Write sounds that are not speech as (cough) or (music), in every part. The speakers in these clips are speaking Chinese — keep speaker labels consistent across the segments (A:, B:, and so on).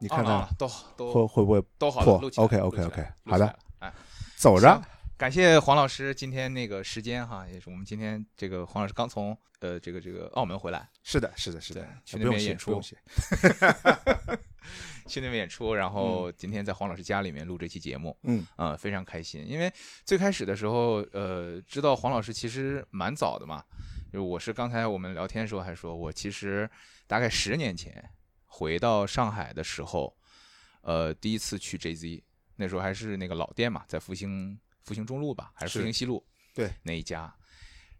A: 你看
B: 啊
A: 看
B: 啊都都
A: 会会不会
B: 都好
A: 破
B: 了，录起来
A: ？OK OK
B: 录起
A: OK，
B: 来录
A: 好
B: 起来
A: 的，
B: 了哎，
A: 走着
B: 行。感谢黄老师今天那个时间哈，也是我们今天这个黄老师刚从呃这个这个澳门回来，
A: 是的，是的，是的
B: 对，去
A: 不
B: 那
A: 用
B: 边
A: 谢
B: 演
A: 不用
B: 出
A: 谢
B: 去那边演出，然后今天在黄老师家里面录这期节目，
A: 嗯
B: 呃，非常开心，因为最开始的时候，呃，知道黄老师其实蛮早的嘛，就我是刚才我们聊天的时候还说，我其实大概十年前回到上海的时候，呃，第一次去 JZ，那时候还是那个老店嘛，在复兴复兴中路吧，还是复
A: 是
B: 兴西路，
A: 对
B: 那一家，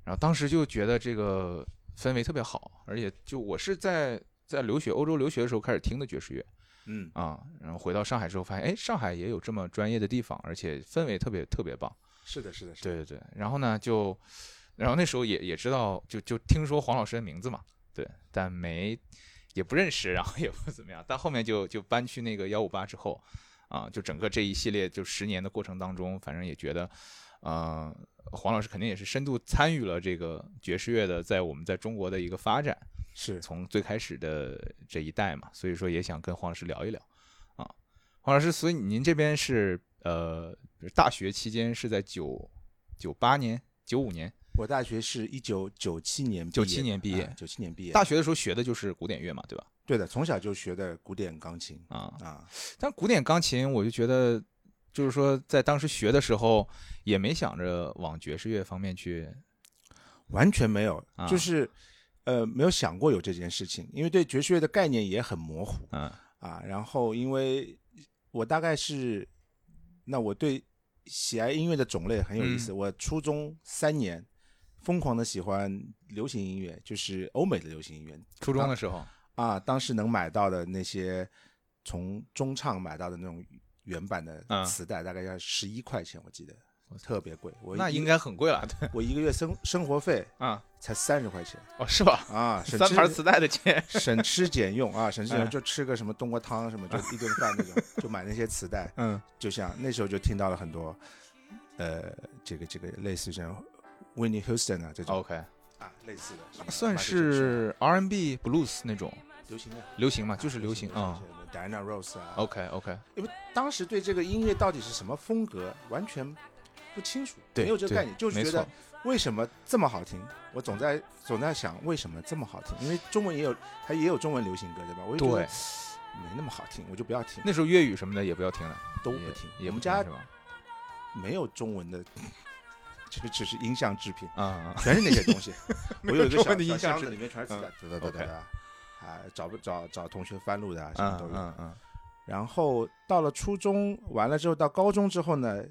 B: 然后当时就觉得这个氛围特别好，而且就我是在在留学欧洲留学的时候开始听的爵士乐，
A: 嗯，
B: 啊、然后回到上海之后发现，哎，上海也有这么专业的地方，而且氛围特别特别棒。
A: 是的，是的，是的，
B: 对对对，然后呢就，然后那时候也也知道，就就听说黄老师的名字嘛，对，但没也不认识，然后也不怎么样。但后面就就搬去那个幺五八之后，啊，就整个这一系列就十年的过程当中，反正也觉得，呃，黄老师肯定也是深度参与了这个爵士乐的在我们在中国的一个发展。
A: 是
B: 从最开始的这一代嘛，所以说也想跟黄老师聊一聊啊。黄老师，所以您这边是呃，就是大学期间是在九九八年、九五年，
A: 我大学是一九九七年啊
B: 97年毕业
A: 九七年毕业，
B: 大学的时候学的就是古典乐嘛，对吧？
A: 对的，从小就学的古典钢琴
B: 啊，
A: 啊，
B: 但古典钢琴我就觉得，就是说在当时学的时候也没想着往爵士乐方面去
A: 完全没有
B: 啊，
A: 就是呃没有想过有这件事情，因为对爵士乐的概念也很模糊
B: 嗯
A: 啊。然后因为我大概是，那我对喜爱音乐的种类很有
B: 嗯
A: 意思，我初中三年。疯狂的喜欢流行音乐，就是欧美的流行音乐，
B: 初中的时候
A: 啊，当时能买到的那些从中唱买到的那种原版的
B: 嗯
A: 磁带，大概要十一块钱，我记得
B: 我操
A: 特别贵。我
B: 那
A: 一
B: 应该很贵了，对
A: 我一个月生生活费
B: (laughs) 啊，
A: 才三十块钱
B: 哦是吧？
A: 啊，省
B: 三
A: 吃
B: 盘磁带的钱，
A: 省吃俭用啊，省吃俭
B: 哎
A: 用就吃个什么冬瓜汤什么，就一顿饭那种，
B: (laughs)
A: 就买那些磁带。
B: 嗯
A: 就像那时候就听到了很多，呃，这个这个类似像 Winnie Houston 啊这种
B: ，OK，
A: 啊类似的什么，
B: 哦算
A: Michael Jackson
B: 是 R&B blues 那种。
A: 流行的，
B: 流行嘛，就是流行啊。哦
A: ，Diana Ross 啊
B: OK OK，
A: 因为当时对这个音乐到底是什么风格完全不清楚，
B: 对
A: 没有这个
B: 对
A: 概念，就是
B: 没
A: 觉得
B: 错
A: 为什么这么好听？我总在总在想为什么这么好听，因为中文也有它也有中文流行歌对吧？我就觉得
B: 对，
A: 没那么好听，我就不要听，
B: 那时候粤语什么的也不要听了，
A: 都不听。我
B: 也不
A: 们
B: 听
A: 家
B: 是吧？
A: 没有中文的， (laughs) 就只是音像制品，
B: 啊啊，
A: 全是那些东西。 (laughs) 我有一个
B: 中
A: 小
B: 文的
A: 小
B: 音像
A: 箱
B: 制
A: 子，里
B: 品
A: 面全是磁带，哒哒哒哒哒，啊，找不找找同学翻录的啊，什么
B: 嗯
A: 都有。
B: 嗯嗯，
A: 然后到了初中完了之后，到高中之后呢，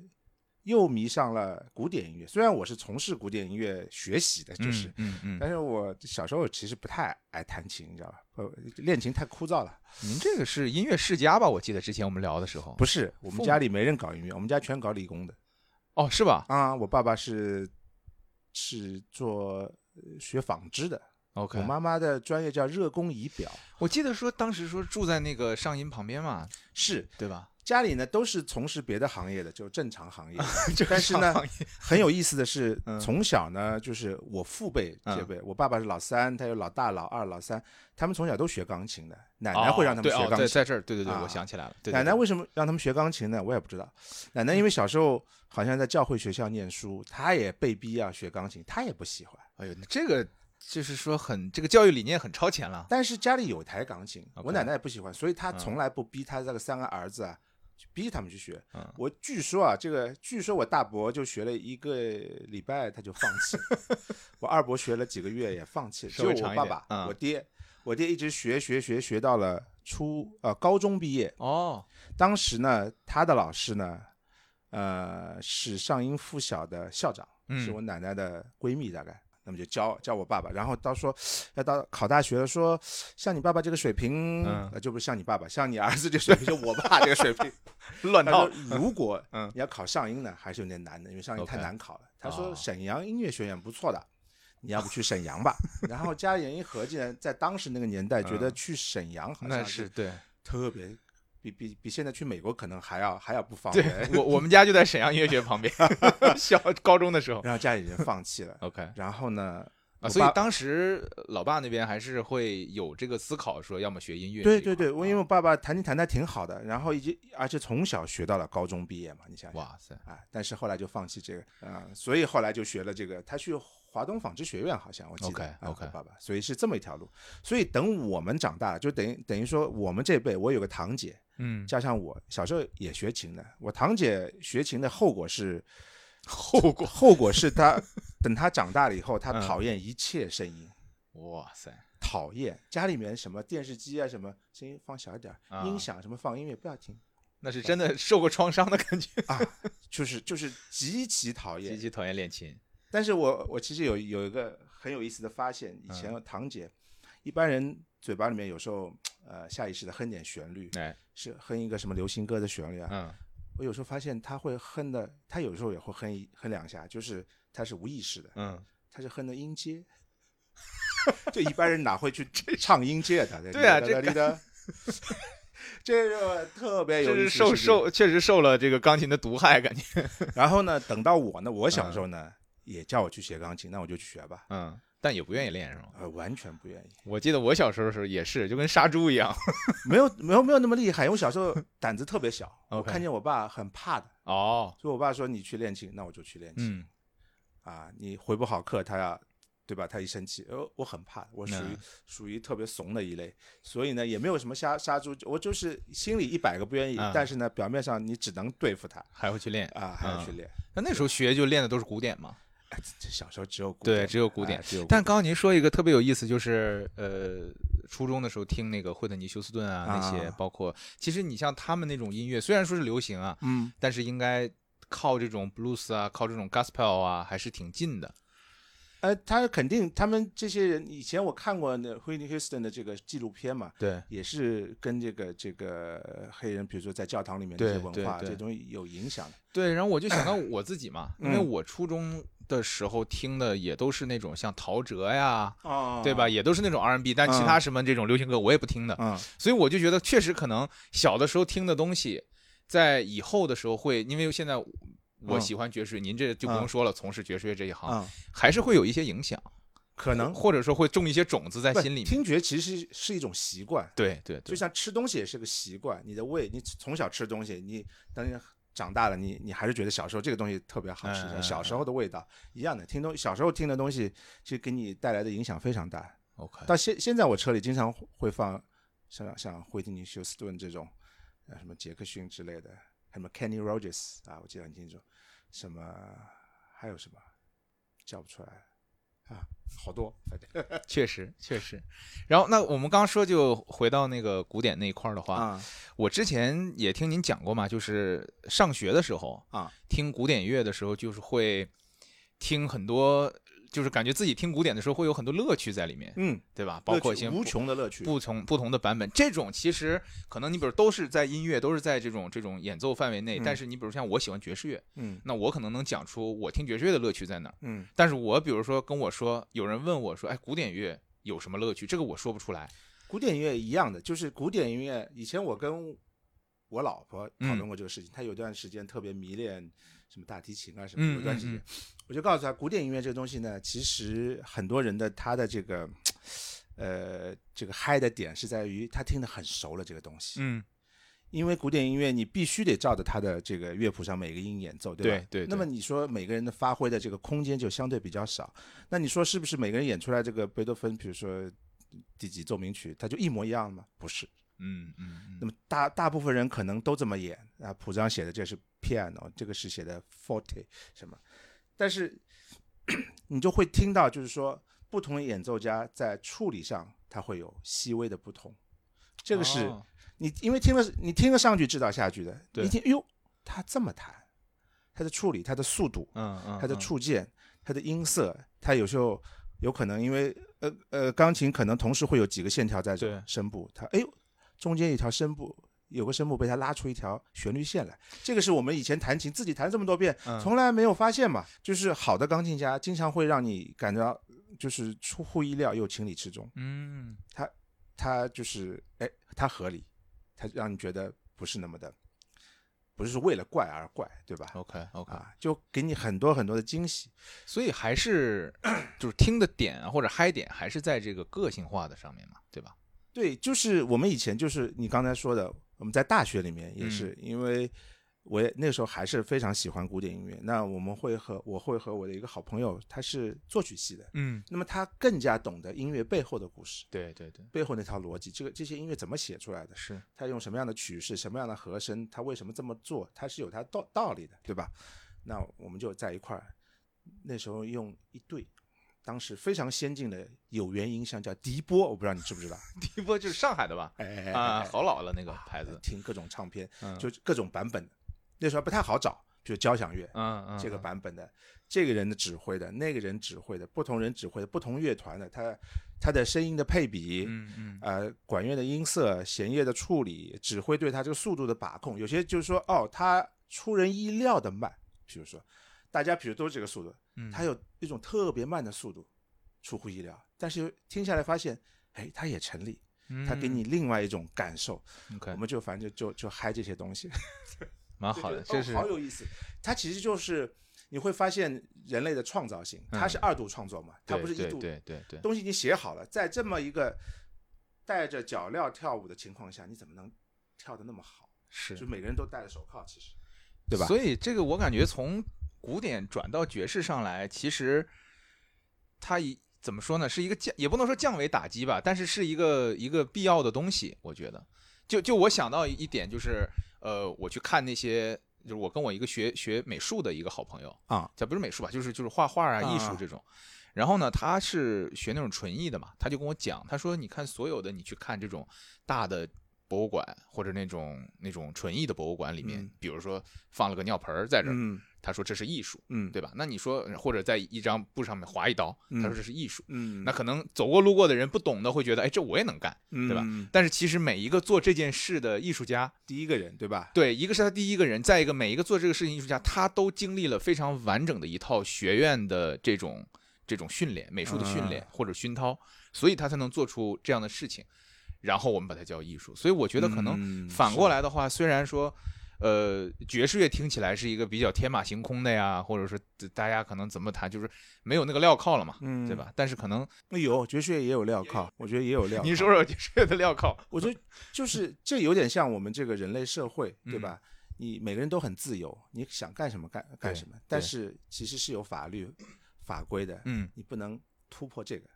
A: 又迷上了古典音乐。虽然我是从事古典音乐学习的，就是，
B: 嗯嗯
A: 但
B: 嗯。
A: 是我小时候其实不太爱弹琴，你知道吧？呃，练琴太枯燥了。
B: 您这个是音乐世家吧？我记得之前我们聊的时候，
A: 不
B: 是
A: 是，我们
B: 父母
A: 家里没人搞音乐，我们家全搞理工的
B: 哦，是吧
A: 啊。我爸爸是是做呃学纺织的，
B: ？OK，
A: 我妈妈的专业叫热工仪表。
B: 我记得说当时说住在那个上音旁边嘛，
A: 是
B: 对吧？
A: 家里呢都是从事别的行业的，就正常行
B: (laughs)
A: 业。
B: 就是
A: 但是呢
B: 上音，
A: 很有意思的是
B: 嗯，
A: 从小呢，就是我父辈这辈，我爸爸是老三，他有老大、老二、老三，他们从小都学钢琴的。奶奶会让他们
B: 哦
A: 学
B: 对哦
A: 钢
B: 对，
A: 琴，
B: 在这儿，对对对，
A: 啊
B: 我想起来了，对对
A: 奶奶
B: 对嗯
A: 为什么让他们学钢琴呢？我也不知道。奶奶因为小时候好像在教会学校念书，她也被逼要学钢琴，她也不喜欢。
B: 哎呦，那这个就是说很这个教育理念很超前了，
A: 但是家里有台钢琴，
B: 啊 OK
A: 我奶奶也不喜欢，所以她
B: 嗯
A: 从来不逼她这个三个儿子啊，去逼他们去学
B: 嗯。
A: 我据说啊，这个据说我大伯就学了一个礼拜，他就放弃
B: (laughs)
A: 了；我二伯学了几个月也放弃了。只
B: 稍
A: 有
B: 微
A: 我
B: 长一
A: 爸
B: 点
A: 爸，
B: 嗯
A: 我爹，我爹一直学学学学到了初呃高中毕业。
B: 哦，
A: 当时呢，他的老师呢，呃是上英附小的校长，
B: 嗯
A: 是我奶奶的闺蜜，大概。那么就教教我爸爸，然后到说要到考大学了，说像你爸爸这个水平，
B: 嗯
A: 呃，就不是像你爸爸，像你儿子这水平，就我爸这个水
B: (laughs)
A: 平。
B: 乱
A: 他
B: 套
A: 说，如果
B: (laughs) 嗯
A: 你要考上英呢，还是有点难的，因为上英
B: OK
A: 太难考了。他说
B: 哦
A: 沈阳音乐学院不错的，你要不去沈阳吧？
B: (laughs)
A: 然后家里人一合计呢，在当时那个年代，觉得去沈阳好
B: 嗯那
A: 像
B: 是对。
A: 特别比比比现在去美国可能还要还要不方便。 (laughs)
B: 对我，我们家就 (laughs) 在沈阳音乐学院旁边，小高中的时候。
A: 然后家里人放弃了
B: ，OK，
A: 然后呢，
B: 啊，所以当时老爸那边还是会有这个思考，说要么学音乐。
A: 对对对，我因为
B: 为
A: 我爸爸弹琴弹的挺好的，然后以及而且从小学到了高中毕业嘛，你想想
B: 哇塞，
A: 啊，但是后来就放弃这个啊、所以后来就学了这个，他去华东纺织学院好像我记得
B: OK，
A: 啊
B: OK
A: 我爸爸，所以是这么一条路。所以等我们长大了，就等于等于说我们这辈，我有个堂姐，
B: 嗯，
A: 加上我小时候也学琴的，我堂姐学琴的后果是
B: (laughs) 后果
A: 后果是她等她长大了以后，她
B: 嗯
A: 讨厌一切声音。
B: 哇塞，
A: 讨厌家里面什么电视机啊，什么声音放小一点儿，
B: 啊
A: 音响什么放音乐不要听
B: 那是真的受过创伤的感觉，
A: 啊，就是就是极其讨
B: (laughs) 极
A: 厌。
B: 其讨厌练琴。
A: 但是我我其实有有一个很有意思的发现，以
B: 嗯
A: 前堂姐，一般人嘴巴里面有时候呃下意识的哼点旋律，
B: 哎，
A: 是哼一个什么流行歌的旋律啊，
B: 嗯，
A: 我有时候发现她会哼的，她有时候也会哼一哼两下，就是她是无意识的，
B: 嗯，
A: 她是哼的音阶。 (laughs) 就一般人哪会去唱音阶的？
B: 对啊
A: 这
B: 这
A: 个， (laughs) 这个特别有
B: 这
A: 意思
B: 是
A: 的事
B: 受
A: 情
B: 受确实受了这个钢琴的毒害，感觉。
A: 然后呢，等到我呢，我小时候呢，也叫我去学钢琴，那我就去学吧。
B: 嗯，但也不愿意练是吗？
A: 呃，完全不愿意，
B: 我记得我小时候的时候也是，就跟杀猪一样。 (laughs)
A: 没有没有没有那么厉害，因为我小时候胆子特别小，我
B: OK
A: 看见我爸很怕的，
B: 哦，
A: 所以我爸说你去练琴，那我就去练琴、
B: 嗯，
A: 啊，你回不好课，他要。对吧？他一生气，呃，我很怕，我属于、
B: 嗯
A: 属于特别怂的一类，所以呢，也没有什么杀杀猪，我就是心里一百个不愿意，
B: 嗯
A: 但是呢，表面上你只能对付他
B: 还会去练。
A: 啊，还要去
B: 嗯
A: 练。
B: 那那时候学就练的都是古典嘛。
A: 哎这这小时候只有古
B: 对
A: 典，
B: 只有古典
A: 哎只有古
B: 但刚刚您说一个特别有意思，就是呃，初中的时候听那个惠特尼休斯顿啊那些
A: 啊，
B: 包括其实你像他们那种音乐，虽然说是流行啊，
A: 嗯，
B: 但是应该靠这种 blues 啊，靠这种 gospel 啊，还是挺近的。
A: 呃，他肯定，他们这些人以前我看过那 Whitney Houston 的这个纪录片嘛，
B: 对，
A: 也是跟这个这个呃黑人，比如说在教堂里面这些
B: 对
A: 文
B: 对
A: 化
B: 对
A: 这种有影响的。
B: 对，然后我就想到我自己 (clears throat) 嘛，因为
A: 嗯
B: 我初中的时候听的也都是那种像陶喆呀，
A: 哦
B: 对吧？？也都是那种 R&B，但其他什么这种流行歌我也不听的，
A: 嗯，
B: 所以我就觉得确实可能小的时候听的东西，在以后的时候会，因为现在我
A: 嗯
B: 喜欢爵士乐，您这就不用
A: 嗯
B: 说了，从事爵士乐这一行
A: 嗯，
B: 还是会有一些影响，
A: 可能
B: 或者说会种一些种子在
A: 不
B: 心里面。
A: 听觉其实是一种习惯，
B: 对对
A: 就
B: 对，
A: 像吃东西也是个习惯。你的胃，你从小吃东西，你等你长大了，你你还是觉得小时候这个东西特别好吃
B: 嗯嗯，嗯
A: 小时候的味道一样的。听东小时候听的东西，其实给你带来的影响非常大。
B: OK，
A: 到现现在我车里经常会放像像惠特尼休斯顿这种，呃，什么杰克逊之类的，什么 Kenny Rogers 啊，我记得很清楚，什么还有什么叫不出来啊，好多，反正
B: 确实确实。然后那我们刚刚说就回到那个古典那一块儿的话，
A: 啊
B: 我之前也听您讲过嘛，就是上学的时候
A: 啊，
B: 听古典乐的时候，就是会听很多，就是感觉自己听古典的时候会有很多乐趣在里面，
A: 嗯，
B: 对吧？
A: 乐
B: 包
A: 趣
B: 括一些
A: 无
B: 不
A: 穷的乐趣，
B: 不同不同的版本，这种其实可能你比如都是在音乐，都是在这种这种演奏范围内，
A: 嗯
B: 但是你比如像我喜欢爵士乐，
A: 嗯
B: 那我可能能讲出我听爵士乐的乐趣在哪儿。
A: 嗯，
B: 但是我比如说跟我说，有人问我说，哎，古典乐有什么乐趣？这个我说不出来。
A: 古典音乐一样的，就是古典音乐，以前我跟我老婆
B: 嗯
A: 讨论过这个事情，她有段时间特别迷恋什么大提琴啊什么，
B: 嗯
A: 有段时间
B: 嗯嗯
A: 我就告诉她，古典音乐这个东西呢，其实很多人的他的这个呃这个嗨的点是在于他听得很熟了这个东西，
B: 嗯，
A: 因为古典音乐你必须得照着它的这个乐谱上每个音演奏，吧？
B: 对对对
A: 那么你说每个人的发挥的这个空间就相对比较少，那你说是不是每个人演出来这个贝多芬，比如说第几奏鸣曲，它就一模一样吗？不是。
B: 嗯嗯嗯
A: 那么大大部分人可能都这么演啊，谱上写的这是 piano，这个是写的 forte 什么，但是 (clears throat) 你就会听到，就是说不同的演奏家在处理上他会有细微的不同，这个是、
B: 哦
A: 你因为听了你听了上句知道下句的，
B: 对
A: 一听哟，他这么弹，他的处理，他的速度，
B: 嗯嗯，
A: 他的
B: 嗯
A: 触键，他的音色，他有时候有可能因为呃呃钢琴可能同时会有几个线条在走
B: 对
A: 声部，他哎呦中间一条声部有个声部被他拉出一条旋律线来，这个是我们以前弹琴自己弹这么多遍
B: 嗯
A: 从来没有发现嘛，就是好的钢琴家经常会让你感觉到就是出乎意料又情理之中，
B: 嗯
A: 他就是哎他合理，他让你觉得不是那么的。不是说为了怪而怪，对吧？
B: OK OK，
A: 啊，就给你很多很多的惊喜。
B: 所以还是就是听的点啊或者嗨点，还是在这个个性化的上面嘛，对吧？
A: 对，就是我们以前就是你刚才说的，我们在大学里面也是，因为我也那时候还是非常喜欢古典音乐。那我们会和我会和我的一个好朋友，他是作曲系的，
B: 嗯，
A: 那么他更加懂得音乐背后的故事，
B: 对对对，
A: 背后那套逻辑，这个这些音乐怎么写出来的，
B: 是，
A: 他用什么样的曲式、什么样的和声，他为什么这么做，他是有他道道理的，对吧？那我们就在一块儿，那时候用一对。当时非常先进的有源音箱叫迪波，我不知道你知不知道？
B: (laughs) 第一波就是上海的吧？
A: 哎哎哎
B: 啊，
A: 哎
B: 好老了那个牌子，
A: 听各种唱片，
B: 嗯
A: 就各种版本的。那时候还不太好找，比如交响乐、
B: 嗯嗯，
A: 这个
B: 嗯
A: 版本的，这个人的指挥的，那个人指挥的，不同人指挥的，不同乐团的，他他的声音的配比，
B: 嗯嗯，
A: 呃，管乐的音色、弦乐的处理，指挥对他这个速度的把控，有些就是说，哦，他出人意料的慢，比如说，大家比如都是这个速度，
B: 嗯
A: 他有一种特别慢的速度，出乎意料，但是听下来发现，哎，他也成立，他给你另外一种感受，
B: 嗯 OK
A: 我们就反正就就嗨这些东西，
B: 蛮
A: 就
B: 啊好
A: (laughs)
B: 的，
A: 觉得
B: 这
A: 哦
B: 是
A: 好有意思。它其实就是你会发现人类的创造性，它是二度创作嘛，它
B: 对
A: 不是一
B: 嗯对
A: 度。
B: 对对对，
A: 东西已经写好了，在这么一个带着脚镣跳舞的情况下，你怎么能跳的那么好？
B: 是
A: 就每个人都戴着手铐，其实，对吧？
B: 所以这个我感觉从古典转到爵士上来，其实它一怎么说呢，是一个降，也不能说降维打击吧，但是是一个一个必要的东西，我觉得。就就我想到一点就是，呃，我去看那些，就是我跟我一个学学美术的一个好朋友
A: 啊，
B: 这不是美术吧，就是就是画画啊、
A: 啊
B: 艺术这种。然后呢，他是学那种纯艺的嘛，他就跟我讲，他说你看所有的你去看这种大的博物馆或者那种那种纯艺的博物馆里面，
A: 嗯
B: 比如说放了个尿盆儿在这儿，
A: 嗯
B: 他说这是艺术，
A: 嗯，
B: 对吧？那你说或者在一张布上面划一刀，
A: 嗯
B: 他说这是艺术。
A: 嗯，
B: 那可能走过路过的人不懂的会觉得，哎，这我也能干，
A: 对
B: 对吧？但是其实每一个做这件事的艺术家，
A: 第一个人，对吧？
B: 对，一个是他第一个人，再一个每一个做这个事情艺术家，他都经历了非常完整的一套学院的这种这种训练，美术的训
A: 嗯
B: 练或者熏陶，所以他才能做出这样的事情。然后我们把它叫艺术，所以我觉得可能
A: 嗯
B: 反
A: 是
B: 过来的话，虽然说。呃，爵士乐听起来是一个比较天马行空的呀，或者说大家可能怎么谈，就是没有那个镣铐了嘛，
A: 嗯
B: 对吧？但是可能
A: 那有爵士乐也有镣铐，我觉得也有
B: (laughs)
A: 镣铐。
B: 您说说爵士乐的镣铐，
A: 我觉得就是这有点像我们这个人类社会，对吧？
B: 嗯
A: 你每个人都很自由，你想干什么干干什么，但是其实是有法律法规的，
B: 嗯，
A: 你不能突破这个，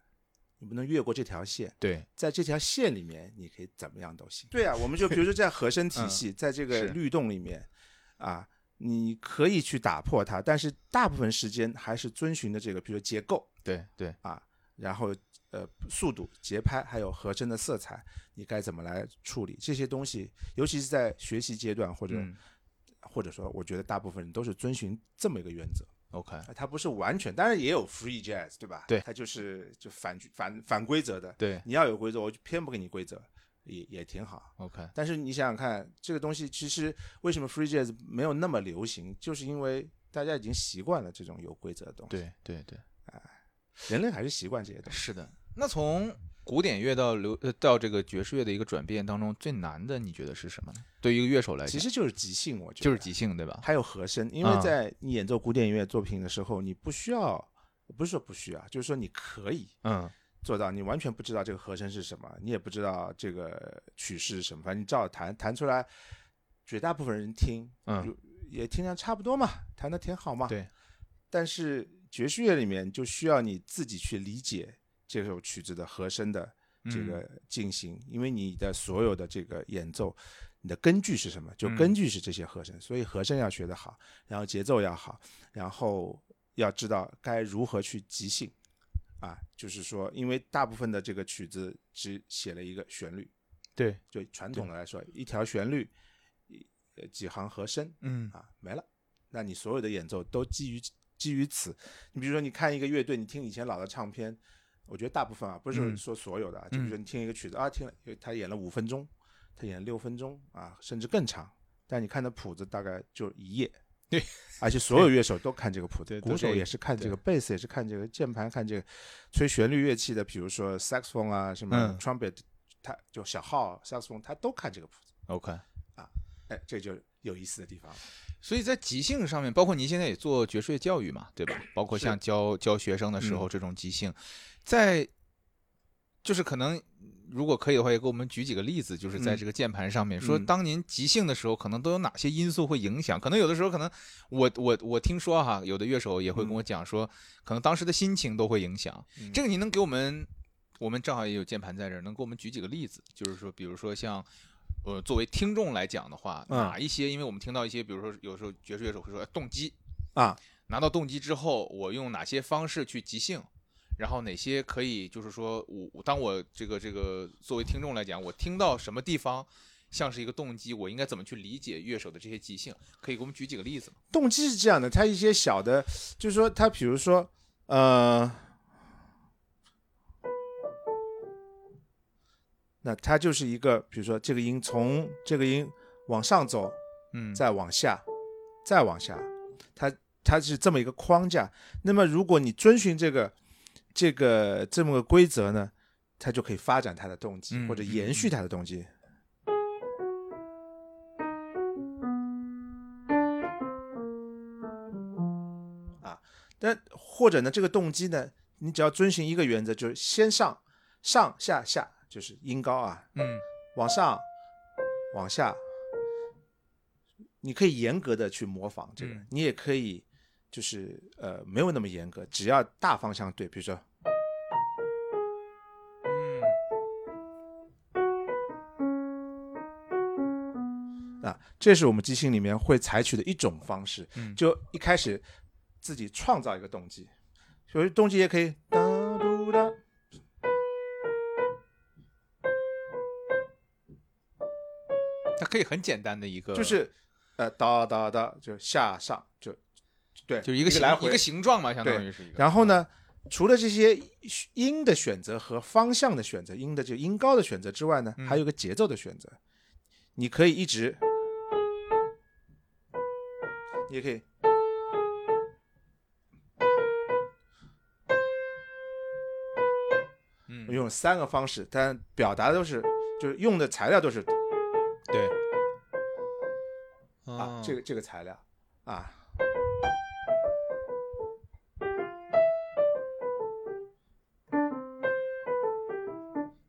A: 你不能越过这条线，
B: 对，
A: 在这条线里面你可以怎么样都行。嗯对啊，我们就比如说在和声体系，在这个
B: 是
A: 律动里面啊，你可以去打破它，但是大部分时间还是遵循的这个，比如说结构，
B: 对，对，
A: 啊然后呃速度、节拍还有和声的色彩，你该怎么来处理这些东西？尤其是在学习阶段，或者、
B: 嗯
A: 或者说，我觉得大部分人都是遵循这么一个原则，
B: ，OK，
A: 啊它不是完全，当然也有 free jazz，对吧？
B: 对
A: 它就是就反反反规则的。
B: 对
A: 你要有规则，我就偏不给你规则，也也挺好。
B: ，OK，
A: 但是你想想看，这个东西其实为什么 free jazz 没有那么流行，就是因为大家已经习惯了这种有规则的东西。
B: 对，对，对。
A: 人类还是习惯这些东西。
B: 是的，那从古典乐到流呃到这个爵士乐的一个转变当中，最难的你觉得是什么呢？对于一个乐手来讲，
A: 其实就是即兴，我觉得
B: 就是即兴，对吧？
A: 还有和声，因
B: 啊
A: 为在你演奏古典音乐作品的时候，你不需要，不是说不需要，就是说你可以
B: 嗯
A: 做到，你完全不知道这个和声是什么，你也不知道这个曲式是什么，反正你照着弹，弹出来，绝大部分人听，
B: 嗯
A: 就也听着差不多嘛，弹的挺好嘛。
B: 对。
A: 但是爵士乐里面就需要你自己去理解这首曲子的和声的
B: 嗯
A: 这个进行，因为你的所有的这个演奏，你的根据是什
B: 嗯
A: 么？就根据是这些和声，所以和声要学得好，然后节奏要好，然后要知道该如何去即兴。啊，就是说，因为大部分的这个曲子只写了一个旋律，
B: 对，
A: 就传统的来说，一条旋律，一呃几行和声，
B: 嗯
A: 啊，没了。那你所有的演奏都基于基于此。你比如说，你看一个乐队，你听以前老的唱片，我觉得大部分啊，不是
B: 嗯
A: 说所有的啊，就比如说你听一个曲子啊，听了他演了五分钟，他演了六分钟啊，甚至更长。但你看的谱子大概就一页，
B: 对，
A: 而且所有乐手都看这个谱
B: 对
A: 子，
B: 都这
A: 鼓手
B: 个
A: 也是看这
B: 对
A: 个，贝斯也是看这个，键盘看这个，吹旋律乐器的，比如说 saxophone 啊，什么
B: 嗯
A: trumpet，他就小号、saxophone，他都看这个谱子。
B: ，OK，
A: 哎，这就是有意思的地方。
B: 所以在即兴上面，包括您现在也做爵士乐教育嘛，对吧？包括像教教学生的时候，这种即兴，在就是可能如果可以的话，也给我们举几个例子，就是在这个键盘上面，说
A: 嗯
B: 当您即兴的时候，可能都有哪些因素会影响？可能有的时候，可能我我我听说哈，有的乐手也会跟我讲说，可能当时的心情都会影响。
A: 嗯
B: 这个您能给我们，我们正好也有键盘在这儿，能给我们举几个例子？就是说，比如说像。呃，作为听众来讲的话，
A: 嗯
B: 哪一些？因为我们听到一些，比如说有时候爵士乐手会说哎动机，
A: 啊，
B: 拿到动机之后，我用哪些方式去即兴，然后哪些可以就是说我我当我这个这个作为听众来讲，我听到什么地方像是一个动机，我应该怎么去理解乐手的这些即兴？可以给我们举几个例子吗？
A: 动机是这样的，它一些小的，就是说它比如说呃，那它就是一个，比如说这个音从这个音往上走，
B: 嗯
A: 再往下，再往下，它它是这么一个框架。那么如果你遵循这个这个这么个规则呢，它就可以发展它的动机、
B: 嗯
A: 或者延续它的动机。啊，但或者呢，这个动机呢，你只要遵循一个原则，就是先上上下下，就是音高啊，
B: 嗯
A: 往上，往下，你可以严格的去模仿这个，
B: 嗯
A: 你也可以就是呃没有那么严格，只要大方向对，比如说
B: 嗯
A: 啊，这是我们即兴里面会采取的一种方式，
B: 嗯
A: 就一开始自己创造一个动机，所以动机也可以哒嘟哒。
B: 它可以很简单的一个，
A: 就是呃哒哒哒，就下上就对，
B: 就是一个形
A: 来回
B: 一个形状嘛，相当
A: 对
B: 于是一个。嗯
A: 然后呢，除了这些音的选择和方向的选择，音的就音高的选择之外呢，
B: 嗯
A: 还有一个节奏的选择。你可以一直，你也可以。
B: 嗯，
A: 用三个方式，但表达的都是，就是用的材料都是
B: 对。
A: 啊
B: 哦，
A: 这个这个材料啊。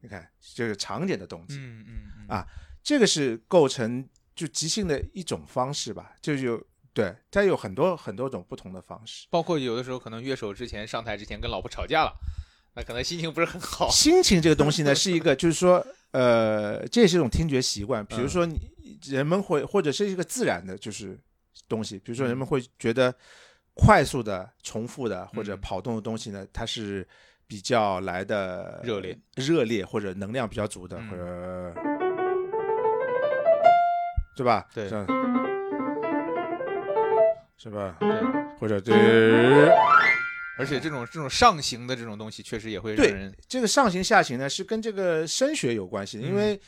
A: 你看，这个长一点的动机，
B: 嗯嗯嗯
A: 啊这个是构成就即兴的一种方式吧，就有对，它有很多很多种不同的方式。
B: 包括有的时候可能乐手之前上台之前跟老婆吵架了，那可能心情不是很好。
A: 心情这个东西
B: (laughs)
A: 呢，是一个就是说，呃，这也是一种听觉习
B: 嗯
A: 惯。比如说你，人们会或者是一个自然的，就是东西，比如说
B: 嗯
A: 人们会觉得快速的、重复的或者
B: 嗯
A: 跑动的东西呢，它是比较来的
B: 热烈、
A: 热烈或者能量比较足的，
B: 嗯
A: 或者对吧？
B: 对
A: 是吧是吧？
B: 对
A: 或者对。
B: 而且这种这种上行的这种东西，确实也会让
A: 对
B: 人
A: 这个上行下行呢，是跟这个声学有关系的，因
B: 嗯
A: 为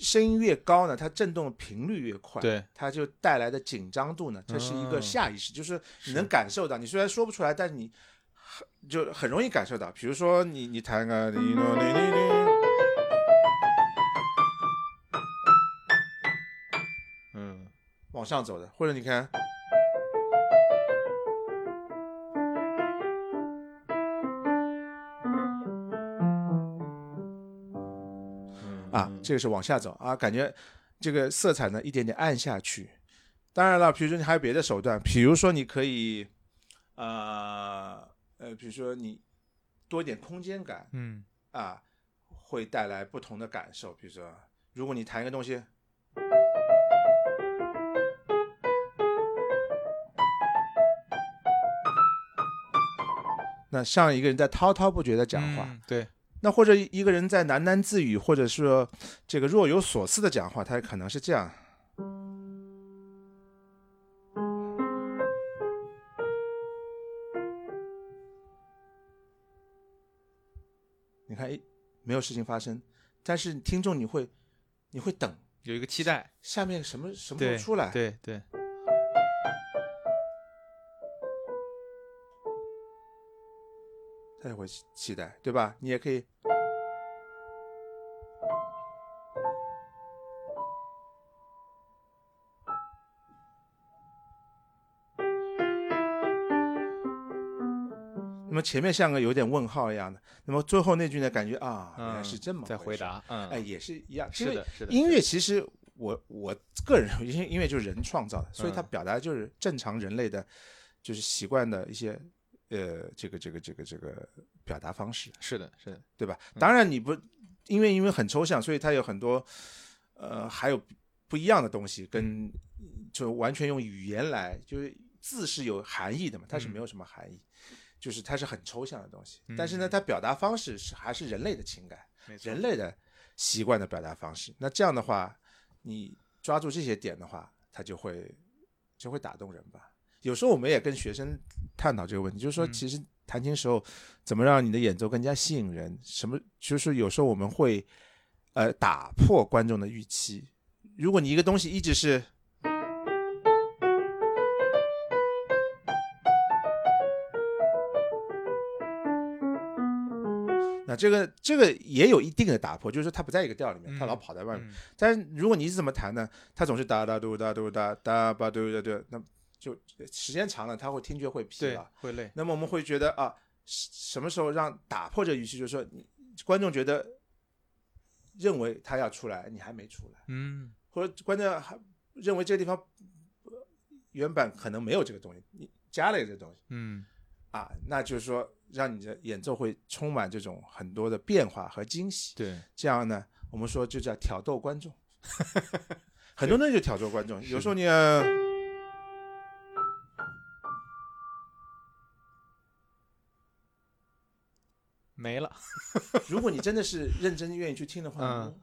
A: 声音越高呢，它振动的频率越快，
B: 对
A: 它就带来的紧张度呢，这是一个
B: 嗯
A: 下意识，就是
B: 是
A: 你能感受到，你虽然说不出来，但是你很就很容易感受到。比如说你你弹个铃咚铃铃铃，
B: 嗯
A: 往上走的，或者你看。啊，这个是往下走啊，感觉这个色彩呢一点点暗下去。当然了，比如说你还有别的手段，比如说你可以，呃呃，比如说你多一点空间感
B: 嗯
A: 啊，会带来不同的感受。比如说，如果你弹一个东西，那像一个人在滔滔不绝的讲话，
B: 嗯对
A: 那或者一个人在喃喃自语，或者是这个若有所思的讲话，他可能是这样。你看，诶没有事情发生，但是听众你会，你会等
B: 有一个期待，
A: 下面什么什么时
B: 对
A: 候出来？
B: 对对，
A: 他也会期待，对吧？你也可以。么前面像个有点问号一样的，那么最后那句呢，感觉啊，原来
B: 嗯，
A: 是这么
B: 在
A: 回
B: 回
A: 事，
B: 答，嗯，
A: 哎，，也是一样。其
B: 是
A: 实
B: 的，是的，
A: 音乐其实我我个人因为音乐就是人创造的，所以它
B: 嗯
A: 表达的就是正常人类的，就是习惯的一些呃这个这个这个这个表达方式，
B: 是的，是的，
A: 对吧？当然你不因为因为很抽象，所以它有很多呃还有不一样的东西，跟
B: 嗯
A: 就完全用语言来，就是字是有含义的嘛，它
B: 嗯
A: 是没有什么含义。就是它是很抽象的东西，但是呢，
B: 嗯
A: 它表达方式是还是人类的情感，
B: 没错，
A: 人类的习惯的表达方式。那这样的话，你抓住这些点的话，它就会就会打动人吧。有时候我们也跟学生探讨这个问题，就是
B: 嗯
A: 说，其实弹琴时候怎么让你的演奏更加吸引人？什么？就是有时候我们会呃打破观众的预期。如果你一个东西一直是那这个这个也有一定的打破，就是说它不在一个调里面，它老
B: 嗯
A: 跑在外面。
B: 嗯
A: 但是如果你一直这么弹呢，它总是哒哒嘟哒嘟哒哒吧嘟哒嘟，那就时间长了，它会听觉会疲
B: 对
A: 劳。，
B: 会累，
A: 那么我们会觉得啊，什什么时候让打破这个预期，就是说你观众觉得呃认为他要出来，你还没出来，
B: 嗯，
A: 或者观众还认为这个地方呃原版可能没有这个东西，你加了一个这东西
B: 嗯，
A: 啊，那就是说让你的演奏会充满这种很多的变化和惊喜。
B: 对，
A: 这样呢，我们说就叫挑逗观
B: (laughs)
A: 众，很多东西就挑逗观众。有时候你，呃
B: 没了，
A: 如果你真的是认真愿意去听的话，
B: 嗯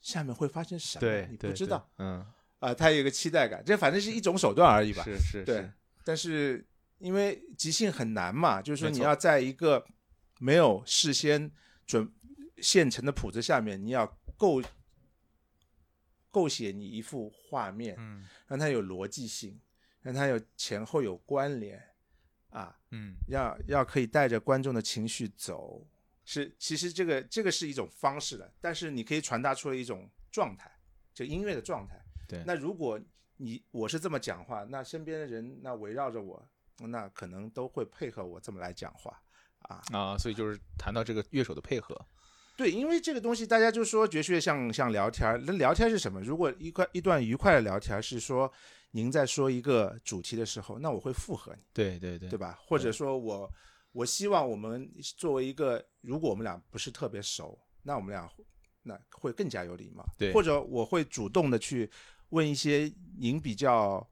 A: 下面会发生什么？
B: 对，
A: 你
B: 对
A: 不知
B: 对
A: 道
B: 嗯，
A: 啊、它有一个期待感，这反正是一种手段而已吧。
B: 是是
A: 对
B: 是，
A: 但是因为即兴很难嘛，就是说
B: 没
A: 你
B: 错
A: 要在一个没有事先准现成的谱子下面，你要构构写你一幅画面，
B: 嗯
A: 让它有逻辑性，让它有前后有关联啊，
B: 嗯，
A: 要要可以带着观众的情绪走。是，其实这个这个是一种方式的，但是你可以传达出了一种状态，就音乐的状态。
B: 对
A: 那如果你我是这么讲话，那身边的人那围绕着我，那可能都会配合我这么来讲话啊。
B: 啊，所以就是谈到这个乐手的配合，
A: 对，因为这个东西大家就说爵士乐像像聊天儿，那聊天是什么？如果一块一段愉快的聊天儿是说您在说一个主题的时候，那我会附和你。
B: 对对对
A: 对，吧？或者说我我希望我们作为一个，如果我们俩不是特别熟，那我们俩那会更加有礼貌。
B: 对
A: 或者我会主动的去问一些您比较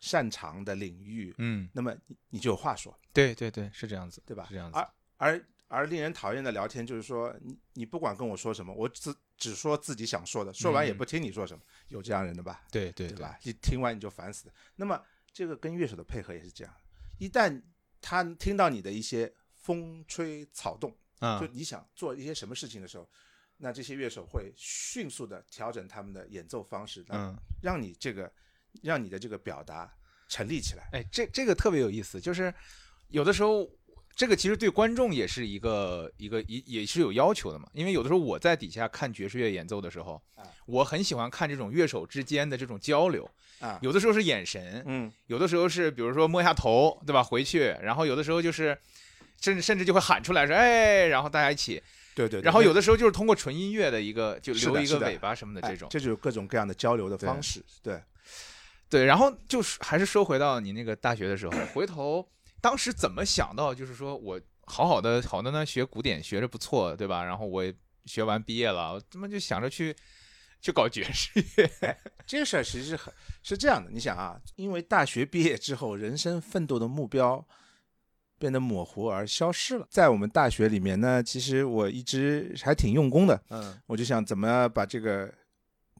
A: 擅长的领域，
B: 嗯，
A: 那么你你就有话说，
B: 对对对，是这样子，
A: 对吧？啊
B: 是这样子，
A: 而而而令人讨厌的聊天就是说，你你不管跟我说什么，我只只说自己想说的，说完也
B: 嗯
A: 不听你说什么，有这样人的吧？
B: 对对
A: 对？吧？你听完你就烦死了。那么这个跟乐手的配合也是这样，一旦他听到你的一些风吹草动，
B: 啊
A: 就，你想做一些什么事情的时候，那这些乐手会迅速的调整他们的演奏方式，让
B: 嗯，
A: 让你这个让你的这个表达成立起来。
B: 哎，这这个特别有意思，就是有的时候。这个其实对观众也是一个一个也也是有要求的嘛，因为有的时候我在底下看爵士乐演奏的时候
A: 啊，
B: 我很喜欢看这种乐手之间的这种交流，
A: 啊，
B: 有的时候是眼神，
A: 嗯，
B: 有的时候是比如说摸一下头，对吧？回去，然后有的时候就是甚至甚至就会喊出来说，哎，然后大家一起，
A: 对对对
B: 然后有
A: 的
B: 的时候就是通过纯音乐的一个就是
A: 的
B: 留一
A: 是
B: 个
A: 的
B: 尾巴什么的这种，
A: 哎这就是各种各样的交流的方式。对，
B: 对，然后就是还是说回到你那个大学的时候，回头当时怎么想到就是说我好好的好端端学古典学着不错，对吧？然后我也学完毕业了，我他妈就想着去去搞爵士乐，
A: 这个事儿其实是很是这样的。你想啊，因为大学毕业之后，人生奋斗的目标变得模糊而消失了。在我们大学里面呢，其实我一直还挺用功的，
B: 嗯
A: 我就想怎么把这个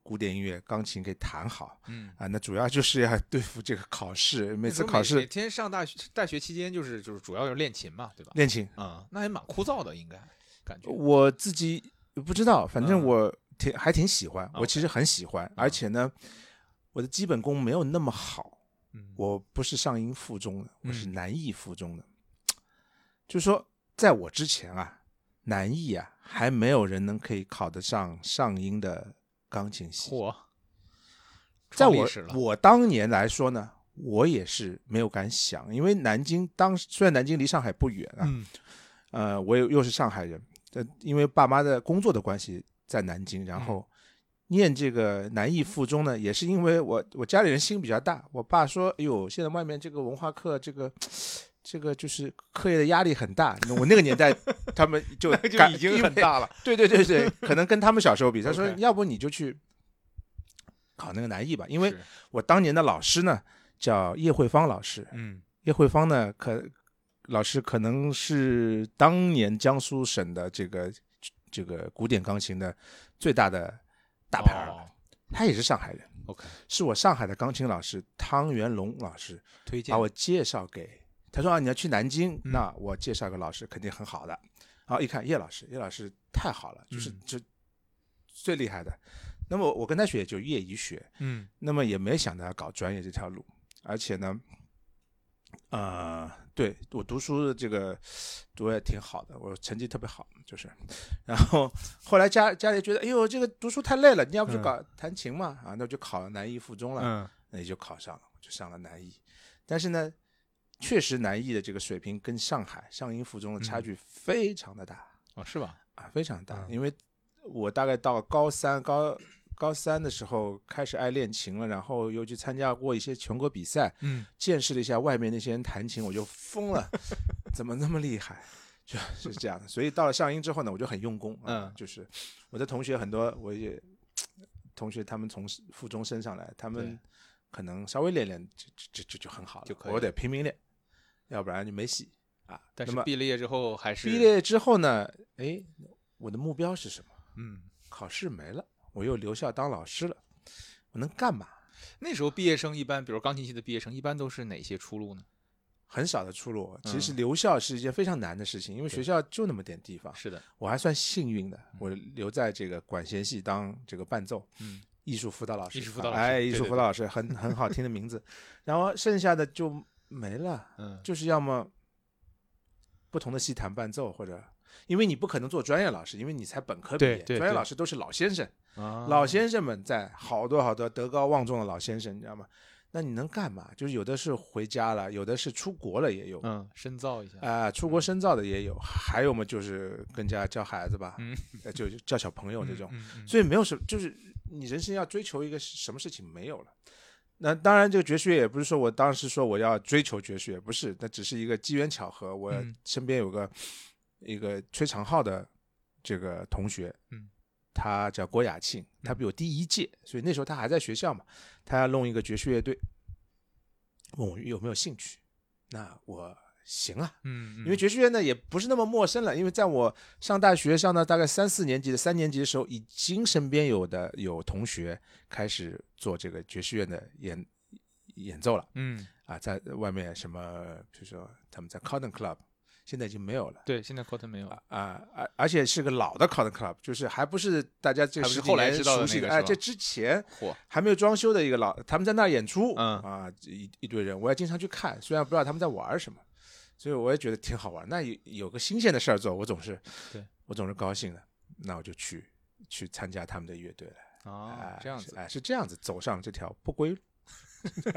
A: 古典音乐、钢琴给弹好
B: 嗯。
A: 啊。那主要就是要对付这个考试，每
B: 每
A: 次考
B: 每
A: 试
B: 天上大学，大学期间就是就是主要就是练琴嘛，对吧？
A: 练琴，
B: 啊、那也蛮枯燥的，应该感觉。
A: 我自己不知道，反正
B: 嗯
A: 我挺还挺喜欢，我
B: OK
A: 其实很喜欢，而且呢，我的基本功没有那么好。
B: 嗯
A: 我不是上音附中的，我是
B: 嗯
A: 南艺附中的。就说在我之前啊，南艺啊还没有人能可以考得上上音的钢琴系。
B: 嚯，
A: 在
B: 创历
A: 我
B: 史了
A: 我当年来说呢，我也是没有敢想，因为南京当时虽然南京离上海不远啊，
B: 嗯
A: 呃，我又又是上海人，但因为爸妈的工作的关系在南京，
B: 嗯
A: 然后念这个南艺附中呢，也是因为我我家里人心比较大，我爸说，哎呦，现在外面这个文化课这个。这个就是课业的压力很大，我那个年代 (laughs) 他们就
B: 那就
A: 感
B: 已经
A: 因
B: 很
A: 为
B: 大了。
A: 对对对对，可能跟他们小时候比，他说
B: OK
A: 要不你就去考那个南艺吧，因为
B: 是
A: 我当年的老师呢叫叶慧芳老师，
B: 嗯
A: 叶慧芳呢可老师可能是当年江苏省的这个这个古典钢琴的最大的大牌儿了，
B: 哦
A: 他也是上海人，
B: OK，
A: 是我上海的钢琴老师汤元龙老师
B: 推荐
A: 把我介绍给。他说啊，你要去南京，
B: 嗯
A: 那我介绍个老师肯定很好的。然后一看叶老师，叶老师太好了，就是
B: 嗯
A: 就最厉害的。那么我跟他学就业余学，
B: 嗯
A: 那么也没想到要搞专业这条路，而且呢，呃，对我读书的这个读也挺好的，我成绩特别好，就是，然后后来家家里觉得，哎呦，这个读书太累了，你要不就
B: 嗯
A: 搞弹琴嘛，啊，那我就考了南艺附中了，
B: 嗯
A: 那也就考上了，我就上了南艺，但是呢，确实南艺的这个水平跟上海上音附中的差距非常的大，
B: 哦是吧？
A: 啊，非常大，
B: 嗯
A: 因为我大概到高三高高三的时候开始爱练琴了，然后又去参加过一些全国比赛，
B: 嗯，
A: 见识了一下外面那些人弹琴，我就疯了， (laughs) 怎么那么厉害？ (laughs) 就是这样的，所以到了上音之后呢，我就很用功啊，
B: 嗯
A: 就是我的同学很多，我也同学他们从附中升上来，他
B: 对
A: 们可能稍微练练就就就就很好了，
B: 就可以
A: 我
B: 了
A: 得拼命练，要不然就没戏啊。
B: 但
A: 那
B: 是
A: 么
B: 毕了业之后还是
A: 毕，业之后呢，哎，我的目标是什么？
B: 嗯，
A: 考试没了，我又留校当老师了，我能干嘛？
B: 那时候毕业生一般，比如钢琴系的毕业生，一般都是哪些出路呢？
A: 很少的出路。其实
B: 嗯
A: 留校是一件非常难的事情，因为
B: 对嗯
A: 学校就那么点地方。
B: 是的，
A: 我还算幸运的，我留在这个管弦系当这个伴奏，
B: 嗯，
A: 艺术辅导老师。
B: 艺术辅导老师
A: 哎，
B: 对
A: 艺术
B: 对
A: 辅导老师很很好听的名字。然后剩下的就没了，
B: 嗯，
A: 就是要么不同的系弹伴奏，或者因为你不可能做专业老师，因为你才本科毕
B: 对
A: 业，
B: 对
A: 专业
B: 对啊
A: 老师都是老先生。
B: 老
A: 老先生们在好多好多德高望重的老先生，你知道吗？那你能干嘛？就是有的是回家了，有的是出国了也有，啊、
B: 嗯深造一下，
A: 出国深造的也有，还有嘛就是跟家教孩子吧，
B: 嗯
A: 呃就就教小朋友这种，
B: 嗯，嗯嗯
A: 所以没有什么，就是你人生要追求一个什么事情没有了。那当然，这个爵士乐也不是说我当时说我要追求爵士乐，不是，那只是一个机缘巧合。我
B: 嗯
A: 身边有个、一个吹长号的这个同学，
B: 嗯，
A: 他叫郭雅庆，他比我低一届，所以那时候他还在学校嘛，他要弄一个爵士乐队，问我有没有兴趣，那我行啊，
B: 嗯，嗯
A: 因为爵士乐呢也不是那么陌生了，因为在我上大学上到大概三四年级的三年级的时候，已经身边有的有同学开始做这个爵士乐的演演奏了
B: 嗯，
A: 啊，在外面什么，比如说他们在 Cotton Club，现在已经没有了。
B: 对，现在 Cotton 没有了，
A: 啊，而而且是个老的 Cotton Club，就是还不是大家这
B: 还不是
A: 十几
B: 后来
A: 年
B: 知道的
A: 熟悉
B: 那个
A: 哎，
B: 是吧
A: 这之前
B: 嚯，
A: 还没有装修的一个老，他们在那儿演出，
B: 嗯
A: 啊，一一堆人，我也经常去看，虽然不知道他们在玩什么，所以我也觉得挺好玩。那有有个新鲜的事儿做，我总是，
B: 对
A: 我总是高兴的，那我就去去参加他们的乐队了。
B: 啊
A: 哎，
B: 这样
A: 是
B: 子。
A: 哎，是这样子走上这条不归路。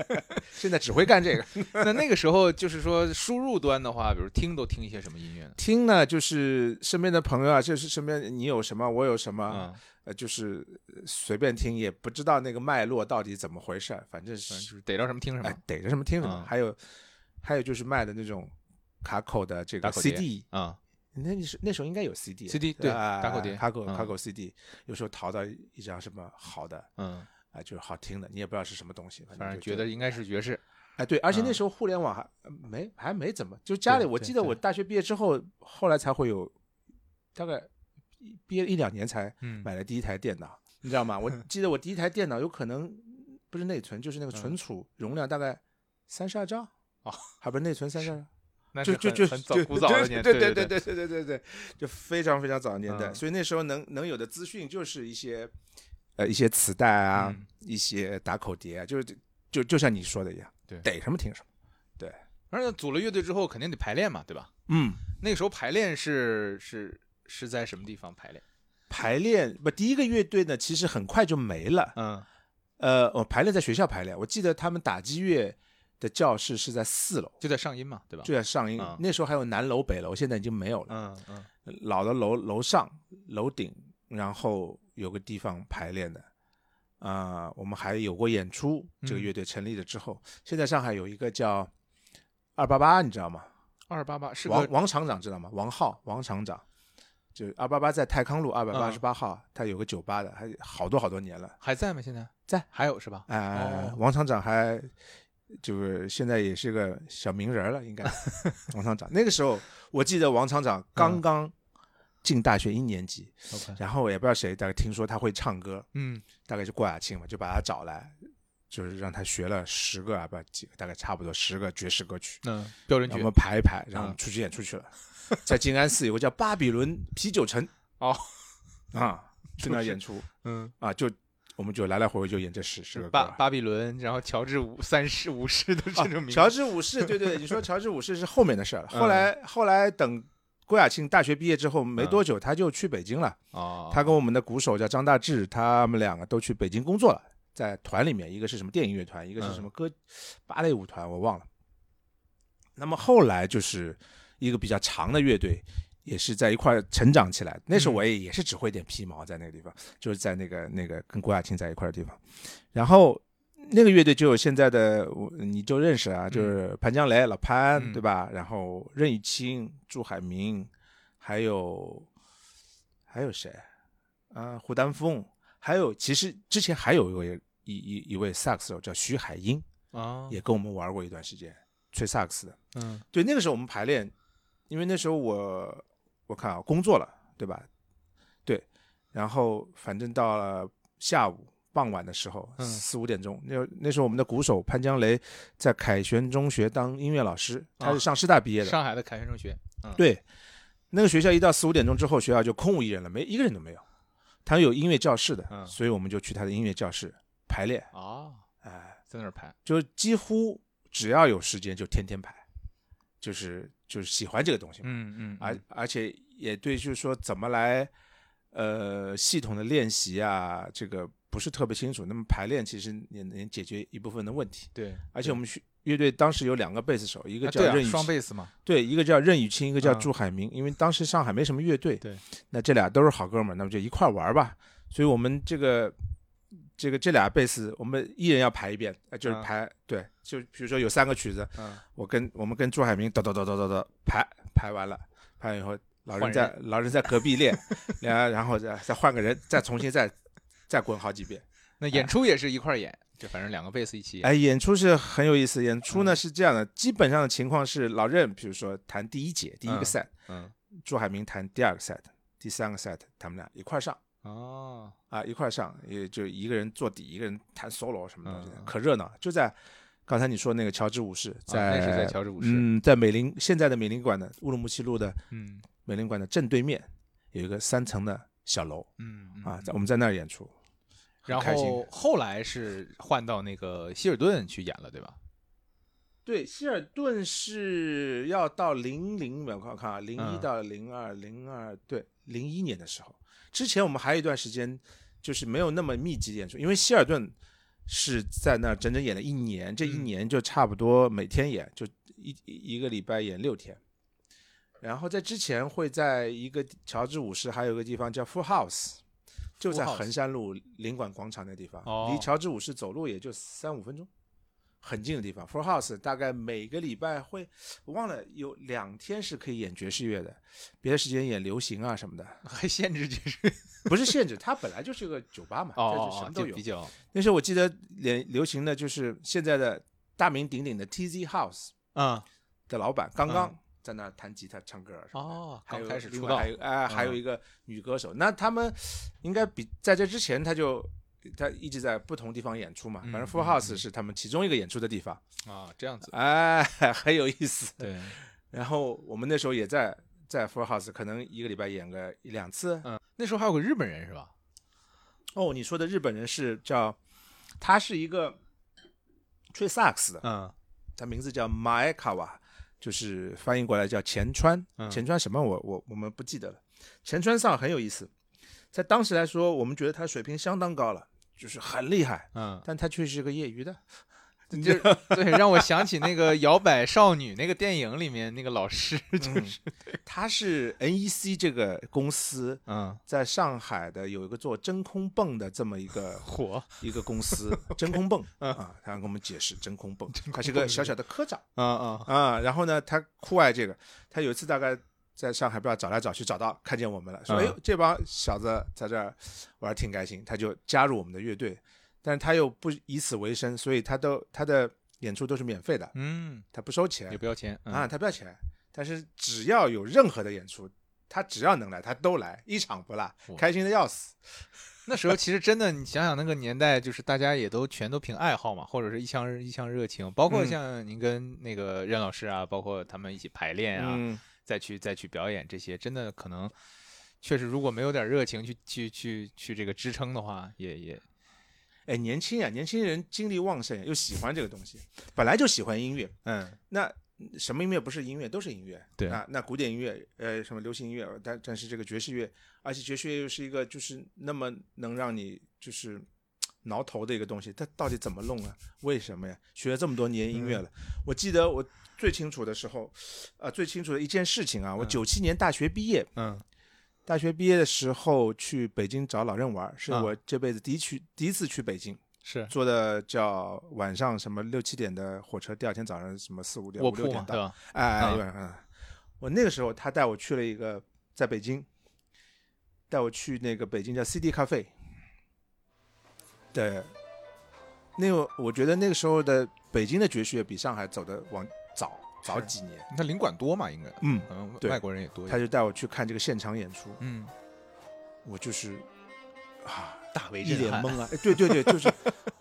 A: (laughs) 现在只会干这个。
B: 那那个时候就是说输入端的话，比如听都听一些什么音乐呢？
A: 听呢，就是身边的朋友啊，就是身边你有什么，我有什么，
B: 啊，
A: 呃，就是呃随便听，也不知道那个脉络到底怎么回事儿，反正
B: 反正
A: 是
B: 就是逮着什么听什
A: 哎
B: 么，
A: 逮着什么听什么。
B: 嗯
A: 还有还有就是卖的那种卡口的这
B: 打
A: 个
B: 口碟
A: CD，
B: 啊，
A: 那你是那时候应该有 CD
B: CD 对
A: 啊
B: 打口碟
A: 卡口
B: 嗯
A: 卡口 CD，有时候淘到一张什么好的
B: 嗯，
A: 啊，就是好听的，你也不知道是什么东西，反
B: 反正
A: 正
B: 觉
A: 就
B: 得应该是爵士，
A: 哎对，而且那
B: 嗯
A: 时候互联网还呃没还没怎么，就家里
B: 对
A: 我
B: 对
A: 记得我大学毕业之后，后来才会有，大概一毕业一两年才
B: 嗯
A: 买了第一台电脑，你知道吗？我
B: (laughs)
A: 记得我第一台电脑有可能不是内存，就是那个存储容量大概三十二兆
B: 嗯哦，
A: (laughs) 还不是内存三十二，
B: 那
A: 就是就
B: 很
A: 就
B: 很早
A: 就
B: 古早的年
A: 对
B: 对
A: 对对对对对对，就非常非常早的年代，
B: 嗯
A: 所以那时候能能有的资讯就是一些呃一些磁带啊
B: 嗯，
A: 一些打口碟啊，就是就就像你说的一样，
B: 对
A: 逮什么听什么，
B: 反正组了乐队之后肯定得排练嘛，对吧？
A: 嗯。
B: 那个时候排练是是是在什么地方排练？
A: 排练不，第一个乐队呢，其实很快就没了。
B: 嗯
A: 呃，我排练在学校排练，我记得他们打击乐的教室是在四楼，
B: 就在上音嘛，对吧？
A: 就在上音
B: 嗯。
A: 那时候还有南楼、北楼，现在已经没有了。
B: 嗯嗯
A: 老的楼楼上楼顶，然后有个地方排练的。啊、我们还有过演出。这个
B: 嗯
A: 乐队成立了之后，现在上海有一个叫二八八，你知道吗？
B: 二八八是
A: 王
B: 个
A: 王厂长知道吗？王浩，王厂长，就二八八在太康路二百八
B: 嗯
A: 十八号，他有个酒吧的，还好多好多年了。
B: 还在吗？现在
A: 在，
B: 还有是吧？
A: 呃，
B: 哦
A: 王厂长还就是现在也是个小名人了，应该。王厂长那个时候，我记得王厂
B: 嗯
A: 长刚刚进大学一年级，
B: ，OK，
A: 然后也不知道谁，大概听说他会唱歌，
B: 嗯
A: 大概是郭雅庆嘛，就把他找来，就是让他学了十个啊，不几个，大概差不多十个爵士歌曲，
B: 嗯，标准
A: 然后
B: 曲
A: 我们排一排，然后
B: 嗯
A: 出去演出去了，在静安寺有个叫巴比伦啤酒城
B: 哦，
A: 啊，去那儿演出
B: 嗯，
A: 啊，就我们就来来回回就演这十十个歌
B: 巴
A: 啊。
B: 巴比伦，然后乔治五三世五世的这种名字，
A: 乔治五世，对对，你说乔治五世是后面的事儿了。
B: 嗯
A: 后来后来等郭雅庆大学毕业之后没
B: 嗯
A: 多久，他就去北京了。
B: 哦，
A: 他跟我们的鼓手叫张大志，他们两个都去北京工作了，在团里面，一个是什么电影乐团，一个
B: 嗯
A: 是什么歌、芭蕾舞团，我忘了。那么后来就是一个比较长的乐队，也是在一块儿成长起来。那
B: 嗯
A: 时候我也也是只会点皮毛，在那个地方，就是在那个那个跟郭亚青在一块儿的地方。然后那个乐队就有现在的我，你就认识啊，就是潘江雷、老潘，
B: 嗯
A: 对吧？然后任宇清、朱海明，还有还有谁？啊，胡丹峰，还有其实之前还有一位一一一位萨克斯手叫徐海英，
B: 啊，
A: 也跟我们玩过一段时间，吹萨克斯的。
B: 嗯
A: 对，那个时候我们排练，因为那时候我我看啊工作了，对吧？对，然后反正到了下午傍晚的时候，
B: 嗯
A: 四五点钟，那那时候我们的鼓手潘江雷在凯旋中学当音乐老师，他
B: 啊
A: 是上师大毕业的，
B: 上海的凯旋中学，
A: 对，那个学校一到四五点钟之后，学校就空无一人了，没一个人都没有。他有音乐教室的，
B: 嗯
A: 所以我们就去他的音乐教室排练，
B: 啊，
A: 哎、
B: 在那儿拍，
A: 就是几乎只要有时间就天天排，就是就是喜欢这个东西嘛，
B: 嗯嗯，
A: 而、而且也对，就是说怎么来呃系统的练习啊，这个不是特别清楚。那么排练其实也能解决一部分的问题，
B: 对，
A: 而且我们学乐队当时有两个贝斯手，一
B: 一
A: 个叫任宇、
B: 双贝斯嘛，
A: 对，一个叫任宇清，一个叫
B: 嗯
A: 朱海明，因为当时上海没什么乐队，
B: 对，
A: 那这俩都是好哥们儿，那么就一块儿玩儿吧。所以我们这个这个这俩贝斯，我们一人要排一遍，呃就是
B: 嗯
A: 排、对，就比如说有三个曲子，
B: 嗯
A: 我跟我们跟朱海明叨叨叨叨叨叨排排完了，排完以后，老人在老人在隔壁练，然然后再再换个人，再重新再再滚好几遍。
B: (laughs) 那演出也是一块儿演，就反正两个贝斯一起演，
A: 哎，演出是很有意思。演出
B: 嗯
A: 呢是这样的，基本上的情况是老任，比如说弹第一节第一
B: 嗯
A: 个 set，、
B: 嗯，
A: 朱海明弹第二个 set，第三个 set，他们俩一块儿上
B: 哦，
A: 啊，一块儿上，也就一个人做底，一个人弹 solo 什么东西的，
B: 嗯嗯啊
A: 可热闹了。就在刚才你说那个乔治五世，在、
B: 哦那是在乔治五世
A: 嗯，在美林现在的美林馆的乌鲁木齐路的
B: 嗯
A: 美林馆的正对面有一个三层的小楼
B: 嗯
A: 啊，在我们在那儿演出，很
B: 然
A: 开心
B: 后后来是换到那个希尔顿去演了，对吧？ (laughs)
A: 对，希尔顿是要到零零，我看看啊，零一
B: 嗯
A: 到零二、零二对零一年的时候，之前我们还有一段时间就是没有那么密集演出，因为希尔顿是在那儿整整演了一年，这一
B: 嗯
A: 年就差不多每天演，就一一一个礼拜演六天。然后在之前会在一个乔治五世，还有一个地方叫 Full House，就
B: Full
A: 在
B: House
A: 衡山路领馆广场那地方，
B: 哦
A: 离乔治五世走路也就三五分钟，很近的地方。Full House 大概每个礼拜会，我忘了有两天是可以演爵士乐的，别的时间演流行啊什么的，
B: 还限制就是
A: 不是限制，它本来就是个酒吧嘛，它就什
B: 哦，
A: 么
B: 就
A: 都有
B: 比。较
A: 那时候我记得演流行的就是现在的大名鼎鼎的 TZ House
B: 嗯
A: 的老板刚刚
B: 嗯
A: 在那儿弹吉他唱歌啊什么的。
B: 哦，
A: 还
B: 刚
A: 有
B: 开始
A: 另
B: 出
A: 外
B: 道
A: 还有哎、还有
B: 嗯
A: 一个女歌手。那他们应该比在这之前，他就他一直在不同地方演出嘛。反正
B: 嗯
A: Full
B: 嗯
A: House
B: 嗯
A: 是他们其中一个演出的地方，
B: 啊，这
A: (laughs)
B: 样子，
A: 哎，很有意思。
B: 对，
A: 然后我们那时候也在在 Full House，可能一个礼拜演个一两次。
B: 嗯，那时候还有个日本人是吧？
A: 哦，你说的日本人是叫，他是一个吹萨克斯的，
B: 嗯
A: 他名字叫 Maekawa，就是翻译过来叫前川。
B: 嗯
A: 前川什么我？我我们不记得了。前川上很有意思，在当时来说，我们觉得他水平相当高了，就是很厉害，
B: 嗯，
A: 但他却是个业余的， (laughs)
B: 就对，让我想起那个《摇摆少女》那个电影里面那个老师，就是
A: 他是 NEC 这个公司
B: 嗯
A: 在上海的有一个做真空泵的这么一 (laughs) 个
B: 火
A: 一个公司，真空泵啊，他给我们解释 (laughs) 真空泵，他是个小小的科长
B: 啊啊
A: 啊。然后呢，他酷爱这个，他有一次大概在上海不知道找来找去，找到看见我们了，说：“
B: 嗯
A: 哎呦，这帮小子在这儿玩儿挺开心。”他就加入我们的乐队，但是他又不以此为生，所以他都他的演出都是免费的，
B: 嗯，
A: 他不收钱
B: 也不要嗯钱
A: 啊，，他不要钱。但是只要有任何的演出，他只要能来，他都来，一场不落
B: 哇，
A: 开心的要死。
B: 那时候其实真的，你想想那个年代，就是大家也都全都凭爱好嘛，或者是一腔一腔热情，包括
A: 嗯
B: 像您跟那个任老师啊，包括他们一起排练啊，
A: 嗯，
B: 再去再去表演这些，真的可能确实如果没有点热情去去去去这个支撑的话，也也
A: 哎，年轻啊，年轻人精力旺盛呀，又喜欢这个东西，本来就喜欢音乐，
B: 嗯
A: 那嗯什么音乐不是音乐，都是音乐。
B: 对
A: 啊，那古典音乐，呃，什么流行音乐，呃但但是这个爵士乐，而且爵士乐又是一个就是那么能让你就是嘖挠头的一个东西，它到底怎么弄啊？为什么呀？学了这么多年音乐了，
B: 嗯
A: 我记得我最清楚的时候，呃，最清楚的一件事情啊，我
B: 嗯
A: 九七年大学毕业，
B: 嗯
A: 大学毕业的时候去北京找老任玩儿，是
B: 啊
A: 我这辈子第一去第一次去北京。
B: 是
A: 坐的叫晚上什么六七点的火车，第二天早上什么四五点、
B: 卧
A: 五六
B: 铺
A: 点
B: 嘛，
A: 到
B: 对。吧？
A: 哎，
B: 嗯
A: 晚上，我那个时候他带我去了一个，在北京，带我去那个北京叫 CD 咖啡的，那个我觉得那个时候的北京的爵士乐比上海走的往早早
B: 是
A: 几年，
B: 那领馆多嘛，应该
A: 嗯，
B: 可能
A: 对
B: 外国人也多一
A: 他
B: 点，
A: 就带我去看这个现场演出，
B: 嗯，
A: 我就是啊，
B: 大为
A: 一
B: 震
A: 脸
B: 撼， (laughs)
A: 懵啊！哎对对对，就是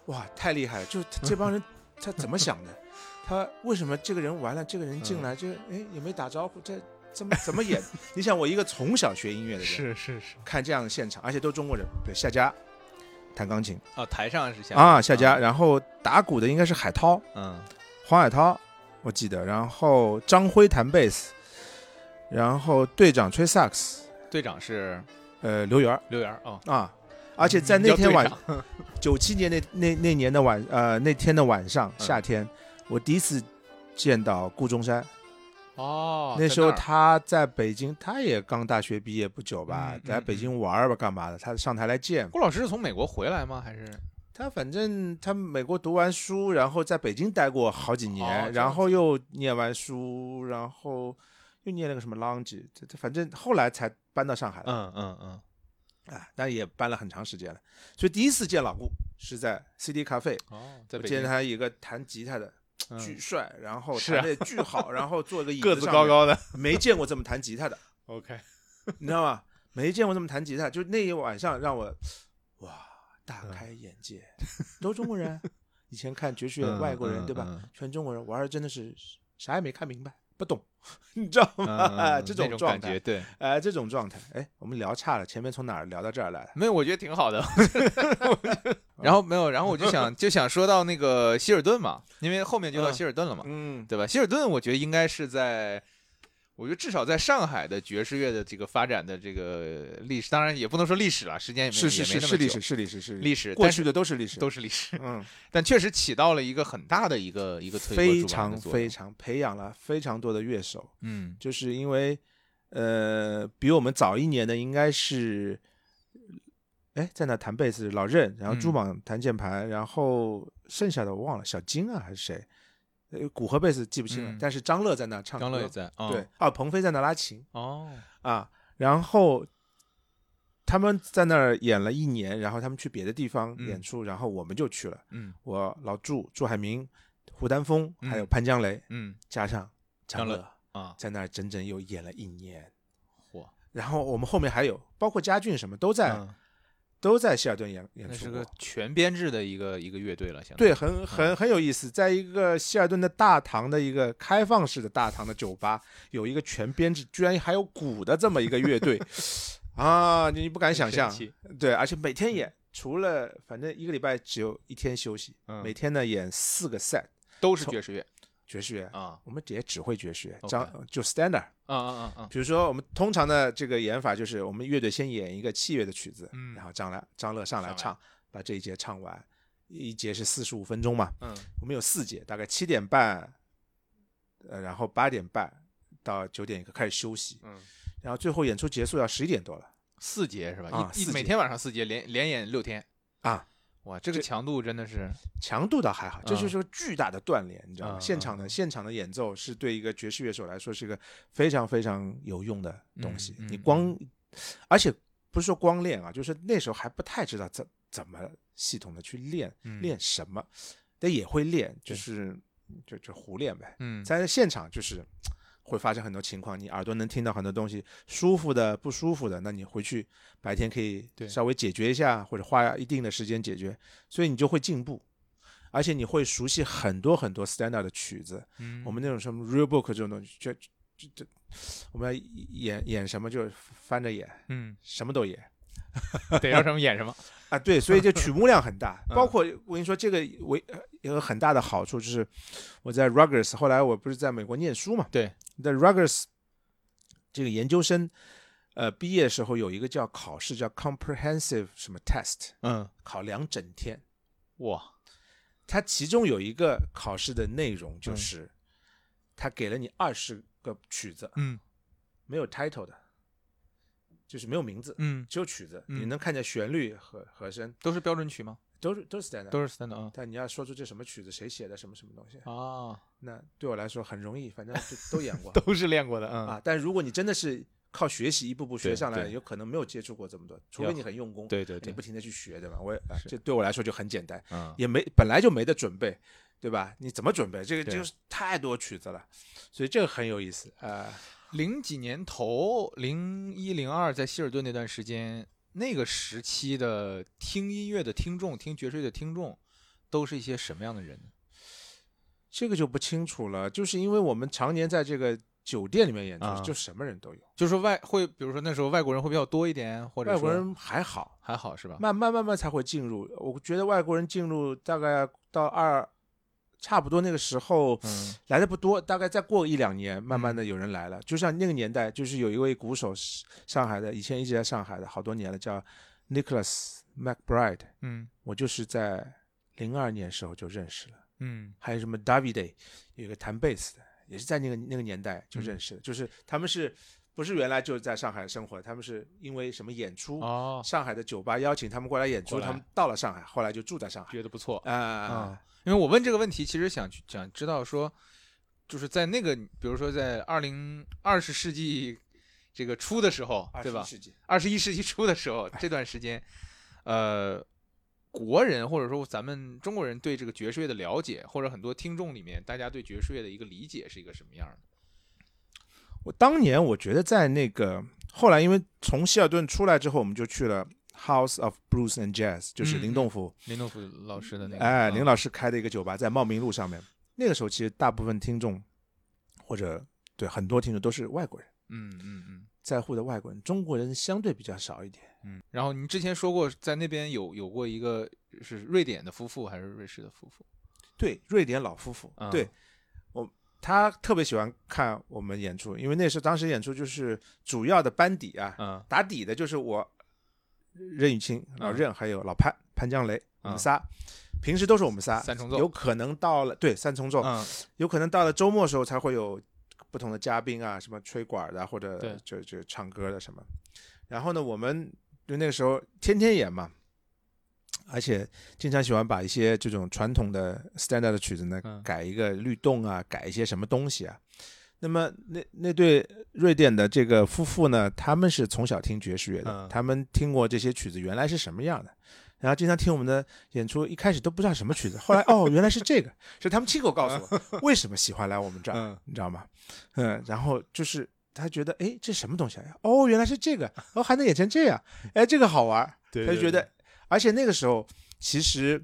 A: 哇，太厉害了！就是他这帮人他怎么想的？他为什么这个人完了，这个人
B: 嗯
A: 进来就哎也没打招呼，这怎么怎么演？ (laughs) 你想我一个从小学音乐的人，
B: 是是是
A: 看这样的现场，而且都中国人，对夏家弹钢琴
B: 啊，台上是下面
A: 啊，夏家，，然后打鼓的应该是海涛，
B: 嗯
A: 黄海涛，我记得，然后张辉弹贝斯，然后队长吹萨克斯，
B: 嗯，队长是
A: 呃，刘源儿
B: 刘源儿哦，
A: 啊，而且在那
B: 你嗯叫
A: 天晚
B: 队长
A: 九七年那那那年的晚呃那天的晚上，
B: 嗯
A: 夏天，我第一次见到顾中山。
B: 哦，
A: 那
B: 在
A: 时候
B: 儿
A: 他在北京，他也刚大学毕业不久吧，
B: 嗯嗯
A: 来北京玩儿吧，干嘛的？他上台来见
B: 顾老师是从美国回来吗？还是
A: 他，反正他美国读完书，然后在北京待过好几
B: 哦这
A: 年，
B: 样子
A: 然后又念完书，然后又念了个什么 lounge，这这反正后来才搬到上海来，
B: 嗯嗯嗯，
A: 啊，但也搬了很长时间了。所以第一次见老顾是在 CD 咖啡，
B: 哦，在
A: 我
B: 北
A: 见
B: 京
A: 他一个弹吉他的。
B: 嗯
A: 巨帅，然后
B: 是啊
A: 弹的巨好，然后
B: (laughs)
A: 坐个椅子
B: 个子
A: 上
B: 高
A: 面，
B: 高的。
A: 没见过这么弹吉他的，
B: OK，
A: 你知道吗？没见过这么弹吉他，就那一晚上让我哇大
B: 嗯
A: 开眼界，都中国人，以前看爵士乐外国人对吧？
B: 嗯？
A: 全中国人玩的真的是啥也没看明白，不懂， (laughs) 你知道吗？(laughs)
B: 嗯
A: 这种
B: 那种
A: 状
B: 感
A: 态，
B: 觉对，
A: 哎，这种状态，哎，我们聊岔了，前面从哪儿聊到这儿来了？
B: 没有，我觉得挺好的。 (laughs)
A: 嗯
B: 然后没有，然后我就想就想说到那个希尔顿嘛，因为后面就到
A: 嗯
B: 希尔顿了嘛，
A: 嗯，
B: 对吧？希尔顿我觉得应该是在，我觉得至少在上海的爵士乐的这个发展的这个历史，当然也不能说历史了，时间也没
A: 是是
B: 也
A: 是
B: 没那
A: 是
B: 么
A: 历
B: 久
A: 史，是历史是
B: 历史
A: 过
B: 但是
A: 去的都是历史，
B: 都是历史，
A: 嗯，
B: 但确实起到了一个很大的一个一个推波
A: 非
B: 助澜的
A: 常
B: 作
A: 非
B: 用
A: 常培养了非常多的乐手，
B: 嗯
A: 就是因为呃，比我们早一年的应该是，哎，在那弹贝斯老任，然后朱
B: 嗯
A: 莽弹键盘，然后剩下的我忘了，小金啊还是谁，呃，鼓和贝斯记不清了，
B: 嗯
A: 但是张乐在那唱歌，
B: 张乐也在，哦
A: 对，啊，鹏飞在那拉琴
B: 哦，
A: 啊，然后。他们在那儿演了一年，然后他们去别的地方
B: 嗯
A: 演出，然后我们就去了。
B: 嗯
A: 我老朱、朱海明、胡丹峰，还有潘江雷，
B: 嗯
A: 加上张
B: 张乐
A: 乐，
B: 啊，
A: 在那儿整整又演了一年。
B: 嚯，
A: 然后我们后面还有，包括家俊什么都在、
B: 嗯
A: 都在希尔顿演哎演
B: 那是
A: 出
B: 个嗯
A: 过。
B: 全编制的一个一个乐队了，相当于
A: 对，啊很很很有意思，在一个希尔顿的大堂的一个开放式的大堂的酒吧，有一个全编制，居然还有鼓的这么一个乐
B: (laughs)
A: 队啊！你不敢想象
B: 神，奇
A: 对，而且每天演，除了反正一个礼拜只有一天休息，
B: 嗯
A: 每天呢演四个 set
B: 都是
A: 从
B: 爵士乐
A: 爵士乐，
B: 啊
A: 我们也只会爵士乐，
B: OK
A: 张就 standard，
B: 啊啊啊啊！
A: 比如说，我们通常的这个演法就是，我们乐队先演一个器乐的曲子，
B: 嗯
A: 然后张来张乐上来
B: 上来
A: 唱，把这一节唱完，一节是四十五分钟嘛，
B: 嗯
A: 我们有四节，大概七点半，呃，然后八点半到九点开始休息，
B: 嗯，
A: 然后最后演出结束要十一点多了
B: 四节是吧？
A: 啊
B: 一一
A: 四节
B: 每天晚上四节，连连演六天，
A: 啊。
B: 哇，这个强度真的是，
A: 强度倒还好，这
B: 嗯
A: 就是个巨大的锻炼，你知道吗？
B: 嗯
A: 现场的现场的演奏是对一个爵士乐手来说是一个非常非常有用的东西。
B: 嗯嗯
A: 你光，而且不是说光练啊，就是那时候还不太知道怎怎么系统的去练、
B: 嗯
A: 练什么，但也会练，就
B: 对
A: 是就就胡练呗。
B: 嗯，
A: 在现场就是会发生很多情况，你耳朵能听到很多东西，舒服的、不舒服的，那你回去白天可以
B: 对
A: 稍微解决一下，或者花一定的时间解决，所以你就会进步，而且你会熟悉很多很多 standard 的曲子，
B: 嗯
A: 我们那种什么 real book 这种东西，就就就就我们要演演什么就翻着演，
B: (laughs) 嗯，
A: 什么都演。
B: 得让他们演什么，
A: 啊，对，所以这曲目量很大，
B: 嗯
A: 包括我跟你说，这个为呃有个很大的好处就是，我在 Rutgers，后来我不是在美国念书嘛，
B: 对，
A: 在 Rutgers 这个研究生，呃，毕业的时候有一个叫考试叫 comprehensive 什么 test，
B: 嗯，
A: 考量整天，
B: 哇，
A: 它其中有一个考试的内容
B: 嗯
A: 就是，它给了你二十个曲子，
B: 嗯
A: 没有 title 的，就是没有名字，
B: 嗯，
A: 只有曲子，
B: 嗯
A: 你能看见旋律和和声，
B: 都是标准曲吗？
A: 都是都是 stand up。
B: 都是 stand 啊
A: 但你要说出这什么曲子，谁写的，什么什么东西，
B: 啊，
A: 那对我来说很容易，反正就都演过
B: 都是练过的，嗯
A: 啊。但如果你真的是靠学习一步步学
B: 对
A: 上来，
B: 对
A: 有可能没有接触过这么多，除非你很用功，
B: 对对对
A: 你不停的去学，对吧？我也、啊
B: 是
A: 这对我来说就很简单，
B: 嗯
A: 也没本来就没得准备，对吧？你怎么准备？这个
B: 对啊
A: 就是太多曲子了，所以这个很有意思啊、
B: 零几年头，零一零二，在希尔顿那段时间，那个时期的听音乐的听众，听爵士乐的听众，都是一些什么样的人呢？
A: 这个就不清楚了，就是因为我们常年在这个酒店里面演出，
B: 啊
A: 就什么人都有，
B: 就是说外会，比如说那时候外国人会比较多一点，或者
A: 外国
B: 说
A: 人还好。
B: 还好是吧？
A: 慢慢慢慢才会进入。我觉得外国人进入大概到二，差不多那个时候
B: 嗯
A: 来的不多，大概再过一两年，慢慢的有人来了。就像那个年代，就是有一位鼓手是上海的，以前一直在上海的，好多年了，叫 Nicholas McBride，
B: 嗯
A: 我就是在零二年时候就认识了。
B: 嗯
A: 还有什么 Davide，有一个弹贝斯的，也是在那个那个年代就认识的，就是他们是。不是原来就在上海生活，他们是因为什么演出
B: 哦，
A: 上海的酒吧邀请他们过来演
B: 过
A: 出，
B: 来
A: 他们到了上海，后来就住在上海。
B: 觉得不错
A: 啊、
B: 啊。因为我问这个问题，其实想去想知道说，就是在那个，比如说在二零二十世纪这个初的时候，对吧
A: 20？世纪
B: 二十一世纪初的时候，这段时间，呃，国人或者说咱们中国人对这个爵士乐的了解，或者很多听众里面大家对爵士乐的一个理解是一个什么样的？
A: 我当年我觉得在那个后来，因为从希尔顿出来之后，我们就去了 House of Blues and Jazz，就是林动福，
B: 林东福老师的那个，
A: 哎，
B: 嗯
A: 林老师开的一个酒吧在茂名路上面。那个时候其实大部分听众或者对很多听众都是外国人，
B: 嗯嗯嗯
A: 在沪的外国人，中国人相对比较少一点。
B: 嗯。然后您之前说过，在那边有有过一个是瑞典的夫妇还是瑞士的夫妇？
A: 对，瑞典老夫妇，
B: 嗯
A: 对我他特别喜欢看我们演出，因为那时候当时演出就是主要的班底啊，
B: 嗯
A: 打底的就是我任雨清、老
B: 嗯
A: 任还有老潘潘江雷，我
B: 嗯
A: 们仨。平时都是我们仨，
B: 三重奏
A: 有可能到了对三重奏，
B: 嗯
A: 有可能到了周末的时候才会有不同的嘉宾啊，什么吹管的啊或
B: 对
A: 者就就唱歌的什么。然后呢，我们就那个时候天天演嘛，而且经常喜欢把一些这种传统的 standard 的曲子呢、
B: 嗯
A: 改一个律动啊，改一些什么东西啊。那么那那对瑞典的这个夫妇呢，他们是从小听爵士乐的，
B: 嗯
A: 他们听过这些曲子原来是什么样的，然后经常听我们的演出，一开始都不知道什么曲子，
B: (laughs)
A: 后来哦原来是这个，是他们亲口告诉我为什么喜欢来我们这儿，
B: 嗯
A: 你知道吗？嗯，然后就是他觉得哎这什么东西啊？哦原来是这个，哦还能演成这
B: (laughs)
A: 样，哎这个好玩儿，
B: 对
A: 他就觉得，而且那个时候其实。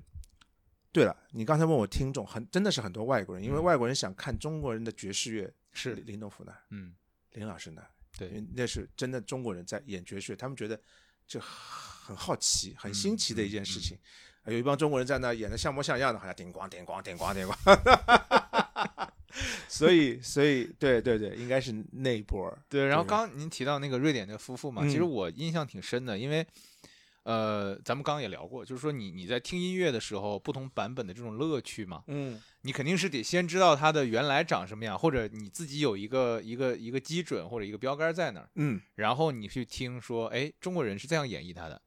A: 对了，你刚才问我听众很真的是很多外国人，因为
B: 嗯
A: 外国人想看中国人的爵士乐，
B: 是
A: 林林东福那儿，
B: 嗯
A: 林老师那儿，因
B: 对
A: 为那是真的中国人在演爵士乐，他们觉得这很好奇、很新奇的一件事
B: 嗯
A: 情。啊有一帮中国人在那演的像模像样的，好像叮咣叮咣叮咣叮咣。 (laughs) 所以，所以，对对对，应该是那一波儿。
B: 对。然后
A: 对
B: 刚刚您提到那个瑞典的夫妇嘛，
A: 嗯
B: 其实我印象挺深的，因为呃，咱们刚刚也聊过，就是说你你在听音乐的时候，不同版本的这种乐趣嘛，
A: 嗯，
B: 你肯定是得先知道它的原来长什么样，或者你自己有一个一个一个基准或者一个标杆在那儿，
A: 嗯，
B: 然后你去听说，哎，中国人是这样演绎它的，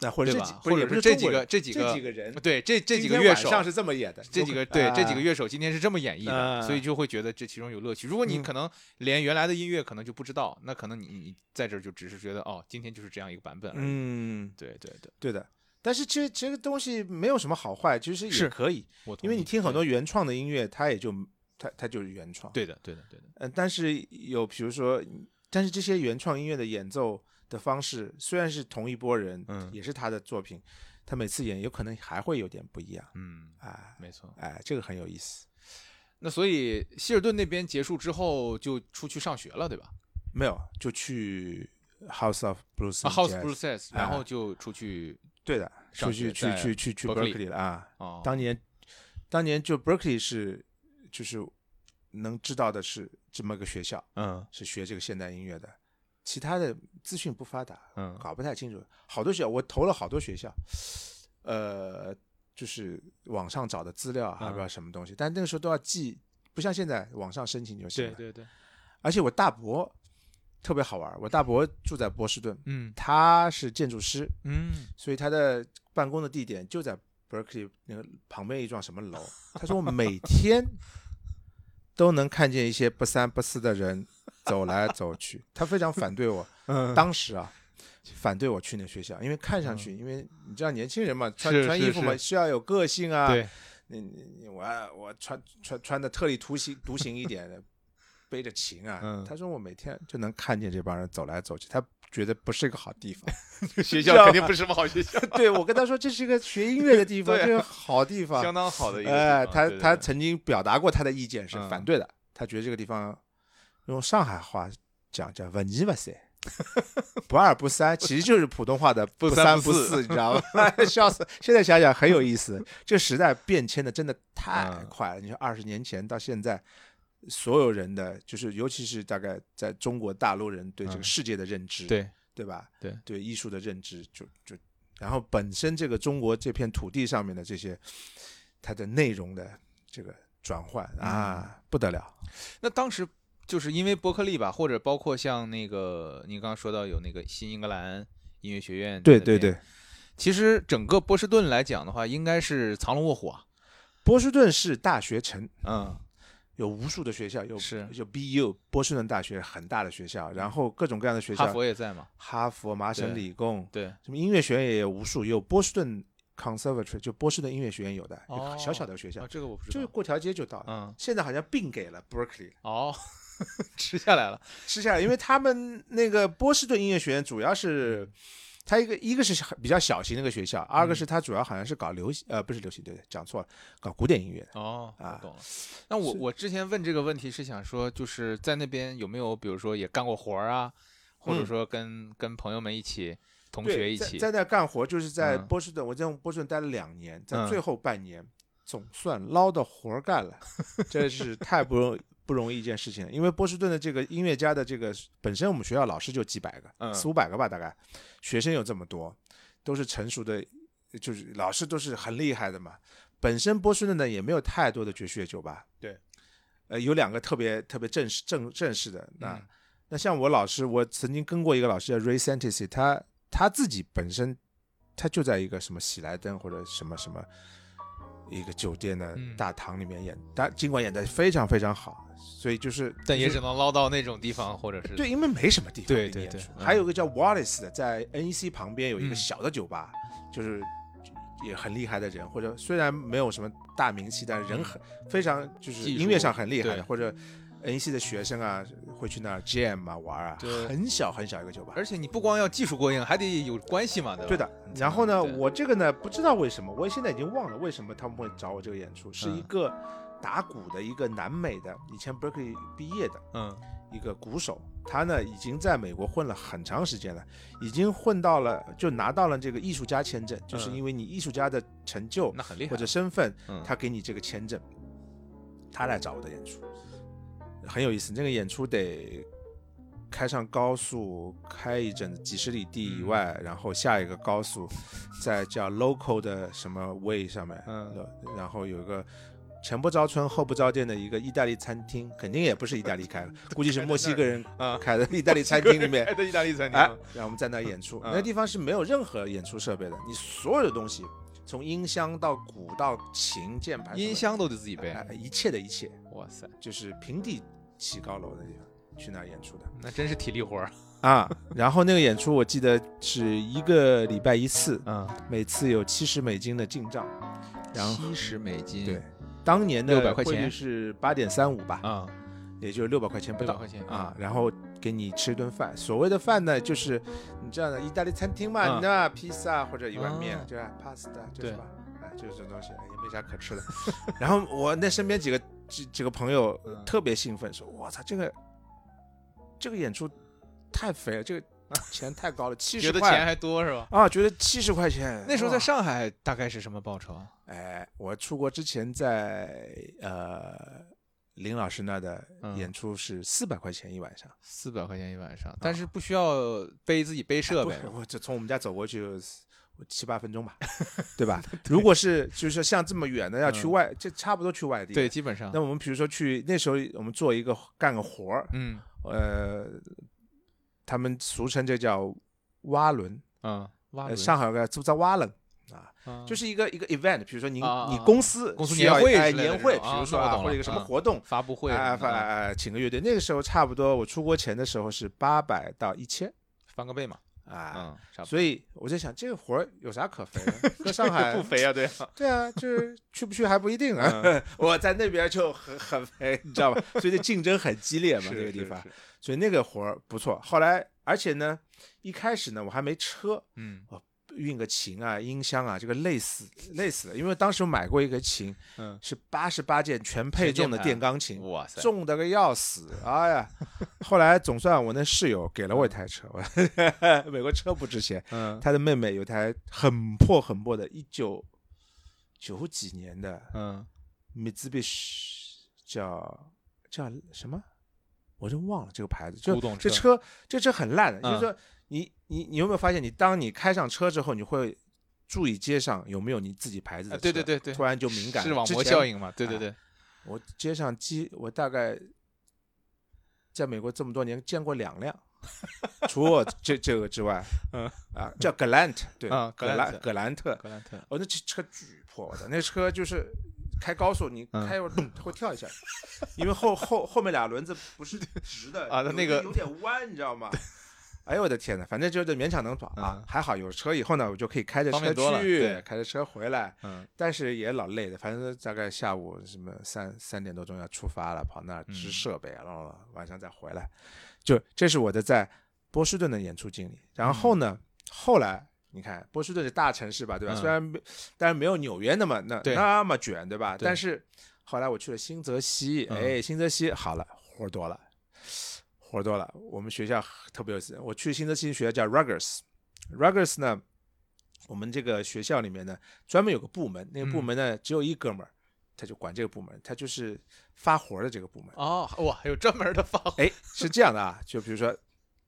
A: 那或者是
B: 对吧
A: 几
B: 或者
A: 也不是
B: 是这
A: 中
B: 几
A: 国
B: 个
A: 人这
B: 这几个
A: 几个人，
B: 对，这这几
A: 今
B: 个
A: 天
B: 乐
A: 晚
B: 手
A: 上是这么演的，
B: 这几个对这几
A: 啊
B: 个乐手今天是这么演绎的，
A: 啊
B: 所以就会觉得这其中有乐趣。如果你
A: 嗯
B: 可能连原来的音乐可能就不知道，那可能你你在这儿就只是觉得哦，今天就是这样一个版本而已。
A: 嗯，
B: 对对对，
A: 对的。但是其实这个东西没有什么好坏，其实
B: 是
A: 也可以，
B: 我同
A: 因为
B: 意
A: 你听很
B: 对
A: 多原创的音乐，它也就它它就是原创。，
B: 对的对的对的，
A: 嗯、但是有比如说，但是这些原创音乐的演奏的方式虽然是同一波人，
B: 嗯
A: 也是他的作品，他每次演有可能还会有点不一样
B: 嗯，
A: 啊，
B: 没错。
A: 哎，这个很有意思。
B: 那所以希尔顿那边结束之后就出去上学了，对吧？
A: 没有，就去 House of Blues
B: 啊
A: and 嗯
B: ，House
A: Jazz
B: Blues Jazz，然后就出去
A: 对的，
B: 上
A: 出
B: 学
A: 去去
B: 在
A: 去去去
B: Berkeley
A: Berkeley 了啊，
B: 哦，
A: 当年，当年就 Berkeley 是就是能知道的是这么个学校，
B: 嗯
A: 是学这个现代音乐的，其他的资讯不发达，
B: 嗯
A: 搞不太清楚。好多学校，我投了好多学校，呃，就是网上找的资料啊，还不知道什么东西，但那个时候都要记，不像现在网上申请就行
B: 对
A: 了。
B: 对对，
A: 而且我大伯特别好玩儿，我大伯住在波士顿，
B: 嗯
A: 他是建筑师，
B: 嗯，
A: 所以他的办公的地点就在 Berkeley 那个旁边一幢什么楼。他说我每天都能看见一些不三不四的人走来走去。他非常反对我，
B: 嗯
A: 当时啊，反对我去那个学校，因为看上去，因为你知道年轻人嘛，穿
B: 嗯是
A: 穿
B: 是
A: 衣服嘛，
B: 是
A: 需要有个性啊。
B: 对，
A: 你你你我要我穿穿穿的特立独行独行一点的，背着琴啊。
B: 嗯
A: 他说我每天就能看见这帮人走来走去，他觉得不是一个好地方。
B: 学
A: 知
B: 校
A: 道
B: 肯定不是什么好
A: (laughs)
B: 学校， (laughs)
A: 对我跟他说这是一个学音乐的地方，
B: 对啊
A: 这是好地方。
B: 相当好的一个地方。
A: 哎，他
B: 对对
A: 他
B: 对
A: 曾经表达过他的意见是
B: 嗯
A: 反对的，他觉得这个地方用上海话讲叫文泥不
B: (laughs)
A: 塞，不二不三，其实就是普通话的
B: 不三
A: 三
B: 不四
A: 四，你知道吗？ (laughs) 笑死！现在想想很有意思，这时代变迁的真的太
B: 嗯
A: 快了。你说二十年前到现在。所有人的，就是尤其是大概在中国大陆人对这
B: 嗯
A: 个世界的认知，
B: 对
A: 对吧？
B: 对
A: 对，艺术的认知就就，然后本身这个中国这片土地上面的这些，它的内容的这个转换
B: 嗯
A: 啊，不得了。
B: 那当时就是因为伯克利吧，或者包括像那个你刚刚说到有那个新英格兰音乐学院，
A: 对对对，，
B: 其实整个波士顿来讲的话，应该是藏龙卧虎啊，
A: 波士顿是大学城，
B: 嗯
A: 有无数的学校，有
B: 是
A: 有 BU 波士顿大学很大的学校，然后各种各样的学校，
B: 哈佛也在嘛，
A: 哈佛、麻省理工，
B: 对，
A: 什么音乐学院也有无数，有波士顿 Conservatory，就波士顿音乐学院有的，
B: 哦
A: 有小小的学校，
B: 啊，这个我不知道，
A: 就是过条街就到了。
B: 嗯，
A: 现在好像并给了 Berkeley，
B: 哦， (laughs) 吃下来了，
A: 是这样，因为他们那个波士顿音乐学院主要
B: 嗯
A: 是，它一个一个是比较小型的一个学校，二个是它主要好像是搞流行，呃，不是流行，对对，讲错了，搞古典音乐的。
B: 哦，我
A: 啊
B: 懂了。那我
A: 是
B: 我之前问这个问题是想说，就是在那边有没有，比如说也干过活儿啊，或者
A: 嗯
B: 说跟跟朋友们一起、同学
A: 对，
B: 一
A: 在
B: 起，
A: 在那干活，就是在
B: 嗯
A: 波士顿，我在波士顿待了两年，在
B: 嗯
A: 最后半年总算捞到活儿
B: (laughs)
A: 干了，这是太不容不容易一件事情了。因为波士顿的这个音乐家的这个本身，我们学校老师就几百个，
B: 嗯
A: 四五百个吧，大概学生有这么多，都是成熟的，就是老师都是很厉害的嘛。本身波士顿呢也没有太多的爵士乐酒吧，
B: 对，
A: 呃，有两个特别特别正式正正式的那。
B: 嗯
A: 那像我老师，我曾经跟过一个老师叫 Ray Santis，他他自己本身他就在一个什么喜来登或者什么什么一个酒店的
B: 嗯
A: 大堂里面演，但尽管演的非常非常好，所以就是
B: 但也
A: 就是
B: 只能捞到那种地方，或者是
A: 对，因为没什么地方
B: 对
A: 可以
B: 对
A: 演
B: 对
A: 出
B: 嗯
A: 还有一个叫 Wallace 的，在 NEC 旁边有一个
B: 嗯
A: 小的酒吧，就是也很厉害的人，或者虽然没有什么大名气，但是人很非常就是
B: 嗯技术
A: 音乐上很厉害
B: 对
A: 的，或者 NEC 的学生啊会去那儿 jam 啊玩啊
B: 对，
A: 很小很小一个酒吧。
B: 而且你不光要技术过硬，还得有关系嘛，对吧？
A: 对的，然后呢，
B: 对
A: 我这个呢不知道为什么，我现在已经忘了为什么他们会找我这个演出，是一
B: 嗯
A: 个打鼓的一个南美的，以前 Berkeley 毕业的，
B: 嗯
A: 一个鼓手，他呢已经在美国混了很长时间了，已经混到了就拿到了这个艺术家签证，就是因为你艺术家的成就，
B: 那很厉害， (laughs)
A: 或者身份，
B: 嗯
A: 他给你这个签证，他来找我的演出，很有意思。那个演出得开上高速开一阵子几十里
B: 嗯
A: 地以外，然后下一个高速在叫 local 的什么 way 上面，
B: 嗯
A: 对然后有一个前不着村后不着店的一个意大利餐厅，肯定也不是意大利
B: (laughs)
A: 开的，估计是墨西哥人
B: 啊
A: 开的意大利餐厅里
B: (laughs)
A: 面
B: 开。的意大利餐厅
A: 哎
B: 吗，，
A: 然后我们在那儿演出，
B: 嗯
A: 那个地方是没有任何演出设备的，你所有的东西，从音箱到鼓到琴、键盘什么的，
B: 音箱都得自己背。
A: 哎，一切的一切，
B: 哇塞，
A: 就是平地起高楼的地方，去那儿演出的。
B: 那真是体力活儿。
A: 啊，然后那个演出我记得是一个礼拜一次，
B: 嗯，
A: 每次有七十美金的进账，然后
B: 七十美金，
A: 对，当年的
B: 600块
A: 汇率
B: 钱
A: 是八点三五吧，
B: 啊，
A: 也就六百块钱不
B: 六百
A: 到
B: 块钱
A: 啊，，然后给你吃一顿饭，所谓的饭呢，就是你知道的意大利餐厅嘛，你知道吧披萨或者一碗面
B: 啊，
A: 就是 pasta，就
B: 对
A: 是吧，啊，就是这种东西，哎也没啥可吃的。 (laughs) 然后我那身边几个几几个朋友呃
B: 嗯
A: 特别兴奋，说：“我操，这个这个演出太肥了，这个钱太高
B: (laughs)
A: 了，七
B: 觉
A: 十
B: 得钱
A: 块
B: 还多是吧？
A: 啊，觉得七十块钱。”
B: 那时候在
A: 哇
B: 上海大概是什么报酬啊？
A: 哎，我出国之前在呃林老师那的
B: 嗯
A: 演出是四百块钱一晚上。
B: 四百块钱一晚上，但是不需要背自己背设备
A: 不，我这从我们家走过去有七八分钟
B: (laughs)
A: 吧，对吧？如果是就是像这么远的要去
B: 嗯
A: 外，这差不多去外地。
B: 对，，基本上
A: 那，我们比如说去那时候我们做一个干个活儿，
B: 嗯
A: 呃，他们俗称这叫蛙轮，
B: 嗯，挖
A: 呃
B: 轮
A: 上海有个叫蛙轮。啊，
B: 啊
A: 就是一个一个 event，比如说您
B: 啊啊
A: 你
B: 啊
A: 公司
B: 公司
A: 需要
B: 年会
A: 哎
B: 之类的
A: 年
B: 这
A: 会，
B: 种
A: 比
B: 啊
A: 如说
B: 那我
A: 啊
B: 懂
A: 或者一
B: 了
A: 个什么
B: 嗯
A: 活动，
B: 发布会
A: 哎
B: 什么的
A: 反
B: 啊
A: 哎请个乐队，那个时候差不多我出国前的时候是八百到一千
B: 翻个倍嘛，
A: 啊，
B: 嗯，差不多。
A: 所以我就想，这个活儿有啥可肥
B: (laughs)
A: 的？搁上海
B: 不肥啊， (laughs) 嗯对啊，
A: 对啊，就是去不去还不一定啊。 (laughs) 我在那边就很很肥，你知道吧？所以这竞争很激烈嘛，那个地方
B: 是。，是
A: 所以那个活儿不错。后来，而且呢，一开始呢，我还没车，
B: 嗯
A: 运个琴啊、音箱啊，这个累死累死了。因为当时我买过一个琴，
B: 嗯，
A: 是八十八键全配重的电钢琴，
B: 哇塞，
A: 重的个要死，哎
B: (laughs)
A: 呀！后来总算我那室友给了我一台车，我 (laughs) 美国车不值钱，
B: 嗯
A: 他的妹妹有台很破很破的，一九九几年的
B: 嗯，
A: Mitsubishi，叫叫什么？我真忘了这个牌子。就
B: 古董
A: 这
B: 车
A: 车，这车很烂的。就是
B: 嗯
A: 说你，你你有没有发现，你当你开上车之后，你会注意街上有没有你自己牌子的
B: 啊
A: 车？
B: 对对对对
A: 突然就敏感了。
B: 视网
A: 之
B: 膜
A: 前
B: 效。应嘛，对对对，
A: 我街上几，我大概在美国这么多年见过两辆，除我这这个之外，
B: 嗯
A: 啊，叫 Galant，对，
B: 啊
A: 格
B: Galant
A: 兰格兰特，
B: 格兰特，
A: 哦，那这车巨破的，那车就是开高速，你
B: 嗯
A: 开一会儿咚，它会跳一下，因为后后后面俩轮子不是直的
B: 啊它
A: 有
B: 那个
A: 有点弯，你知道吗？哎呦我的天呐，反正就是勉强能跑啊
B: 嗯，
A: 还好有车以后呢，我就可以开着
B: 方
A: 车
B: 便多了
A: 去
B: 对，
A: 开着车回来，
B: 嗯
A: 但是也老累的，反正大概下午什么三三点多钟要出发了，跑那儿支
B: 嗯
A: 设备，然后晚上再回来。就这是我的在波士顿的演出经历。然后
B: 嗯
A: 呢，后来你看波士顿是大城市吧，对吧？
B: 嗯
A: 虽然没但是没有纽约那么那
B: 对
A: 那么卷，对吧？
B: 对
A: 但是后来我去了新泽西，
B: 嗯
A: 哎，新泽西好了，活儿多了，活儿多了。我们学校 (laughs) 特别有意思，我去新泽西学校叫 Ruggers，Ruggers 呢。我们这个学校里面呢，专门有个部门，那个部
B: 嗯
A: 门呢、只有一哥们儿，他就管这个部门，他就是发活儿的这个部
B: (laughs)
A: 门。
B: 哦，哇，还有专门的发，
A: 哎，是这样的啊，就比如说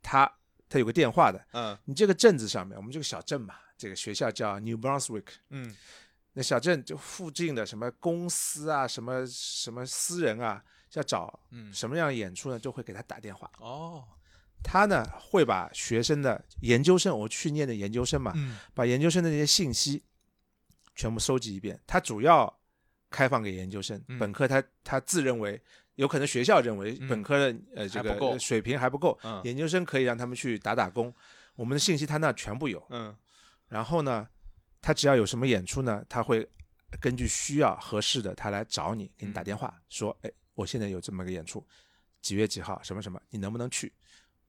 A: 他他有个电话的，
B: 嗯
A: 你这个镇子上面，我们这个小镇嘛，这个学校叫 New Brunswick，
B: 嗯
A: 那小镇就附近的什么公司啊，什么什么私人啊，要找
B: 嗯，
A: 什么样的演出呢，就会给他打电话。
B: 哦，
A: 他呢会把学生的研究生，我去念的研究生嘛，
B: 嗯
A: 把研究生的这些信息全部收集一遍。他主要开放给研究生，
B: 嗯
A: 本科他他自认为，有可能学校认为
B: 嗯
A: 本科的、呃这
B: 还不
A: 个
B: 够
A: 呃水平还不够，
B: 嗯
A: 研究生可以让他们去打打工。我们的信息他那全部有，
B: 嗯
A: 然后呢，他只要有什么演出呢，他会根据需要合适的他来找你，给你
B: 嗯
A: 打电话、说，哎，我现在有这么个演出，几月几号什么什么，你能不能去？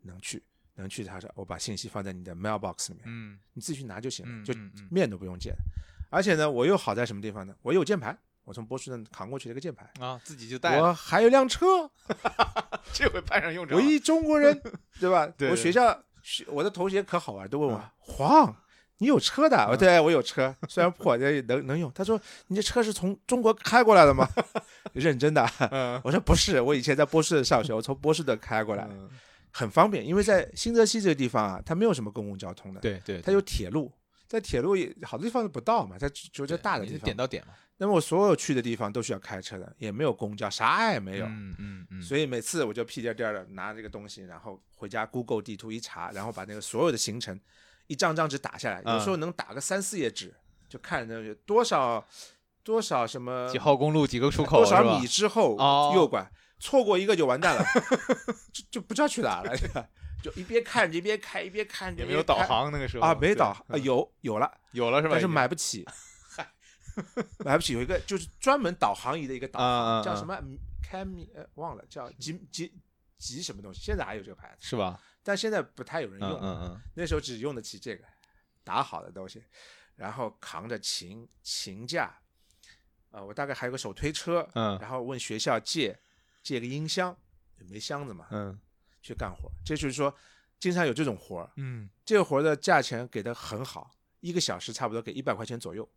A: 能去，能去。他说我把信息放在你的 mailbox 里面，
B: 嗯
A: 你自己去拿就行了，
B: 嗯
A: 就
B: 嗯嗯
A: 面都不用见。而且呢，我又好在什么地方呢？我有键盘，我从波士顿扛过去了一个键盘，
B: 啊，自己就带了，
A: 我还有辆车，
B: 这回派上用场
A: 我
B: 了，
A: 一中国人，对吧？
B: (laughs) 对嗯
A: 我学校学我的同学可好玩，都问我、黄，你有车的？我对我有车，虽然破，但也能能用。他说你这车是从中国开过来的吗？
B: (laughs)
A: 认真的。
B: 嗯嗯
A: 我说不是，我以前在波士顿上学，我从波士顿开过来。很方便，因为在新泽西这个地方啊，它没有什么公共交通的，
B: 对对，
A: 它有铁路，在铁路也好多地方都不到嘛，它只只有
B: 对
A: 这大的
B: 你
A: 地
B: 是
A: 方
B: 点。到点嘛，
A: 那么我所有去的地方都需要开车的，也没有公交，啥也没有。
B: 嗯嗯嗯，
A: 所以每次我就屁颠颠儿的拿这个东西，然后回家 Google 地图一查，然后把那个所有的行程一张张纸打下来，
B: 嗯
A: 有时候能打个三四页纸，就看着有多少多少什么
B: 几号公路几个出口
A: 多
B: 是
A: 少
B: 吧
A: 米？之后
B: 哦
A: 右拐，错过一个就完
B: (laughs)
A: 蛋了，就就不知道去哪了，就一边看着一边开，一边看着一
B: 也没
A: 边
B: 有导
A: 开
B: 航那个时候
A: 啊，没
B: 对
A: 导航啊，
B: 嗯
A: 有有了，
B: 有了是吧？
A: 但是
B: 已经
A: 买不起，买不起，有一个就是专门导航仪的一个导
B: 啊啊
A: 航，叫
B: 啊
A: 什么 Cami 呃忘了叫吉吉吉什么东西，现在还有这个牌子，
B: 是吧？
A: 但现在不太有人
B: 嗯
A: 用，
B: 嗯嗯，
A: 那时候只用得起这个打好的东西，然后扛着琴琴架，啊、我大概还有个手推车，
B: 嗯
A: 然后问学校借借个音箱，没箱子嘛，
B: 嗯
A: 去干活，这就是说经常有这种活儿，
B: 嗯，
A: 这个活儿的价钱给的很好，一个小时差不多给一百块钱左右。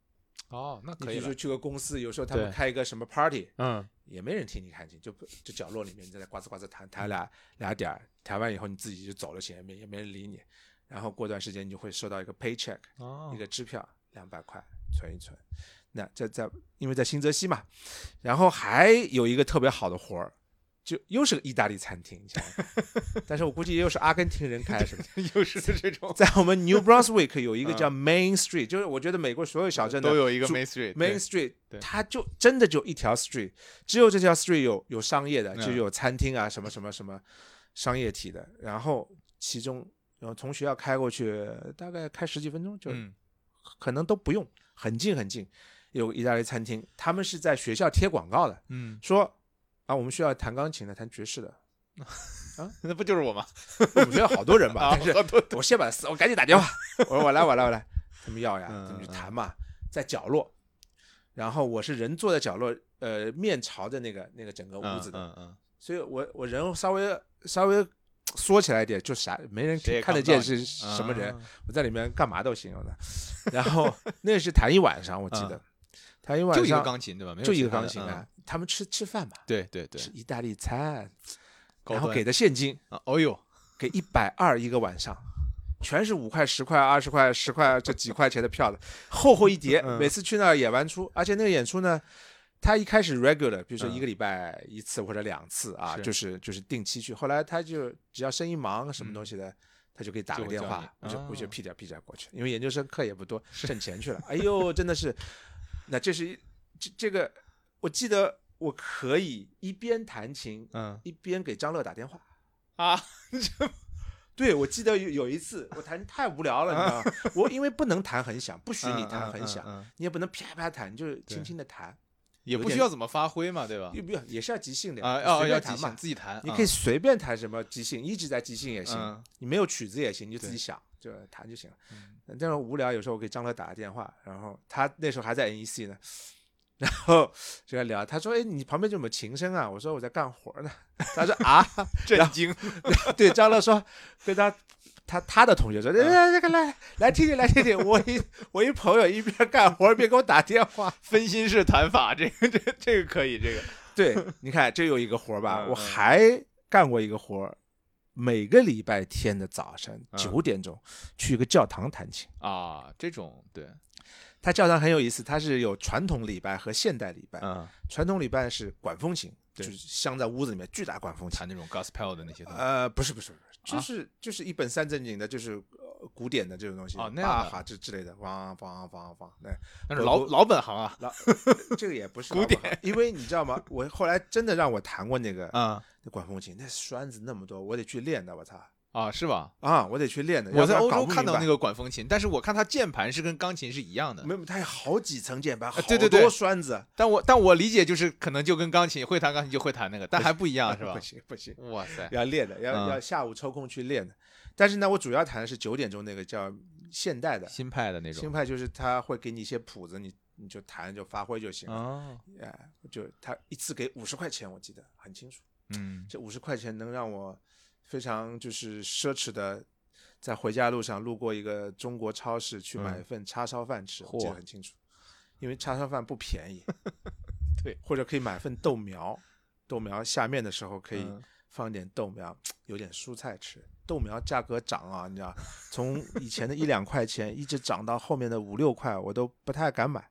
B: 哦，那
A: 你
B: 可
A: 比
B: 以
A: 如
B: 了
A: 说。去个公司，有时候他们
B: 对
A: 开一个什么 party，
B: 嗯，
A: 也没人听你弹琴，就不就角落里面你在那呱吱呱吱弹弹俩俩点儿，弹完以后你自己就走了，去，也没也没人理你。然后过段时间你就会收到一个 paycheck，
B: 哦
A: 一，个支票两百块，存一存。那在在因为在新泽西嘛，然后还有一个特别好的活儿，就又是个意大利餐厅，你想
B: (laughs)
A: 想但是我估计又是阿根廷人开什么的。
B: 又是这种，
A: 在我们 New Brunswick 有一个叫 Main Street，就是我觉得美国所有小镇的
B: 嗯都有一个
A: 主
B: Main Street
A: Main
B: 对
A: Street，
B: 对
A: 它就真的就一条 Street，只有这条 Street 有有商业的，
B: 嗯
A: 就有餐厅啊，什么什么什么商业体的。然后其中，然后从学校开过去，大概开十几分钟，就
B: 嗯
A: 可能都不用，很近很近。有个意大利餐厅，他们是在学校贴广告的，
B: 嗯，
A: 说啊，我们学校弹钢琴的，弹爵士的，
B: (laughs) 那不就是我吗？
A: 我们学校好多人
B: (laughs)
A: 吧，
B: 啊
A: 但是
B: 好多
A: 我先把它撕，我赶紧打电话，我说我来我来我来，他们要呀，
B: 嗯
A: 他们就谈嘛，在角落，然后我是人坐在角落，呃，面朝着那个那个整个呃屋子的，
B: 嗯嗯，
A: 所以我我人稍微稍微缩起来一点，就啥没人
B: 谁也
A: 看得
B: 看不到
A: 见是
B: 你
A: 什么人，
B: 啊？
A: 我在里面干嘛都行我的，然
B: (laughs)
A: 后那是弹一晚上，我记得弹一晚
B: 嗯就一个
A: 上
B: 钢琴对吧？没有
A: 就一
B: 其
A: 个
B: 他
A: 钢
B: 的
A: 琴
B: 嗯
A: 啊，他们吃吃饭嘛，
B: 对对对
A: 吃，意大利餐，
B: 高
A: 然后
B: 端
A: 给的现金。
B: 啊，哦呦，
A: 给一百二一个晚上，全是五块、十块、二十块、十块这几块钱的票的，厚厚一叠。
B: 嗯
A: 每次去那儿演完出，而且那个演出呢，他一开始 regular，比如说一个礼拜一次或者两次啊，
B: 嗯是
A: 就是就是定期去。后来他就只要生意忙什么东西的。他就给你打
B: 嗯就
A: 个
B: 会
A: 电
B: 叫
A: 话
B: 你，
A: 我就我就
B: 啊
A: 屁颠屁颠过去，因为研究生课也不多，挣钱
B: (laughs)
A: 去了。哎呦，真的是，那这是一这这个，我记得我可以一边弹琴
B: 嗯
A: 一边给张乐打电话，
B: 啊，
A: 对，我记得有有一次我弹太无聊了，你知道吗？我因为不能弹很响，不许你弹很响，
B: 啊嗯嗯嗯嗯
A: 你也不能啪啪弹，你就是轻
B: 对
A: 轻的弹，
B: 也
A: 有
B: 不
A: 点
B: 需要怎么发挥嘛，对吧？
A: 又不要也是要即兴的
B: 啊
A: 就
B: 哦，
A: 随便
B: 要即
A: 弹
B: 兴
A: 嘛。
B: 自己弹，
A: 你
B: 啊
A: 可以随便弹什么即兴，一直在即兴也行，
B: 嗯
A: 你没有曲子也行，你就自己
B: 对
A: 想，就弹就行了
B: 嗯。
A: 但是无聊，有时候我给张乐打个电话，然后他那时候还在 NEC 呢，然后就在聊，他说：“哎，你旁边就有没有琴声啊？”我说：“我在干活呢。” (laughs) 他说：“啊。”
B: 震惊，
A: 对张乐说，跟他他他的同学说，来来来来来听听来听听，我一我一朋友一边干活一边给我打电话。
B: 分心式弹法，这个这这个可以，这个
A: (laughs) 对，你看这有一个活儿吧
B: 嗯，嗯
A: 我还干过一个活儿，每个礼拜天的早晨
B: 嗯
A: 九点钟去一个教堂弹琴。
B: 啊，这种对，
A: 哎他教堂很有意思，它是有传统礼拜和现代礼拜。
B: 嗯，
A: 传统礼拜是管风琴，就
B: 对
A: 是镶在屋子里面巨大管风琴。
B: 弹那种 gospel 的那些东西，
A: 呃，不是不是，不是，就
B: 啊
A: 是、就是一本三正经的，就是呃古典的这种东西，
B: 哦那样
A: 巴
B: 的
A: 哈之之类的，汪汪汪汪，对，
B: 但是老
A: 我
B: 老本行啊， (laughs)
A: 老这个也不是
B: 古
A: 老本
B: 典
A: 行，因为你知道吗？我后来真的让我弹过那个、
B: 啊
A: 那管风琴，那栓子那么多，我得去练的，我操
B: 啊，是吧？
A: 啊，我得去练的。
B: 我在欧洲看到那
A: 个，
B: 个管风琴，但是我看它键盘是跟钢琴是一样的，
A: 没有，它有好几层键盘，好
B: 呃对对对啊
A: 多栓子，
B: 但我但我理解就是可能就跟钢琴会弹钢琴就会弹那个，但还不一样是吧
A: 啊不？行不
B: (laughs)
A: 行，
B: 哇塞，
A: 要练的，要、
B: 嗯
A: 要下午抽空去练的。但是呢，我主要弹的是九点钟那个叫现代的，
B: 新派的那
A: 新
B: 种
A: 派就是他会给你一些谱子，你你就弹就发挥就行了。
B: 哦，
A: 哎，就他一次给五十块钱，我记得很清楚。
B: 嗯，
A: 这五十块钱能让我非常就是奢侈的，在回家路上路过一个中国超市去买一份叉烧饭吃，我记得
B: 嗯嚯
A: 很清楚。因为叉烧饭不便宜，
B: (laughs) 对，
A: 或者可以买份豆苗，豆苗下面的时候可以
B: 嗯
A: 放一点豆苗，有点蔬菜吃。豆苗价格涨啊，你知道，从以前的一两块钱一直涨到后面的五六块，我都不太敢买。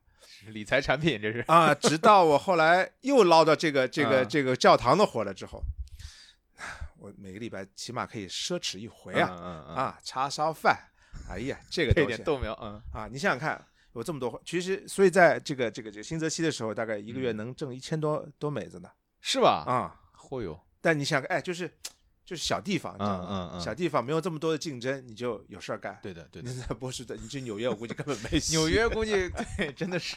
B: 理财产品这是
A: (laughs) 啊，直到我后来又捞到这个这个
B: 嗯
A: 这个教堂的活了之后， (sighs) 我每个礼拜起码可以奢侈一回啊
B: 嗯嗯嗯，
A: 啊，叉烧饭，哎呀，这个
B: 配
A: 东
B: 点
A: 西
B: 豆苗，嗯，
A: 啊，你想想看，有这么多，其实所以在这个这个这个新泽西的时候，大概一个
B: 嗯
A: 月能挣一千多多美子呢
B: 是吧？
A: 啊。
B: 嚯哟，
A: 但你想想看，哎，就是就是小地方，你知道吗
B: 嗯嗯嗯
A: 小地方没有这么多的竞争，你就有事儿干。 (laughs)
B: 对的对的
A: 你，在波士顿，你去纽约，我估计根本没戏
B: 纽约估计对真
A: (laughs)
B: 的是，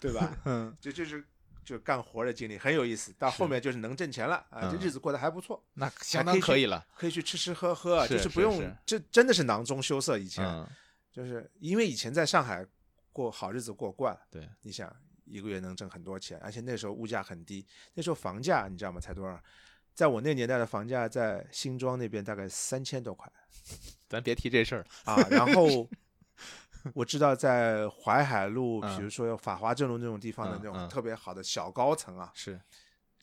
A: 对吧？
B: (laughs) 嗯
A: 就就是就干活的经历很有意思，到后面就是能挣钱了啊，这
B: 嗯
A: 日子过得还不错，
B: 那相当可以了，
A: 可以去吃吃喝喝，
B: 是
A: 就是不用
B: 是
A: 这真的是囊中羞涩。以前
B: 嗯，
A: 就是因为以前在上海过好日子过惯了，
B: 对，
A: 你想一个月能挣很多钱，而且那时候物价很低，那时候房价你知道吗？才多少？在我那年代的房价在新庄那边大概三千多
B: (laughs)
A: 块
B: 咱别提这事儿了，
A: 啊，然后我知道在淮海路，
B: 嗯
A: 比如说有法华镇路那种地方的
B: 嗯
A: 那种
B: 嗯
A: 特别好的小高层啊，
B: 是，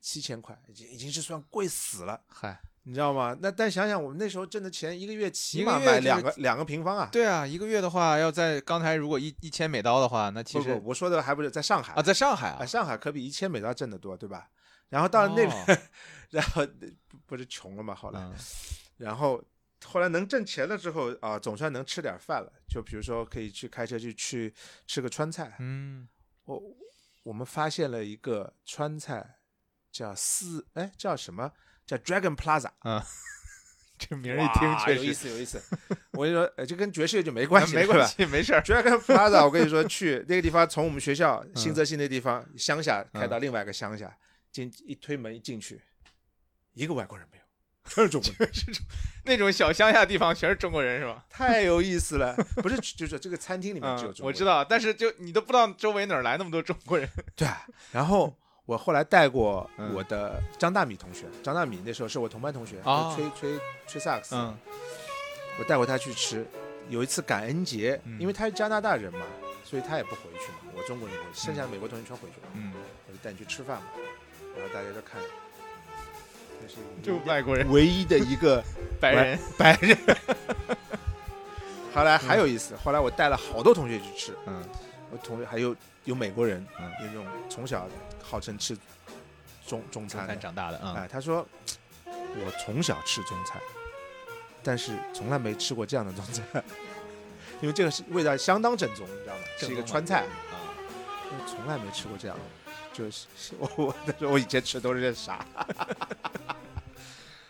A: 七千块，已经已经是算贵死了，
B: 嗨，
A: 你知道吗？那但想想我们那时候挣的钱，一个月起
B: 一个
A: 码买
B: 月就是
A: 两个两个平方啊。
B: 对啊，一个月的话，要在刚才如果一一千美刀的话，那其
A: 不
B: 实
A: 不，我说的还不是在上海
B: 啊，在上海啊
A: 啊，，上海可比一千美刀挣得多，对吧？然后到了那边，
B: 哦
A: (laughs) 然后不不是穷了嘛，后来，
B: 嗯
A: 然后后来能挣钱了之后啊，总算能吃点饭了。就比如说可以去开车去去吃个川菜，
B: 嗯，
A: 我我们发现了一个川菜叫四哎叫什么叫 Dragon Plaza，
B: 这名儿一听
A: 哇
B: 确
A: 有意
B: 实
A: 思，有意思。我跟你说，呃，这跟爵士乐 (laughs) 就没关系，
B: 没
A: 对
B: 关
A: 吧。
B: 系，没事
A: (laughs)
B: 儿，
A: Dragon Plaza，我跟你说，去那个地方，从我们学校新泽西那地方乡下开到另外一个乡下，进一推门一进去，一个外国人没有，全是中国 (laughs) 人，
B: 那种小乡下地方全是中国人是吧？
A: 太有意思了。不是，就是这个餐厅里面只有
B: 嗯，
A: 中国人，
B: 我知。道，但是就你都不知道周围哪儿来那么多中国 (laughs) 人。
A: 对，然后我后来带过
B: 嗯
A: 我的张大米同学，张大米那时候是我同班同学，
B: 哦
A: 吹吹吹萨克斯，，
B: 嗯
A: 我带过他去吃。有一次感恩节，
B: 嗯
A: 因为他是加拿大人嘛，所以他也不回去嘛。我中国人回去，剩下美国同学全回去了，
B: 嗯，
A: 我就带你去吃饭嘛。然后大家都看，嗯这是
B: (laughs) 就外国人、
A: 唯一的一
B: (laughs)
A: 个
B: 嗯白人，
A: 白
B: (laughs)
A: 人。后来还有意思，后来我带了好多同学去吃，
B: 嗯，
A: 我同学还有有美国人，
B: 嗯
A: 有那种从小号称吃中中餐的，
B: 长大的啊，
A: 哎，他说我从小吃中餐，但是从来没吃过这样的中餐，因为这个是味道相当正宗，你知道吗？是一个川菜，
B: 啊，
A: 我从来没吃过这样的。就是是我 (laughs) 我他说我以前吃的都是些啥？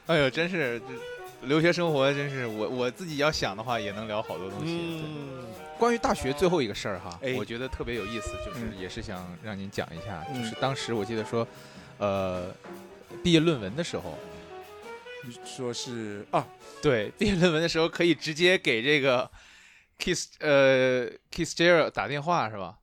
B: 哎呦，真是这留学生活，真是我我自己要想的话，也能聊好多东西。对，嗯关于大学最后一个事儿哈
A: 哎，
B: 我觉得特别有意思，就是
A: 嗯
B: 也是想让您讲一下，
A: 嗯
B: 就是当时我记得说，呃，毕业论文的时候，
A: 你说是啊，
B: (laughs) 对，毕业论文的时候可以直接给这个 Kiss 呃 Kiss Jerry 打电话是吧？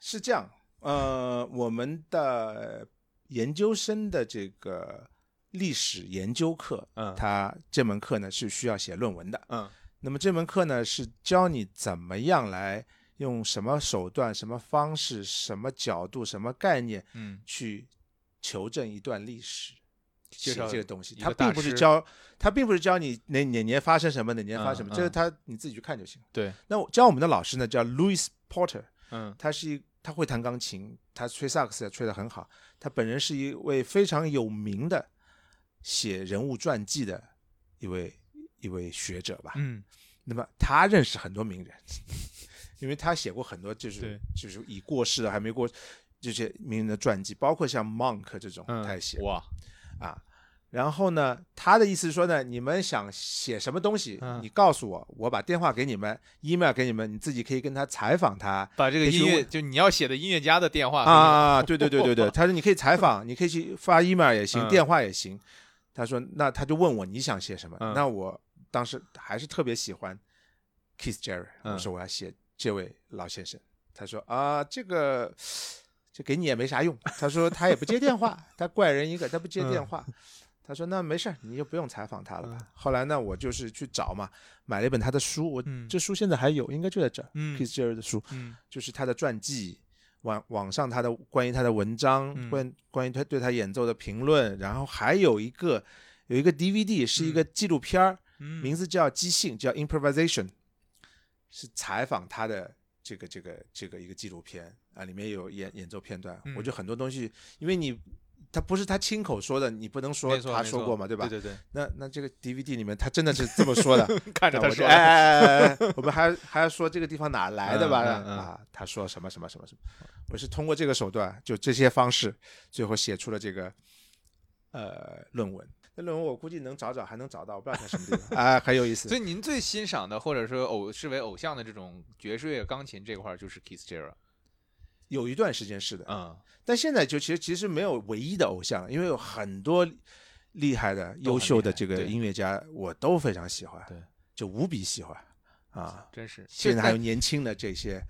A: 是这样，呃，我们的研究生的这个历史研究课，呃
B: 嗯
A: 它这门课呢是需要写论文的。
B: 嗯
A: 那么这门课呢是教你怎么样来用什么手段、什么方式、什么角度、什么概念
B: 嗯，
A: 去求证一段历史。
B: 介
A: 写
B: 绍
A: 这个东西，
B: 一个
A: 它
B: 大
A: 并不是
B: 师
A: 教，它并不是教你哪哪年发生什么，哪年发生什么，
B: 嗯
A: 这个
B: 嗯
A: 它你自己去看就行。
B: 对，
A: 那我教我们的老师呢叫 Louis Porter，
B: 嗯
A: 他是一他会弹钢琴，他吹萨克斯也吹得很好。他本人是一位非常有名的写人物传记的一位一位学者吧。
B: 嗯，
A: 那么他认识很多名人， (laughs) 因为他写过很多就是
B: 对
A: 就是已过世的还没过这些名人的传记，包括像 Monk 这种
B: 嗯
A: 他也写
B: 哇，
A: 啊。然后呢，他的意思是说呢，你们想写什么东西，
B: 嗯
A: 你告诉我，我把电话给你们，email 给你们，你自己可以跟他采访他，
B: 把这个
A: 也许
B: 音乐
A: 我
B: 就你要写的音乐家的电话 (laughs)
A: 啊，对对对对对，他说你可以采访，你可以去发 email 也行，
B: 嗯
A: 电话也行。他说那他就问我你想写什么，
B: 嗯
A: 那我当时还是特别喜欢 Kiss Jerry，
B: 嗯
A: 我说我要写这位老先生。他说啊，这个这给你也没啥用。他说他也不接电话，他怪人一个，他不
B: 嗯
A: 接电话。他说那没事儿，你就不用采访他了吧。后来呢，我就是去找嘛，买了一本他的书，我、
B: 嗯
A: 这书现在还有，应该就在这儿。
B: 嗯
A: Kiss Jerry 的书，
B: 嗯
A: 就是他的传记，网网上他的关于他的文章，
B: 嗯
A: 关关于他对他演奏的评论，然后还有一个有一个 DVD 是一个纪录片儿，
B: 嗯
A: 名字叫《即兴》，叫 Improvisation，是采访他的这个这个这个一个纪录片啊，里面有演演奏片段。
B: 嗯
A: 我觉得很多东西，因为你他不是他亲口说的，你不能说
B: 没错
A: 他
B: 没
A: 说
B: 错
A: 过嘛，对吧？
B: 对对
A: (laughs) 那那这个 DVD 里面他真的是这么说的，
B: 对，看着
A: 那
B: 他
A: 我就
B: 说的，
A: 哎哎哎哎 (laughs) 哎，我们还还要说这个地方哪来的吧？
B: 嗯嗯嗯
A: 啊，他说什么什么什么什么，我是通过这个手段，就这些方式，最后写出了这个呃论文。那论文我估计能找找，还能找到，我不知道在什么地方 (laughs) 啊，很有意思
B: 所。以您最欣赏的，或者说偶视为偶像的这种爵士乐、钢琴这块，儿，就是 Keith Jarrett。
A: 有一段时间是的，
B: 嗯，
A: 但现在就其实其实没有唯一的偶像，因为有很多厉害的、
B: 都很
A: 优秀的
B: 厉害
A: 这个
B: 对
A: 音乐家，我都非常喜欢，
B: 对，
A: 就无比喜欢啊。
B: 真是。
A: 现在还有
B: 就
A: 年轻的这些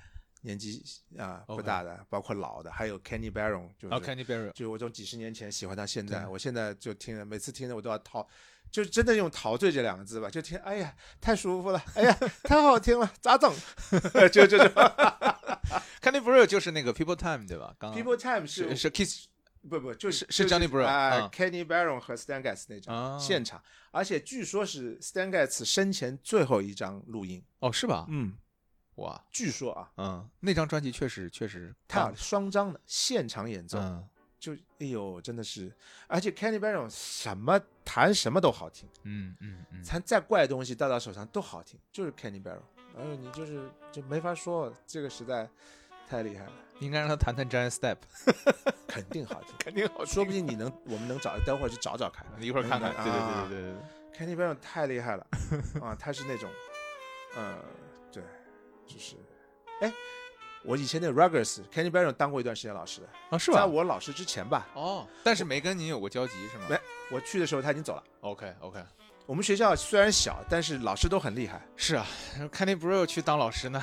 A: 年纪啊、不
B: OK
A: 大的，包括老的，还有 Kenny Barron，就是、
B: 啊，Kenny Barry，
A: 就我从几十年前喜欢到现在，
B: 对
A: 我现在就听着，每次听着我都要陶，就真的用陶醉这两个字吧，就听，哎呀，太舒服了，哎呀，太好听了，咋整？ (laughs) 就
B: (laughs)
A: 就就
B: 啊 Kenny Barry 就是那个 People Time 对吧？刚
A: People Time
B: 是
A: 是
B: 是 Keith
A: 不不就是
B: 是是 Johnny Brown，
A: 啊
B: 嗯
A: ，Kenny Barron 和 Stan Getz 那
B: 啊
A: 张现场，而且据说是 Stan Getz 生前最后一张录音，
B: 哦是吧？
A: 嗯，
B: 哇，
A: 据说啊，
B: 嗯，那张专辑确实确实
A: 他
B: 棒
A: 有双张的现场演奏。
B: 嗯
A: 就哎呦，真的是，而且 Kenny Barron 什么弹什么都好听，
B: 嗯嗯嗯，
A: 弹再怪的东西到到手上都好听，就是 Kenny Barron。哎呦，你就是就没法说，这个时代太厉害了，
B: 应该让他弹弹 Giant
A: (laughs)
B: Step，，
A: 肯定好听
B: (laughs) 肯定好
A: 说不定你能，我们能找，等会儿去找找看，
B: 一会儿看看，对对对
A: 对
B: 对对对。
A: 对，Kenny Barron 太厉
B: (laughs)
A: 害了啊，他是那种，呃，对，就是，哎，我以前那 Ruggers，Kenny Barron 当过一段时间老师的，
B: 啊是
A: 在
B: 吧？
A: 我老师之前吧，
B: 哦，但是没跟您有过交集是吗
A: 没我去的时候他已经走了。
B: ？OK OK，
A: 我们学校虽然小，但是老师都很厉害，
B: 是啊，Kenny Barry 去当老师
A: (laughs)
B: 呢，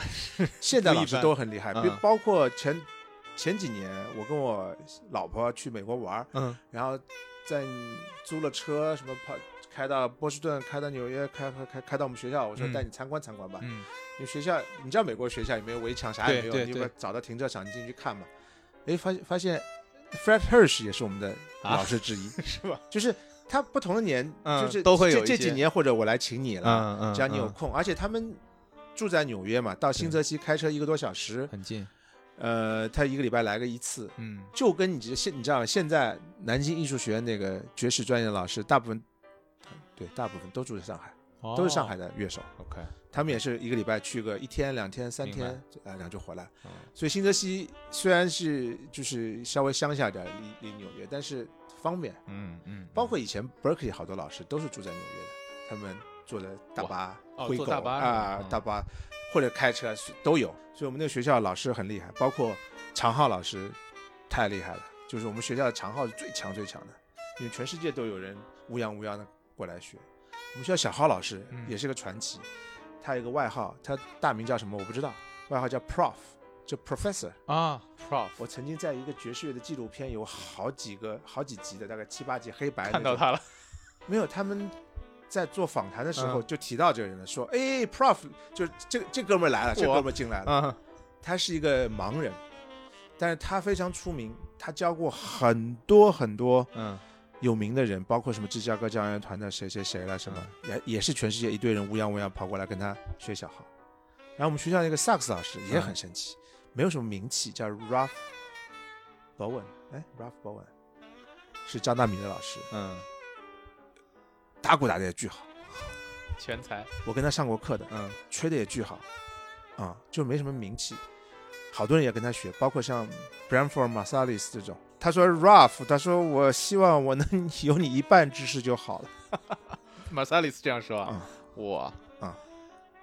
A: 现在老师都很厉害，
B: 不一
A: 比
B: 般嗯
A: 包括前前几年，我跟我老婆去美国玩，
B: 嗯，
A: 然后在租了车，什么跑开到波士顿，开到纽约，开开开开到我们学校，我说
B: 嗯
A: 带你参观参观吧，
B: 嗯，
A: 因为学校你知道美国学校也没有围墙，啥也没
B: 对
A: 有，
B: 对
A: 你不
B: 对
A: 找到停车场你进去看嘛，哎，发现发现 Fred Hirsch 也是我们的老师之一，
B: 是吧？
A: 就是他不同的年，
B: 嗯
A: 就是
B: 啊都会有
A: 这
B: 一
A: 这
B: 些
A: 几年或者我来请你了。
B: 嗯嗯，
A: 只要你有
B: 嗯
A: 空，而且他们住在纽约嘛，到新泽西开车一个多小时，
B: 很近，
A: 呃，他一个礼拜来个一次，
B: 嗯，
A: 就跟你这现你知道现在南京艺术学院那个爵士专业的老师，大部分对大部分都住在上海，都是上海
B: 的。
A: 的乐手，
B: 哦 OK，
A: 他们也是一个礼拜去个一天、两天、三天
B: 明，
A: 呃，然后就回来。
B: 嗯
A: 所以新泽西虽然是就是稍微乡下点儿，离离纽约，但是方便。
B: 嗯嗯，
A: 包括以前 Berkeley 好多老师都是住在纽约的，他们坐的大巴、
B: 哇哦
A: 灰狗
B: 坐大巴是吧
A: 啊、
B: 嗯
A: 大巴或者开车是都有。所以我们那个学校老师很厉害，包括常浩老师太厉害了，就是我们学校的常浩是最强最强的，因为全世界都有人乌泱乌泱的过来学。我们学校小浩老师
B: 嗯
A: 也是个传奇，他有个外号，他大名叫什么我不知道，外号叫 Prof，就 Professor。
B: 啊，Prof
A: 我曾经在一个爵士乐的纪录片有好几个好几集的，大概七八集黑白的
B: 看到他了，
A: 没有，他们在做访谈的时候
B: 嗯
A: 就提到这个人了，说：“哎，Prof，就是这这哥们儿来了，这
B: 哇
A: 哥们儿进来了。
B: 嗯
A: 他是一个盲人，但是他非常出名，他教过很多很多
B: 嗯，
A: 有名的人，包括什么芝加哥交响乐团的谁谁谁了，什么、
B: 嗯
A: 也也是全世界一堆人乌泱乌泱跑过来跟他学小号。然后我们学校那个萨克斯老师也很神奇，没有什么名气，叫 Ralph Bowen，哎，Ralph Bowen 是张大民的老师，
B: 嗯，
A: 打鼓打的也巨好。”
B: 全才，
A: 我跟他上过课的，
B: 嗯
A: 吹的也巨好，啊、就没什么名气。好多人也跟他学，包括像 Branford Marsalis 这种。他说 Ralph，他说我希望我能 (laughs) 有你一半知识就好了。
B: 马萨里斯这样说啊，哇
A: 嗯，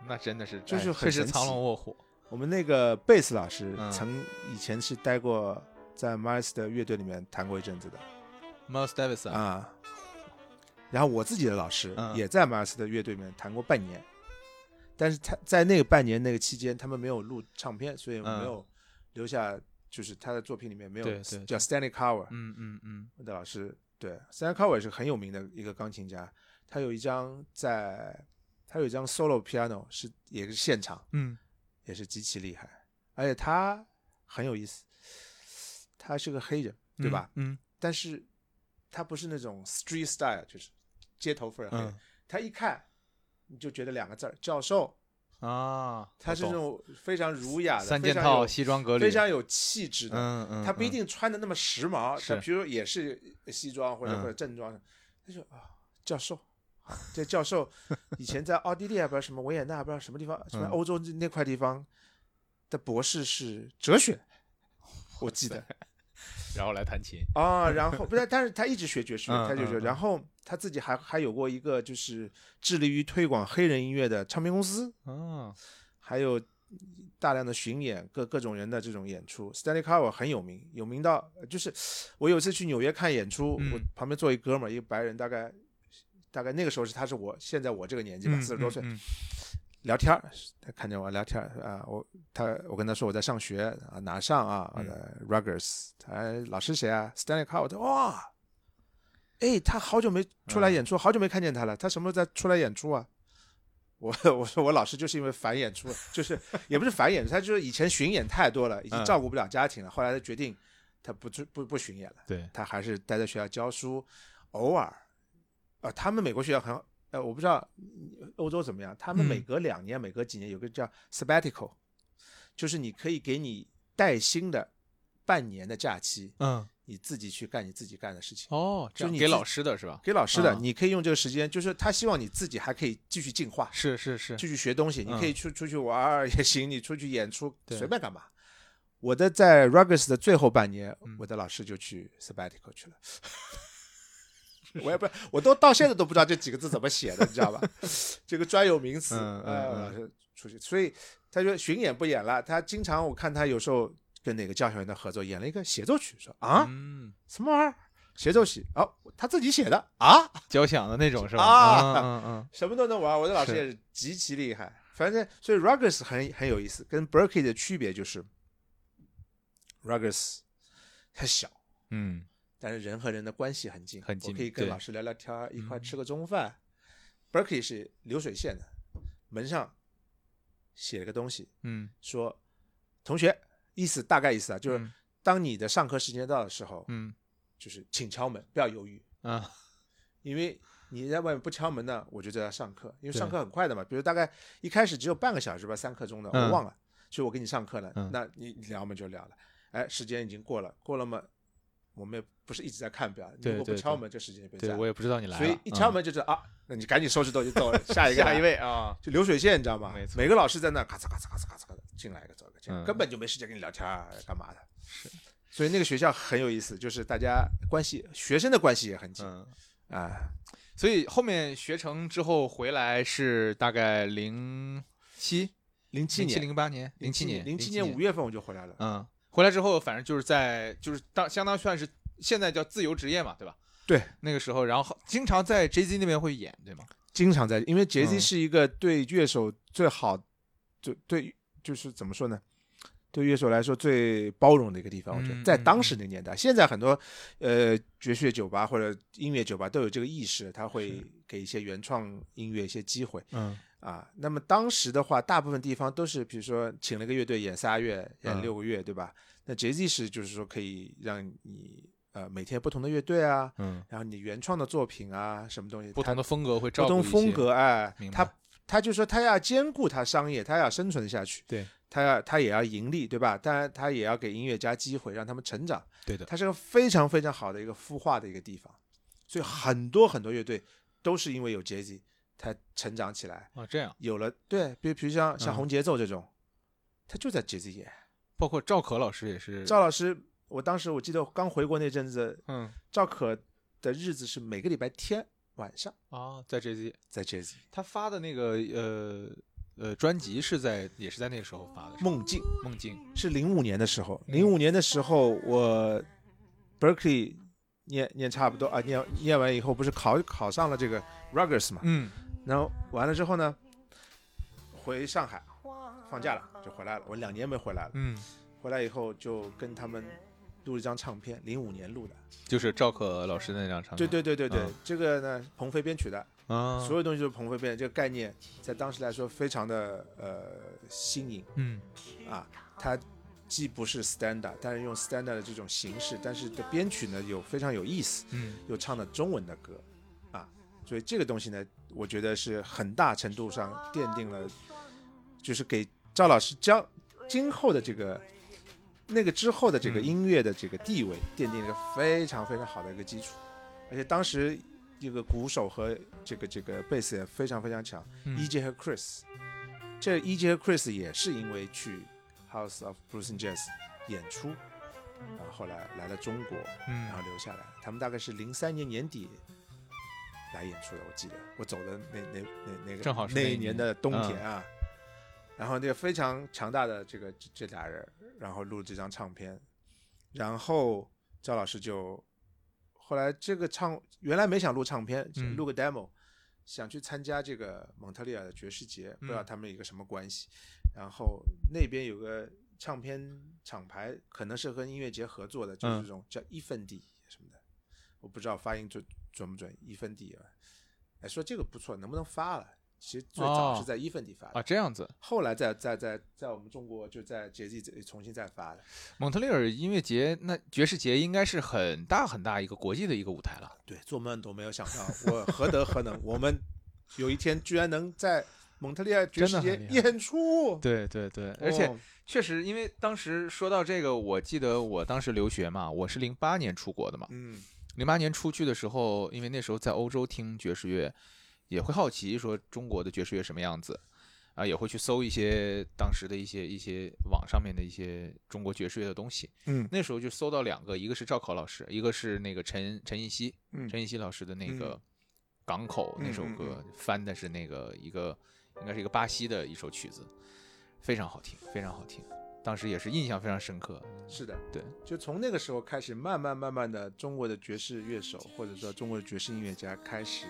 B: 那真的是
A: 就是
B: 哎
A: 很
B: 确实
A: 神奇
B: 藏龙卧虎，
A: 我们那个贝斯老师
B: 嗯
A: 曾以前是待过在 Miles 的乐队里面弹过一阵子的
B: Miles Davis 啊，
A: 啊、然后我自己的老师
B: 嗯
A: 也在 Miles 的乐队里面弹过半年，但是他在那个半年那个期间，他们没有录唱片，所以
B: 嗯
A: 没有留下，就是他的作品里面没有
B: 对对
A: 叫 Stanley Cower
B: 嗯嗯嗯，
A: 的老师，对，Stanley Cower 是很有名的一个钢琴家，他有一张在，他有一张 solo piano 是也是现场，
B: 嗯，
A: 也是极其厉害，而且他很有意思，他是个黑人，对吧？
B: 嗯？嗯，
A: 但是他不是那种 street style，就是街头富人黑，
B: 嗯
A: 他一看你就觉得两个字儿教授，
B: 啊，
A: 嗯他是
B: 我
A: 那
B: 懂啊
A: 种非常儒雅的，
B: 三
A: 非
B: 件
A: 常
B: 套
A: 有
B: 西装革履
A: 非，常有气质的，
B: 嗯嗯，
A: 他不一
B: 嗯
A: 定穿的那么时髦，
B: 是
A: 他比如说也是西装或者
B: 嗯
A: 或者正装，他就啊教授，好这教授以前在奥地利啊，不知道什么维也纳，不知道什么地方，什么
B: 嗯
A: 欧洲那块地方的博士是哲学，我记得
B: 然后来弹琴，
A: 啊，然
B: (laughs)
A: 后不是，但是他一直学爵士乐，
B: 嗯
A: 他就学，
B: 嗯嗯
A: 然后他自己还还有过一个就是致力于推广黑人音乐的唱片公司，
B: 啊，
A: 还有大量的巡演，各各种人的这种演出。Stanley Carver 很有名，有名到就是我有一次去纽约看演出，
B: 嗯
A: 我旁边坐一哥们儿，一个白人，大概大概那个时候是他是我现在我这个年纪吧，四十多岁，
B: 嗯，嗯
A: 聊天儿，他看见我聊天儿啊，我他我跟他说我在上学啊，哪上啊、
B: 嗯
A: 呃 r u g g e r s 他老师谁啊？Stanley Carver，我说哇，哎，他好久没出
B: 嗯
A: 来演出，好久没看见他了，他什么时候再出来演出啊？ (laughs) 我我说我老师就是因为烦演出，就是也不是烦演出，他就是以前巡演太多了，已经
B: 嗯
A: 照顾不了家庭了，后来他决定他不出不不巡演了。
B: 对，
A: 他还是待在学校教书，偶尔，啊，他们美国学校很，呃，我不知道嗯欧洲怎么样，他们
B: 嗯
A: 每隔两年、每隔几年有个叫 sabbatical，就是你可以给你带薪的半年的假期，
B: 嗯，
A: 你自己去干你自己干的事情。
B: 哦，
A: 就
B: 这样
A: 你
B: 给
A: 自
B: 老师的是吧？
A: 给老师的，
B: 啊
A: 你可以用这个时间，就是他希望你自己还可以继续进化，
B: 是是是，
A: 继续学东西，你
B: 嗯
A: 可以出出去玩儿也行，你出去演出
B: 对
A: 随便干嘛。我的在 Ruggers 的最后半年
B: 嗯，
A: 我的老师就去 sabbatical 去
B: (laughs)
A: 了。我也不，我都到现在都不知道这几个字怎么写的，你知道吧？ (laughs) 这个专有名词，
B: 嗯嗯
A: 呃
B: 嗯
A: 老师出去，所以他就巡演不演了。他经常我看他有时候跟哪个交响乐团合作，演了一个协奏曲，说啊
B: 嗯，
A: 什么玩意儿？协奏曲啊，他自己写的啊，
B: 交响的那种是吧？
A: 啊
B: 嗯嗯嗯，
A: 什么都能玩。我的老师
B: 是
A: 也是极其厉害。反正，所以 Ruggers 很很有意思，跟 Berkeley 的区别就是，Ruggers 它小，
B: 嗯，
A: 但是人和人的关系很近，
B: 很近
A: 我可以跟
B: 对嗯
A: 老师聊聊天儿，一块吃个中饭。Berkeley 是流水线的，门上写了个东西，
B: 嗯，
A: 说同学，意思大概意思啊，就是
B: 嗯
A: 当你的上课时间到的时候，
B: 嗯
A: 就是请敲门，不要犹豫，
B: 啊，
A: 因为你在外面不敲门呢，我就在那上课，因为
B: 对
A: 上课很快的嘛，比如大概一开始只有半个小时吧，三刻钟的，
B: 嗯
A: 我忘了，所以我给你上课了，
B: 嗯
A: 那你你聊我们就聊了，哎，时间已经过了，过了嘛，我们也不是一直在看表，你
B: 对
A: 如果不
B: 对
A: 敲
B: 对
A: 门，这时间就被
B: 对
A: 占
B: 我
A: 了，
B: 也不知道你来
A: 所
B: 了，
A: 以一敲
B: 嗯
A: 门就知道啊，那你赶紧收拾东西走，下一个
B: (laughs) 下
A: 来
B: 一。位啊，
A: 就流水线，你知道吗
B: 没？错
A: 每个老师在那儿咔嚓咔嚓咔嚓咔嚓进来一个走一个，进来一个
B: 嗯
A: 根本就没时间跟你聊天儿干嘛的。是，所以那个学校很有意思，就是大家关系，学生的关系也很近
B: 嗯，
A: 啊。
B: 所以后面学成之后回来是大概零七
A: 零七
B: 零七
A: 年，
B: 零八年
A: 零
B: 七
A: 年，
B: 年
A: 零
B: 七
A: 年五
B: 月，
A: 月份我就回来了。
B: 嗯，回来之后反正就是在就是当相当算是现在叫自由职业嘛，对吧？
A: 对，
B: 那个时候然后经常在 JZ 那边会演，对吗？
A: 经常在，因为杰 Z
B: 嗯
A: 是一个对乐手最好，就对就是怎么说呢？对乐手来说最包容的一个地方，我觉得
B: 嗯
A: 在
B: 嗯
A: 当时那年代，现在很多呃爵士乐酒吧或者音乐酒吧都有这个意识，他会给一些原创音乐一些机会
B: 嗯
A: 啊。那么当时的话，大部分地方都是比如说请了个乐队演仨月、演
B: 嗯
A: 六个月，对吧？那杰 Z 是就是说可以让你呃每天不同的乐队啊，
B: 嗯，
A: 然后你原创的作品啊，什么东西，
B: 不同
A: 的
B: 的风格会
A: 不
B: 照顾
A: 同
B: 一
A: 风
B: 些，
A: 格，哎
B: 明，白
A: 他他就说他要兼顾他商业，他要生存下去，
B: 对
A: 他要他也要盈利，对吧？当然他也要给音乐家机会，让他们成长。
B: 对的，
A: 它是个非常非常好的一个孵化的一个地方，所以很多很多乐队都是因为有 Jay Z，他成长起来，
B: 哦这样，
A: 有了对，比如比如像像
B: 嗯
A: 红节奏这种，他就在 Jay Z 演。
B: 包括赵可老师也是，
A: 赵老师，我当时我记得刚回国那阵子，
B: 嗯
A: 赵可的日子是每个礼拜天晚上。
B: 啊，在 JZ
A: 在 Jay Z
B: 他发的那个呃呃专辑是在也是在那个时候发的，是吧
A: 梦境
B: 梦境，
A: 是零五年的时候，零五年的时候我 Berkeley 念念差不多啊，念念完以后不是考考上了这个 Ruggers 嘛，
B: 嗯
A: 然后完了之后呢，回上海放假了就回来了，我两年没回来了，
B: 嗯，
A: 回来以后就跟他们录了一张唱片，零五年录的，
B: 就是赵可老师那张唱
A: 对
B: 片，
A: 对对对对
B: 嗯，
A: 这个呢鹏飞编曲的，
B: 啊，
A: 所有东西都是鹏飞编，这个概念在当时来说非常的呃新颖。
B: 嗯
A: 啊，它既不是 standard，但是用 standard 的这种形式，但是的编曲呢有非常有意思，
B: 嗯
A: 又唱的中文的歌啊，所以这个东西呢，我觉得是很大程度上奠定了，就是给赵老师将今后的这个那个之后的这个
B: 嗯
A: 音乐的这个地位，奠定了一个非常非常好的一个基础。而且当时这个鼓手和这个这个贝斯也非常非常强、
B: 嗯
A: e j 和 Chris，这 E.J. 和 Chris 也是因为去 House of Blues and Jazz 演出，然后后来来了中国，
B: 嗯
A: 然后留下来。他们大概是零三年年底来演出的，我记得我走的那那那那个
B: 正好是
A: 那
B: 那一
A: 一年
B: 年嗯
A: 的冬天啊。然后那个非常强大的这个这这俩人，然后录这张唱片，然后赵老师就后来这个唱原来没想录唱片，
B: 嗯
A: 录个 demo，、想去参加这个蒙特利尔的爵士节，不知道
B: 嗯
A: 他们一个什么关系。然后那边有个唱片厂牌，可能是和音乐节合作的，就是
B: 嗯
A: 这种叫一分地什么的，我不知道发音准准不准，一分地啊。哎，说这个不错，能不能发了？其实最早
B: 哦
A: 是在一分地发的，
B: 啊，这样子，
A: 后来在在在在我们中国就在杰 Z 这重新再发的。
B: 蒙特利尔音乐节那爵士节应该是很大很大一个国际的一个舞台了。
A: 对，做梦都没有想到，我何德何能， (laughs) 我们有一天居然能在蒙特利尔爵士节
B: 真的很厉害
A: 演出，
B: 对对对，而且
A: 哦
B: 确实，因为当时说到这个，我记得我当时留学嘛，我是零八年出国的嘛，
A: 嗯
B: 零八年出去的时候，因为那时候在欧洲听爵士乐，也会好奇说中国的爵士乐什么样子，啊，也会去搜一些当时的一些一些网上面的一些中国爵士乐的东西。
A: 嗯
B: 那时候就搜到两个，一个是赵考老师，一个是那个陈陈奕希，
A: 嗯
B: 陈奕希老师的那个
A: 嗯
B: 《港口》那首
A: 嗯嗯
B: 歌，翻的是那个一个应该是一个巴西的一首曲子，非常好听，非常好听。当时也是印象非常深刻，
A: 是的，
B: 对，
A: 就从那个时候开始，慢慢慢慢的，中国的爵士乐手或者说中国的爵士音乐家开始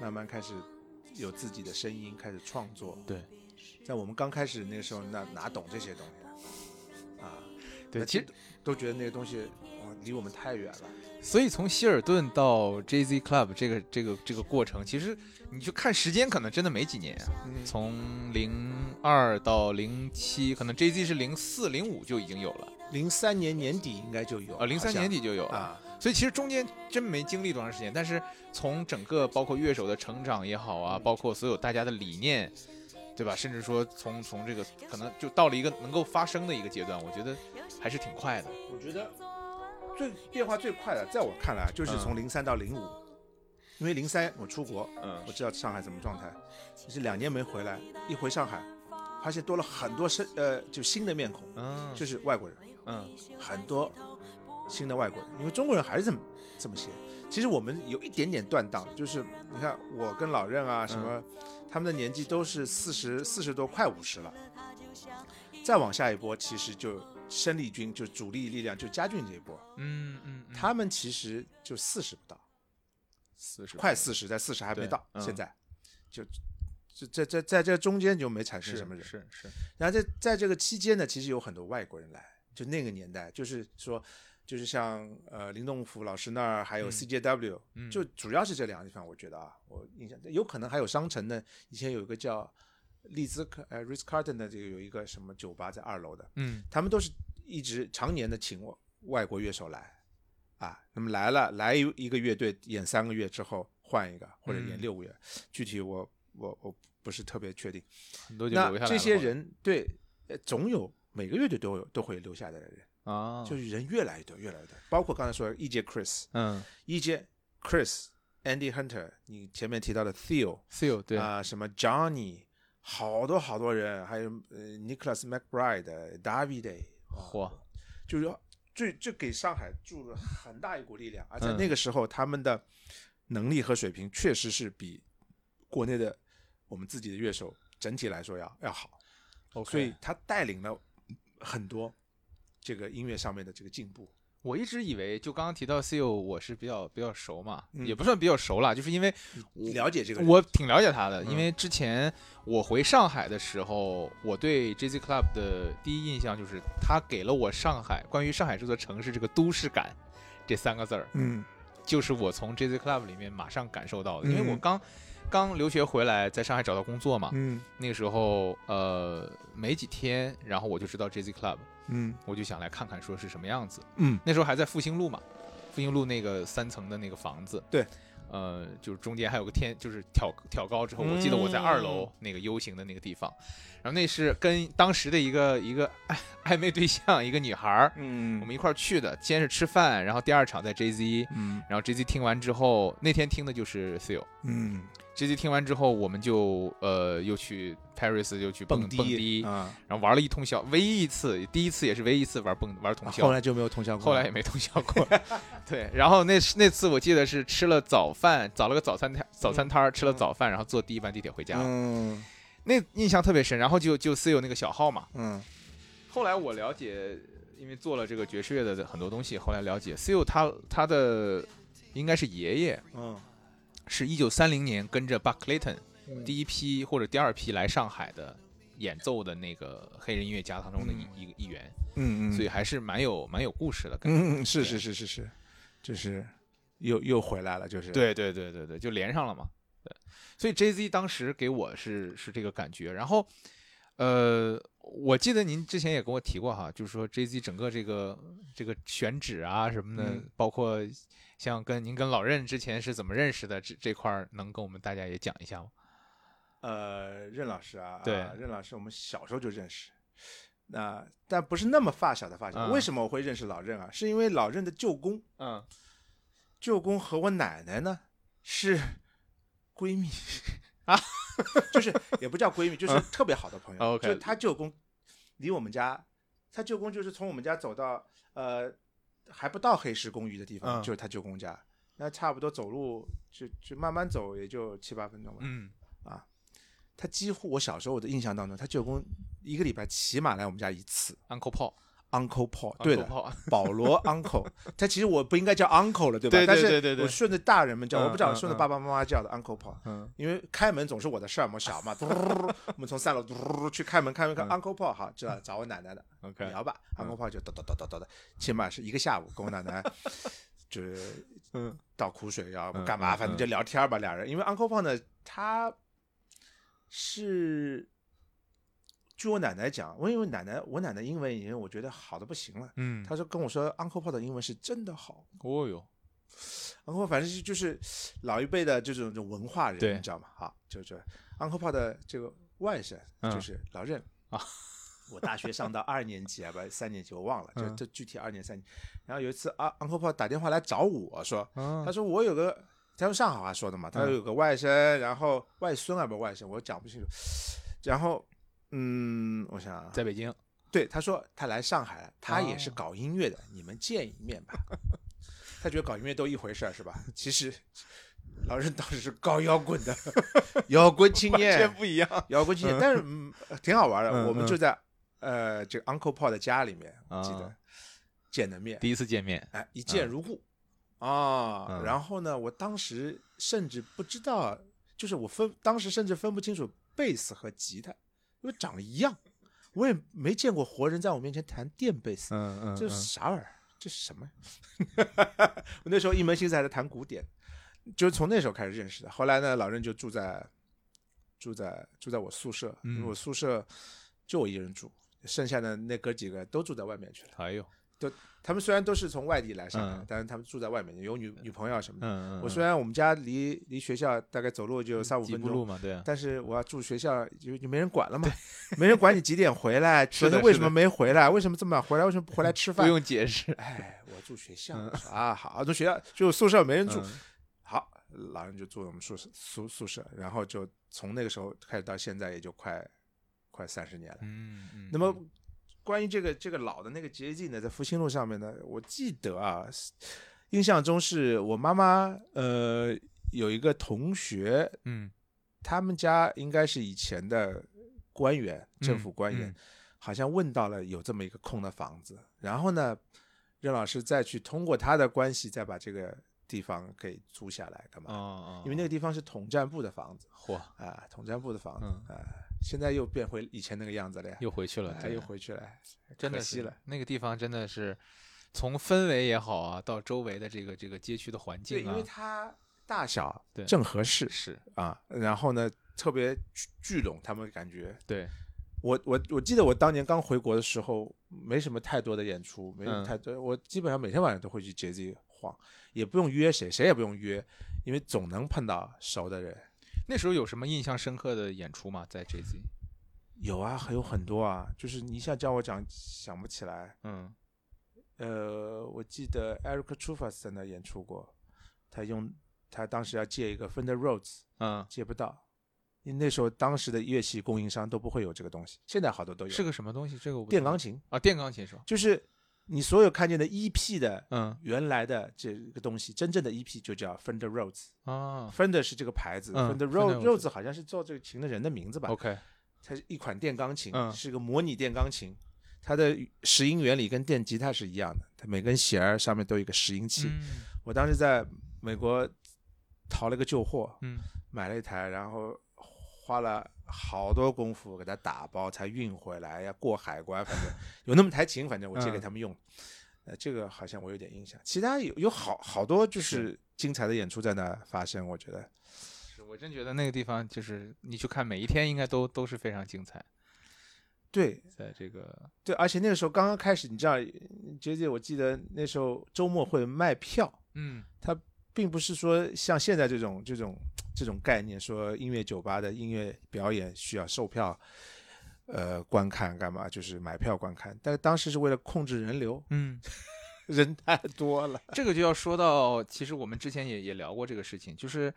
A: 慢慢开始有自己的声音，开始创作。
B: 对
A: 在我们刚开始那个时候，那哪懂这些东西啊？啊，
B: 对，
A: 那
B: 其实
A: 都觉得那个东西哇，离我们太远了。
B: 所以从希尔顿到 J Z Club 这个这个这个过程，其实你去看时间，可能真的没几年啊。
A: 嗯
B: 从零二到零七，可能 J Z 是零四零五就已经有了，
A: 零三年年底应该就有
B: 啊，零三年
A: 底
B: 底就有了。
A: 啊，
B: 所以其实中间真没经历多长时间，但是从整个包括乐手的成长也好啊，包括所有大家的理念，对吧？甚至说从从这个可能就到了一个能够发生的一个阶段，我觉得还是挺快的。
A: 我觉得最变化最快的，在我看来就是从零三到零五、因为零三我出国，
B: 嗯
A: 我知道上海什么状态，就是两年没回来，一回上海，发现多了很多生呃就新的面孔，
B: 嗯
A: 就是外国人，
B: 嗯
A: 很多新的外国人，因为中国人还是这么这么些。其实我们有一点点断档，就是你看我跟老任啊什么，
B: 嗯
A: 他们的年纪都是四十四十多，快五十了。再往下一波，其实就生力军，就主力力量，就家俊这一波，
B: 嗯嗯，
A: 他们其实就四十不到，
B: 四十
A: 快四十，在四十还没
B: 对
A: 到，
B: 嗯
A: 现在就就在在在这中间就没产生
B: 是
A: 什么人。
B: 是是，
A: 然后在在这个期间呢，其实有很多外国人来，就那个年代，就是说，就是像呃林动福老师那儿，还有
B: 嗯
A: CJW，、
B: 嗯
A: 就主要是这两个地方，我觉得啊，我印象有可能还有商城的，以前有一个叫利兹克呃 Ritz Carlton 的这个有一个什么酒吧在二楼的，
B: 嗯
A: 他们都是一直常年的请我外国乐手来啊，那么来了来一一个乐队演三个月之后换一个，或者演
B: 嗯
A: 六个月，具体我我我不是特别确定。
B: 很多就留
A: 那
B: 下来了
A: 这些人对，呃总有每个乐队都有都会留下来的人，
B: 啊，
A: 就是人越来越多，越来越多。包括刚才说一杰 Chris、
B: 嗯
A: 一杰 Chris、Andy Hunter，你前面提到的 Theo
B: s e l 对
A: 啊、什么 Johnny，好多好多人，还有呃 Nicholas McBride、David，
B: 嚯，
A: 就是要这这给上海注入了很大一股力量，而在
B: 嗯
A: 那个时候，他们的能力和水平确实是比国内的我们自己的乐手整体来说要要好。
B: OK
A: 所以他带领了很多这个音乐上面的这个进步。
B: 我一直以为就刚刚提到 s e l 我是比较比较熟嘛，
A: 嗯
B: 也不算比较熟啦，就是因为我
A: 了解这个人，嗯
B: 我挺了解他的，因为之前我回上海的时候，我对 JZ Club 的第一印象就是他给了我上海关于上海这座城市这个都市感这三个字儿，
A: 嗯
B: 就是我从 JZ Club 里面马上感受到的，
A: 嗯
B: 因为我刚刚留学回来，在上海找到工作嘛，
A: 嗯
B: 那个时候呃没几天，然后我就知道 JZ Club，
A: 嗯
B: 我就想来看看说是什么样子。
A: 嗯
B: 那时候还在复兴路嘛，复兴路那个三层的那个房子，
A: 对，
B: 呃，就是中间还有个天，就是挑挑高之后，我记得我在二
A: 嗯
B: 楼那个 U 型的那个地方，然后那是跟当时的一个一个暧暧昧对象，一个女孩儿，
A: 嗯
B: 我们一块儿去的。先是吃饭，然后第二场在 JZ，
A: 嗯
B: 然后 JZ 听完之后，那天听的就是 Seal。
A: 嗯，
B: JZ 听完之后，我们就呃又去 Paris 又去蹦
A: 蹦迪
B: 蹦迪，
A: 啊，
B: 然后玩了一通宵，唯一一次，第一次也是唯一一次玩蹦玩通宵。
A: 啊后来就没有通宵过，
B: 啊后来也没通宵过。对，然后那是那次我记得是吃了早饭，找了个早餐摊早餐摊儿吃了早饭，然后坐第一班地铁回家了。
A: 嗯
B: 那印象特别深。然后就就私有那个小号嘛，
A: 嗯
B: 后来我了解，因为做了这个爵士乐的很多东西，后来了解私有他他的应该是爷爷，
A: 嗯
B: 是一九三零年跟着 Buck Clayton
A: 嗯
B: 第一批或者第二批来上海的。演奏的那个黑人音乐家当中的一一个一员，
A: 嗯嗯，
B: 所以还是蛮有蛮有故事的。感觉。
A: 嗯嗯是是是是是，就是又又回来了，就是，
B: 对对对对对，就连上了嘛。对，所以 J Z 当时给我是是这个感觉。然后，呃，我记得您之前也跟我提过哈，就是说 J Z 整个这个这个选址啊什么的，
A: 嗯
B: 包括像跟您跟老任之前是怎么认识的这这块儿，能跟我们大家也讲一下吗？
A: 呃，任老师啊，
B: 对
A: 啊任老师，我们小时候就认识，那、但不是那么发小的发小。
B: 嗯
A: 为什么我会认识老任啊？是因为老任的舅公，
B: 嗯，
A: 舅公和我奶奶呢是闺蜜
B: 啊，嗯
A: 就是也不叫闺
B: (laughs)
A: 蜜，就是特别好的朋友。
B: 哦 OK
A: 就他舅公离我们家，他舅公就是从我们家走到呃还不到黑石公寓的地方，
B: 嗯
A: 就是他舅公家。那差不多走路就就慢慢走，也就七八分钟吧。
B: 嗯，
A: 他几乎我小时候我的印象当中，他舅公一个礼拜起码来我们家一次。
B: uncle Paul，
A: Uncle Paul，对
B: Uncle
A: 的，
B: Paul
A: 保罗 Uncle，他其实我不应该叫 Uncle 了，对吧？
B: 对对
A: 但
B: 对对
A: 是
B: 对
A: 我顺着大人们叫，
B: 嗯
A: 我不想
B: 嗯
A: 顺着爸爸妈妈叫的 Uncle Paul，
B: 嗯
A: 因为开门总是我的事儿嘛，小嘛，嘟，我们从三楼嘟去开门，开门看
B: 嗯
A: Uncle Paul，好，知道了找我奶奶的
B: ，OK，
A: 聊吧，Uncle Paul 就叨叨叨叨叨的，起码是一个下午跟我奶奶就是
B: 嗯
A: 倒苦水呀，
B: 嗯
A: 干嘛？
B: 嗯
A: 反正就聊天吧，俩人。因为 Uncle Paul 呢，他是据我奶奶讲，我因为奶奶，我奶奶英文已经我觉得好的不行了。
B: (laughs) 嗯，
A: 她说跟我说，Uncle Paul 的英文是真的好。
B: 哦哟，
A: Uncle Paul 反正是就是老一辈的这种这种文化人，
B: 对
A: 你知道吗？好，就就 Uncle Paul 的这个外甥
B: 嗯
A: 就是老任
B: 啊。
A: 我大学上到二年级啊，不 (laughs) 三年级我忘了，就
B: 嗯
A: 就具体二年三年。然后有一次啊，Uncle Paul 打电话来找我说，
B: 嗯
A: 他说我有个，他用上海话说的嘛，他说有个外甥，然后外孙啊不是外甥，我讲不清楚。然后，嗯，我想啊，
B: 在北京，
A: 对，他说他来上海了，他也是
B: 哦
A: 搞音乐的，你们见一面吧。 (laughs) 他觉得搞音乐都一回事儿是吧？其实老人当时是搞摇滚
B: (laughs)
A: 的，摇滚青
B: 完
A: 年
B: 全，不一样，
A: 摇滚青年，但是嗯呃挺好玩
B: 嗯
A: 的。我们
B: 嗯
A: 就在呃这个 Uncle Paul 的家里面，记
B: 啊
A: 得见的面，
B: 第一次见面，
A: 哎，一见如故啊、
B: 嗯
A: 然后呢，我当时甚至不知道，就是我分当时甚至分不清楚贝斯和吉他，因为长得一样，我也没见过活人在我面前弹电贝斯，
B: 嗯嗯
A: 这是啥玩意儿？这是什么呀？ (laughs) 我那时候一门心思还在弹古典，就是从那时候开始认识的。后来呢，老任就住在住在住在我宿舍，因
B: 嗯
A: 为我宿舍就我一人住，剩下的那哥几个都住在外面去了。
B: 哎呦，
A: 他们虽然都是从外地来上海，
B: 嗯
A: 但是他们住在外面，有女女朋友啊什么的。
B: 嗯嗯，
A: 我虽然我们家离离学校大概走路就三五
B: 几
A: 分
B: 步路
A: 钟，
B: 嘛，对啊，
A: 但是我要住学校就就没人管了嘛，没人管你几点回来，
B: (laughs) 是
A: 昨
B: 的
A: 天为什么没回来，为什么这么晚回来，为什么不回来吃
B: (laughs) 不
A: 饭？
B: 用解释，
A: 哎，我住学校、我说啊，好，住学校就宿舍没人住，
B: 嗯
A: 好，老人就住我们宿舍宿宿舍，然后就从那个时候开始到现在也就快快三十年了。
B: 嗯嗯
A: 那么关于这个这个老的那个结记呢，在复兴路上面呢，我记得啊，是印象中是我妈妈呃有一个同学，
B: 嗯，
A: 他们家应该是以前的官员，政府官员，
B: 嗯
A: 好像问到了有这么一个空的房子，然后呢，任老师再去通过他的关系再把这个地方给租下来，干嘛？
B: 哦，
A: 因为那个地方是统战部的房子
B: 嚯
A: 啊，统战部的房子
B: 嗯
A: 啊、现在又变回以前那个样子了呀。
B: 又回去了，
A: 哎，
B: 对
A: 又回去了，
B: 真的
A: 可惜
B: 是
A: 了。
B: 那个地方真的是从氛围也好啊，到周围的这个这个街区的环
A: 对，
B: 境
A: 因
B: 啊
A: 为，它大小
B: 对
A: 正合适
B: 是
A: 啊，然后呢，特别聚聚拢他们感觉。
B: 对，
A: 我我我记得我当年刚回国的时候，没什么太多的演出，没什么
B: 嗯
A: 太多，我基本上每天晚上都会去 j z 晃，也不用约谁，谁也不用约，因为总能碰到熟的人。
B: 那时候有什么印象深刻的演出吗？在 JZ？
A: 有啊，还有很多啊，就是你一下叫我讲想不起来。
B: 嗯
A: 呃，我记得 Eric Trufas 在那演出过，他用他当时要借一个 Fender Rhodes，
B: 嗯，
A: 借不到，因为那时候当时的乐器供应商都不会有这个东西，现在好多都有。
B: 是个什么东西？这个我不
A: 电
B: 知道
A: 钢琴，
B: 啊，电钢琴是吧？
A: 就是你所有看见的 EP 的
B: 嗯
A: 原来的这个东西，真正的 EP 就叫 Fender Rhodes。
B: 啊
A: Fender 是这个牌子、
B: 嗯
A: f e n d e r
B: Fender
A: Rhodes
B: Rhodes
A: Rhodes 好像是做这个琴的人的名字吧？
B: ，OK，
A: 它是一款电钢琴，
B: 嗯
A: 是个模拟电钢琴，它的拾音原理跟电吉他是一样的，它每根弦儿上面都有一个拾音器。
B: 嗯
A: 我当时在美国淘了个旧货，
B: 嗯
A: 买了一台，然后花了好多功夫给它打包，才运回来，要过海关，反正有那么台琴，反正我借给他们用。呃，这个好像我有点印象，其他有有好好多就是精彩的演出在那发生，我觉得
B: 是我真觉得那个地方就是你去看每一天应该都都是非常精彩，
A: 对
B: 在这个
A: 对，而且那个时候刚刚开始，你知道，杰姐，我记得那时候周末会卖票，
B: 嗯
A: 并不是说像现在这种这种这种概念，说音乐酒吧的音乐表演需要售票，呃，观看干嘛？就是买票观看。但是当时是为了控制人流， (laughs)
B: 嗯，
A: 人太多了。
B: 这个就要说到，其实我们之前也也聊过这个事情，就是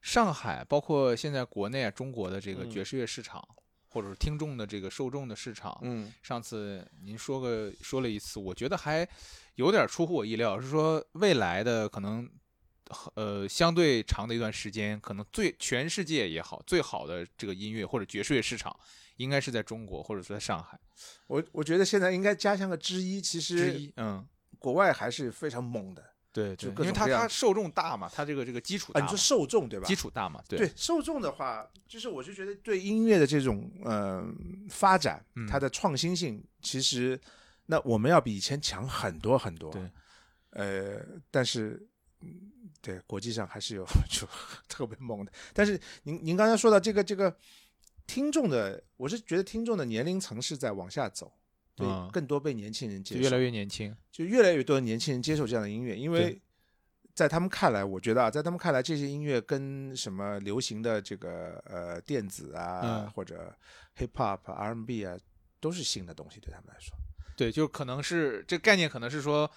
B: 上海，包括现在国内啊，中国的这个
A: 嗯
B: 爵士乐市场，或者是听众的这个受众的市场，
A: (laughs) 嗯
B: 上次您说个说了一次，我觉得还有点出乎我意料，是说未来的可能，呃，相对长的一段时间，可能最全世界也好，最好的这个音乐或者爵士乐市场，应该是在中国或者说在上海
A: 我我觉得现在应该加上个之一，其
B: 之
A: 实
B: 一。嗯，
A: 国外还是非常猛的。
B: 对，
A: 就
B: 对
A: 各
B: 因
A: 种
B: 为它
A: 各样
B: 它受众大嘛，它这个这个基础
A: 啊，
B: 大
A: 你
B: 嘛
A: 说，受众对吧？
B: 基础大嘛，对
A: 对受众的话，就是我是觉得对音乐的这种呃发展
B: 嗯，
A: 它的创新性，其实那我们要比以前强很多很多。
B: 对，
A: 呃，但是嗯，对国际上还是有 (laughs) 就特别猛的。但是您您刚才说到这个这个听众的，我是觉得听众的年龄层是在往下走，对，
B: 嗯
A: 更多被年轻人接
B: 就
A: 受，
B: 越来越年轻。
A: 就越来越多的年轻人接受这样的音乐，因为
B: 对
A: 在他们看来，我觉得啊，在他们看来，这些音乐跟什么流行的这个呃电子啊，
B: 嗯
A: 或者 hip hop、R&B 啊，都是新的东西对他们来说。
B: 对，就可能是这概念，可能是说，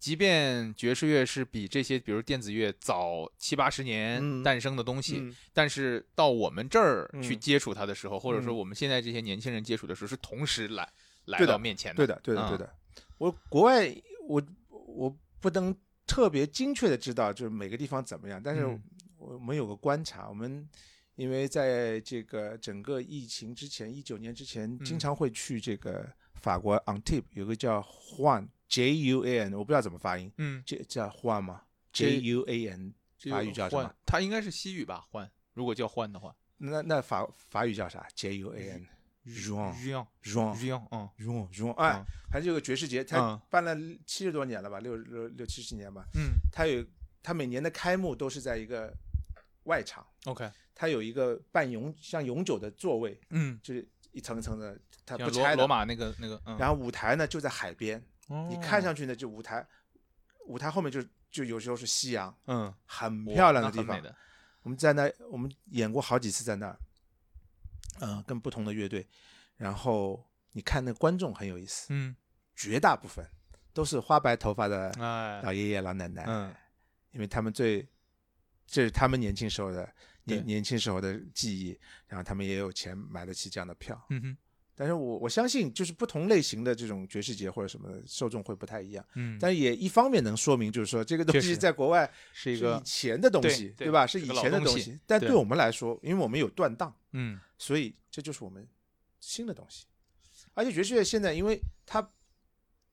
B: 即便爵士乐是比这些，比如电子乐早七八十年
A: 嗯
B: 诞生的东西，但是到我们这儿去
A: 嗯
B: 接触它的时候，或者说
A: 嗯
B: 我们现在这些年轻人接触的时候，是同时来来
A: 对的
B: 到面前
A: 对
B: 的。
A: 的，对的，
B: 嗯
A: 对的。我国外我我不能特别精确的知道就是每个地方怎么样，但是
B: 嗯
A: 我们有个观察，我们因为在这个整个疫情之前，一九年之前，经常会去这个法国 Antibes 有个叫 Juan J U A N，我不知道怎么发音，
B: 嗯，
A: 这叫 Juan 吗？J
B: J-
A: U A N
B: 这
A: 法
B: 个
A: 语叫什
B: 换
A: 么？
B: 它应该是西语吧？换，如果叫换的话
A: 那那法法语叫啥？J U A N。Juan
B: ，Jean
A: Juan
B: Jean，嗯
A: Juan Juan，哎
B: 嗯，
A: 还是有个爵士节，他
B: 嗯
A: 办了七十多年了吧，六六六七十年吧。
B: 嗯
A: 它有它每年的开幕都是在一个外场，
B: ，OK，
A: 它有一个半永像永久的座位，
B: 嗯，
A: 就是一层一层的，它
B: 像
A: 不
B: 罗
A: 拆
B: 罗
A: 的。
B: 马那个那个，哦嗯，
A: 然后舞台呢就在海边，
B: 后
A: 你看，上去呢就舞台，舞台后面就就有时候是夕阳，
B: 嗯，
A: 很
B: 哇
A: 漂亮的
B: 那
A: 地
B: 很美
A: 方。
B: 的
A: 我们在那，我们演过好几次在那儿，嗯、跟不同的乐队，然后你看那观众很有意思，
B: 嗯，
A: 绝大部分都是花白头发的
B: 哎，
A: (laughs) 老爷爷老奶奶，
B: 嗯，
A: 因为他们最这是他们年轻时候的
B: 对
A: 年年轻时候的记忆，然后他们也有钱买得起这样的票。
B: 嗯哼，
A: 但是我我相信，就是不同类型的这种爵士节或者什么的受众会不太一样，
B: 嗯，
A: 但也一方面能说明，就是说这个东
B: 确实
A: 西在国外
B: 是一
A: 是
B: 个
A: 以，前的东
B: 对
A: 西，
B: 对
A: 吧？
B: 是
A: 是
B: 个
A: 以
B: 老
A: 前的
B: 东
A: 东
B: 西
A: 西，但
B: 对
A: 对我们来说，因为我们有断档，
B: 嗯，
A: 所以这就是我们新的东西。而且爵士乐现在，因为它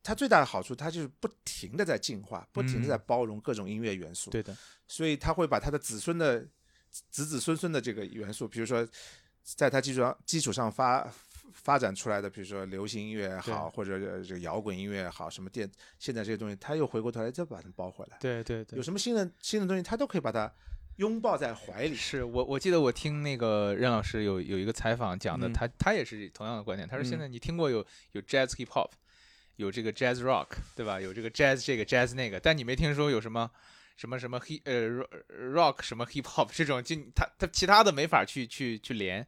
A: 它最大的好处，它就是不停的在进化，不停的在
B: 嗯
A: 包容各种音乐元素。
B: 对的，
A: 所以他会把他的子孙的子子孙孙的这个元素，比如说在他基础上基础上发发展出来的，比如说流行音乐也好，或者呃这个摇滚音乐也好，什么电现在这些东西，他又回过头来再把它们包回来。
B: 对对对
A: 有。什么新的新的东西，他都可以把它拥抱在怀里。
B: 是我我记得我听那个任老师有有一个采访讲的，
A: 嗯
B: 他他也是同样的观点，他说现
A: 嗯
B: 在你听过有有 jazz hip hop，有这个 jazz rock，对吧？有这个 jazz 这个 jazz 那个，但你没听说有什么什么什么 hip 呃 rock 什么 hip hop 这种，就他他其他的没法去去去连，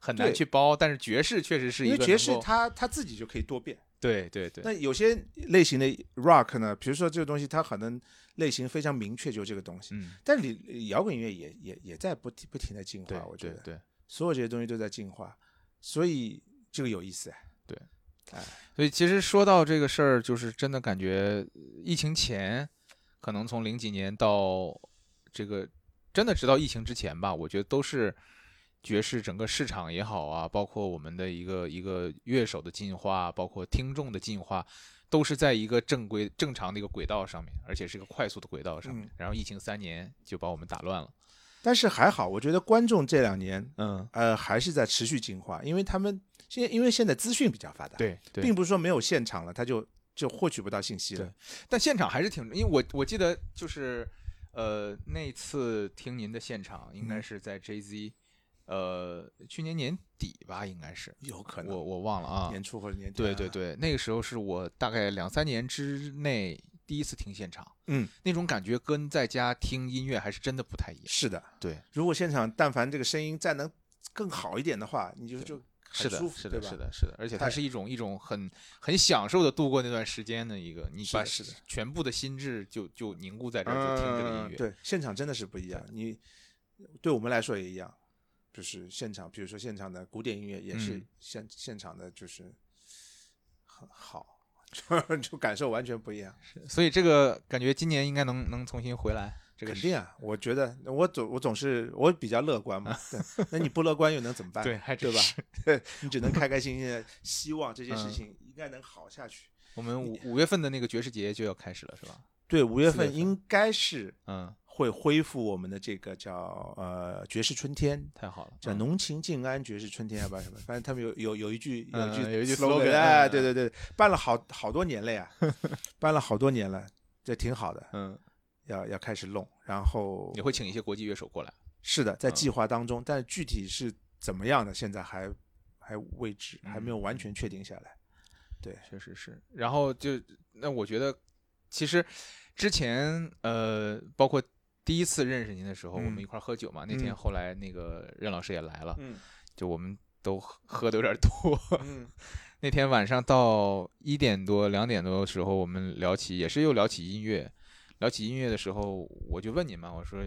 B: 很难
A: 对
B: 去包。但是爵士确实是一
A: 因
B: 个
A: 为爵
B: 能
A: 士
B: 够
A: 它它自己就可以多变。
B: 对对对，
A: 那有些类型的 rock 呢，比如说这个东西，它可能类型非常明确，就这个东西。
B: 嗯，
A: 但你摇滚音乐也也也在不停不停的进
B: 对
A: 化，我觉
B: 对
A: 得
B: 对。
A: 所有这些东西都在进化，所以这个有意思啊。
B: 所以其实说到这个事儿，就是真的感觉呃疫情前，可能从零几年到这个，真的直到疫情之前吧，我觉得都是爵士整个市场也好啊，包括我们的一个一个乐手的进化，包括听众的进化，都是在一个正规正常的一个轨道上面，而且是一个快速的轨道上面
A: 嗯。
B: 然后疫情三年就把我们打乱了。
A: 但是还好，我觉得观众这两年
B: 嗯，
A: 呃还是在持续进化，因为他们现在因为现在资讯比较发达，，
B: 对对，
A: 并不是说没有现场了他就就获取不到信息了
B: 对。但现场还是挺，因为我我记得就是，呃，那次听您的现场应该
A: 嗯
B: 是在 J Z，、呃，去年年底吧，应该是
A: 有可
B: 我
A: 能
B: 我忘了啊。
A: 年初或者年底
B: 对对
A: 啊，
B: 对，那个时候是我大概两三年之内第一次听现场，
A: 嗯，
B: 那种感觉跟在家听音乐还是真的不太一样。
A: 是的。
B: 对，
A: 如果现场但凡这个声音再能更好一点的话，你就
B: 对
A: 就很
B: 是的
A: 舒，服，
B: 是
A: 对
B: 的，
A: 吧？
B: 是的，是的，而且它
A: 太
B: 是一种一种很很享受的度过那段时间的一个，你
A: 是
B: 把
A: 的是的
B: 全部的心智就就凝固在这儿，就听这个音
A: 嗯，
B: 乐。
A: 对，现场真的是不一样。你对我们来说也一样，就是现场，比如说现场的古典音乐也是
B: 嗯
A: 现、现场的，就是很好， (laughs) 就就感受完全不一样。
B: 所以这个感觉今年应该能能重新回来。这个
A: 肯
B: 是
A: 定啊，我觉得我总我总是我比较乐观
B: (laughs)
A: 嘛，对那你不乐观又能怎么办？
B: 对，还真
A: 对吧
B: 是？
A: 你只能开开心心的，希望这些事
B: 嗯
A: 情应该能好下去。
B: 我们五五月份的那个爵士节就要开始了，是吧？
A: 对，五月
B: 四月
A: 份
B: 份
A: 应该是
B: 嗯，
A: 会恢复我们的这个叫呃爵士春天，
B: 太好了。
A: 叫
B: 嗯
A: 浓情静安爵士春天，还啊不知道什么，反正他们有有有一句有一句、
B: 嗯有一句 slogan，
A: 哎，
B: 嗯
A: 对对对，办了好好多年了
B: (laughs)
A: 呀，办了好多年了，这挺好的，
B: 嗯，
A: 要要开始弄，然后
B: 也会请一些国际乐手过来。
A: 是的，
B: 嗯
A: 在计划当中，但是具体是怎么样的，现在还还未知，还没有
B: 嗯
A: 完全确定下来。
B: 确实是。然后就那我觉得，其实之前呃，包括第一次认识您的时候，我们
A: 嗯
B: 一块儿喝酒嘛。那天
A: 嗯
B: 后来那个任老师也来了，
A: 嗯
B: 就我们都喝喝的有点多。
A: (laughs)
B: (laughs)
A: 嗯
B: 那天晚上到一点多、两点多的时候，我们聊起，也是又聊起音乐。聊起音乐的时候，我就问你嘛，我说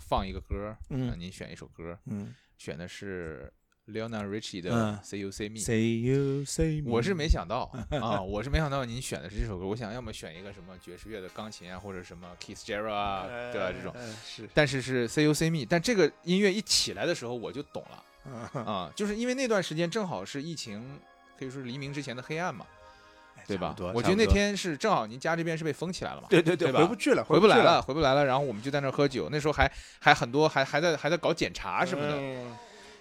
B: 放一个歌儿，
A: 嗯
B: 让您选一首歌儿，
A: 嗯
B: 选的是 Leona Richie 的
A: 嗯
B: 《Say You Say Me》。
A: ，Say 嗯 you say，
B: 我是没想到啊，我是没想到您选的是这首歌。我想要么选一个什么爵士乐的钢琴啊，或者什么 Keith Jarrett 啊，
A: 哎
B: 对吧？这种，
A: 是
B: 但是是 Say You Say Me，但这个音乐一起来的时候，我就懂了。
A: 啊，
B: 啊，就是因为那段时间正好是疫情，可以说是黎明之前的黑暗嘛，
A: 哎
B: 对吧？我觉得那天是正好您家这边是被封起来了嘛，
A: 对对对，
B: 吧
A: 回不去了，
B: 回
A: 不
B: 来
A: 去
B: 了，，回不来了。然后我们就在那儿喝酒，那时候还还很多，还还在还在搞检查啊什么的，
A: 嗯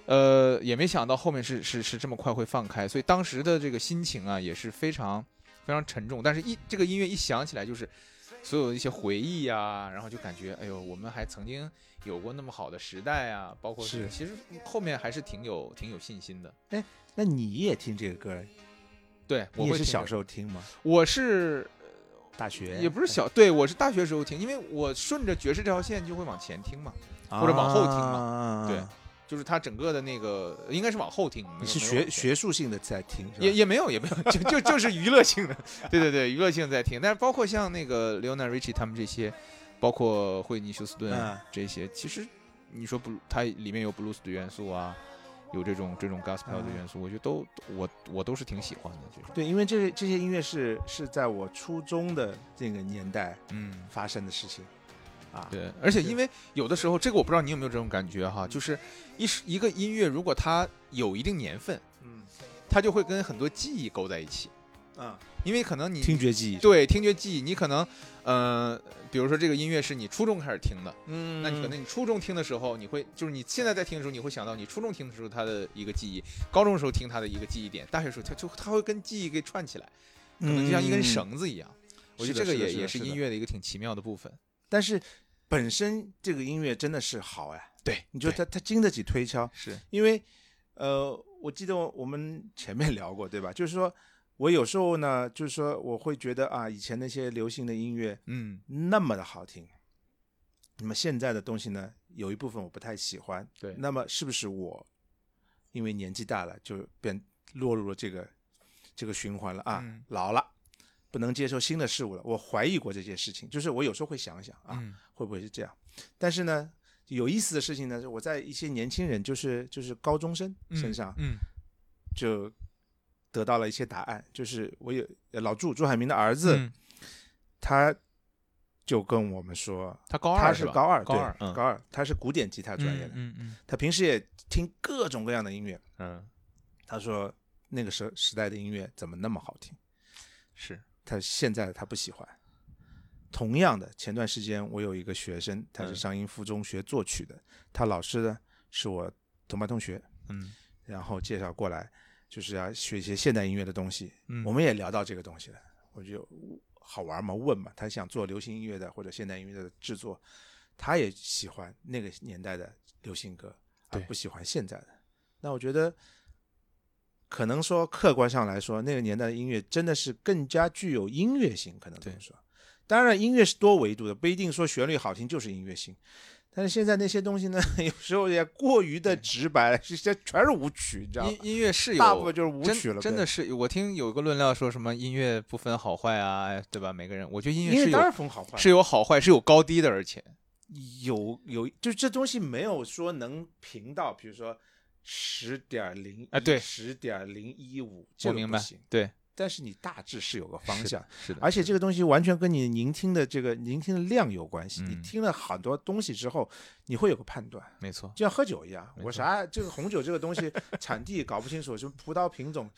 B: 呃，也没想到后面是是是这么快会放开，所以当时的这个心情啊也是非常非常沉重。但是一，这个音乐一响起来，就是所有的一些回忆啊，然后就感觉哎呦，我们还曾经有过那么好的时代啊，包括
A: 是
B: 其实后面还是挺有挺有信心的。
A: 那你也听这个歌儿？
B: 对，我
A: 你也
B: 会
A: 是
B: 听
A: 小
B: 的
A: 时候听吗？
B: 我是
A: 大学
B: 也不是小，对我是大学时候听，因为我顺着爵士这条线就会往前听嘛，
A: 啊
B: 或者往后听
A: 嘛
B: 对就是它整个的那个应该是往后听。没有
A: 啊你是
B: 没有
A: 学
B: 往前
A: 学术性的在听，是吧
B: 也也没有，也没有，就就就是娱乐性的，对对对，娱乐性在听。但是包括像那个 Leona Richie 他们这些，包括惠尼休斯顿
A: 嗯
B: 这些，其实你说不，它里面有 blues 的元素啊，有这种这种 gospel 的
A: 嗯
B: 元素，我觉得都我我都是挺喜欢的这种。
A: 对，因为这这些音乐是是在我初中的这个年代
B: 嗯，
A: 发生的事情啊。
B: 对，而且
A: 是
B: 因为有的时候，这个我不知道你有没有这种感觉哈，就是一是一个音乐如果它有一定年份，
A: 嗯
B: 它就会跟很多记忆勾在一起，
A: 啊，
B: 因为可能你
A: 听觉记忆，
B: 对听觉记忆，你可能，呃，比如说这个音乐是你初中开始听的，
A: 嗯
B: 那你可能你初中听的时候，你会就是你现在在听的时候，你会想到你初中听的时候它的一个记忆，高中时候听它的一个记忆点，大学时候它就它会跟记忆给串起来，
A: 可
B: 可能就像一根。绳子一样。我觉得
A: 嗯是
B: 这
A: 的是的
B: 个也
A: 是的
B: 也
A: 是的
B: 音乐的一个挺奇妙的部分。
A: 但是本身这个音乐真的是好哎，
B: 对，
A: 你说
B: 对
A: 它它经得起推敲，
B: 是，
A: 因为呃，我记得我们前面聊过对吧？就是说我有时候呢，就是说我会觉得啊，以前那些流行的音乐
B: 嗯
A: 那么的好听，那么现在的东西呢，有一部分我不太喜欢。
B: 对
A: 那么是不是我因为年纪大了，就变落入了这个这个循环了啊？
B: 嗯
A: 老了，不能接受新的事物了。我怀疑过这件事情，就是我有时候会想想啊，
B: 嗯
A: 会不会是这样？但是呢，有意思的事情呢，是我在一些年轻人，就是就是高中生身上，
B: 嗯
A: 就得到了一些答案。就是我有呃老朱朱海明的儿子，
B: 嗯
A: 他就跟我们说，
B: 他高
A: 他
B: 二
A: 是
B: 吧
A: 高二，
B: 高
A: 对
B: 二嗯
A: 高二，他是古典吉他专业的，
B: 嗯嗯
A: 他平时也听各种各样的音乐。
B: 嗯
A: 他说那个时时代的音乐怎么那么好听？
B: 是
A: 他现在他不喜欢。同样的，前段时间我有一个学生，他是
B: 嗯
A: 上音附中学作曲的，他老师呢是我同班同学，
B: 嗯
A: 然后介绍过来，就是要学一些现代音乐的东西。
B: 嗯
A: 我们也聊到这个东西了，我就好玩嘛，问嘛，他想做流行音乐的或者现代音乐的制作，他也喜欢那个年代的流行歌，而
B: 对
A: 不喜欢现在的。那我觉得，可能说客观上来说，那个年代的音乐真的是更加具有音乐性，可能这么
B: 对
A: 说。当然，音乐是多维度的，不一定说旋律好听就是音乐性。但是现在那些东西呢， (laughs) 有时候也过于的直白了，这些全是舞曲，你知道吗
B: 音？音乐是有
A: 大部分就是舞
B: 真
A: 曲了，
B: 真
A: 对
B: 的是我听有个论料说什么音乐不分好坏啊，对吧？每个人，我觉得音
A: 音
B: 乐是
A: 乐当然
B: 有
A: 分好坏，
B: 是有好坏，是有高低的，而且
A: 有有，就这东西没有说能评到，比如说十点零
B: 啊对
A: 十点零一五，这
B: 我
A: 个
B: 明
A: 不
B: 白
A: 行，
B: 对，
A: 但是你大致是有个方
B: 是
A: 向哎
B: 的，，是的，
A: 而且这个东西完全跟你聆听的这个聆听的量有关系。你
B: 嗯
A: 听了很多东西之后，你会有个判断。
B: 没错，
A: 就像喝酒一样，
B: 没
A: 我
B: 错
A: 啥这个红酒这个东西产地搞不清楚，什么葡萄品种，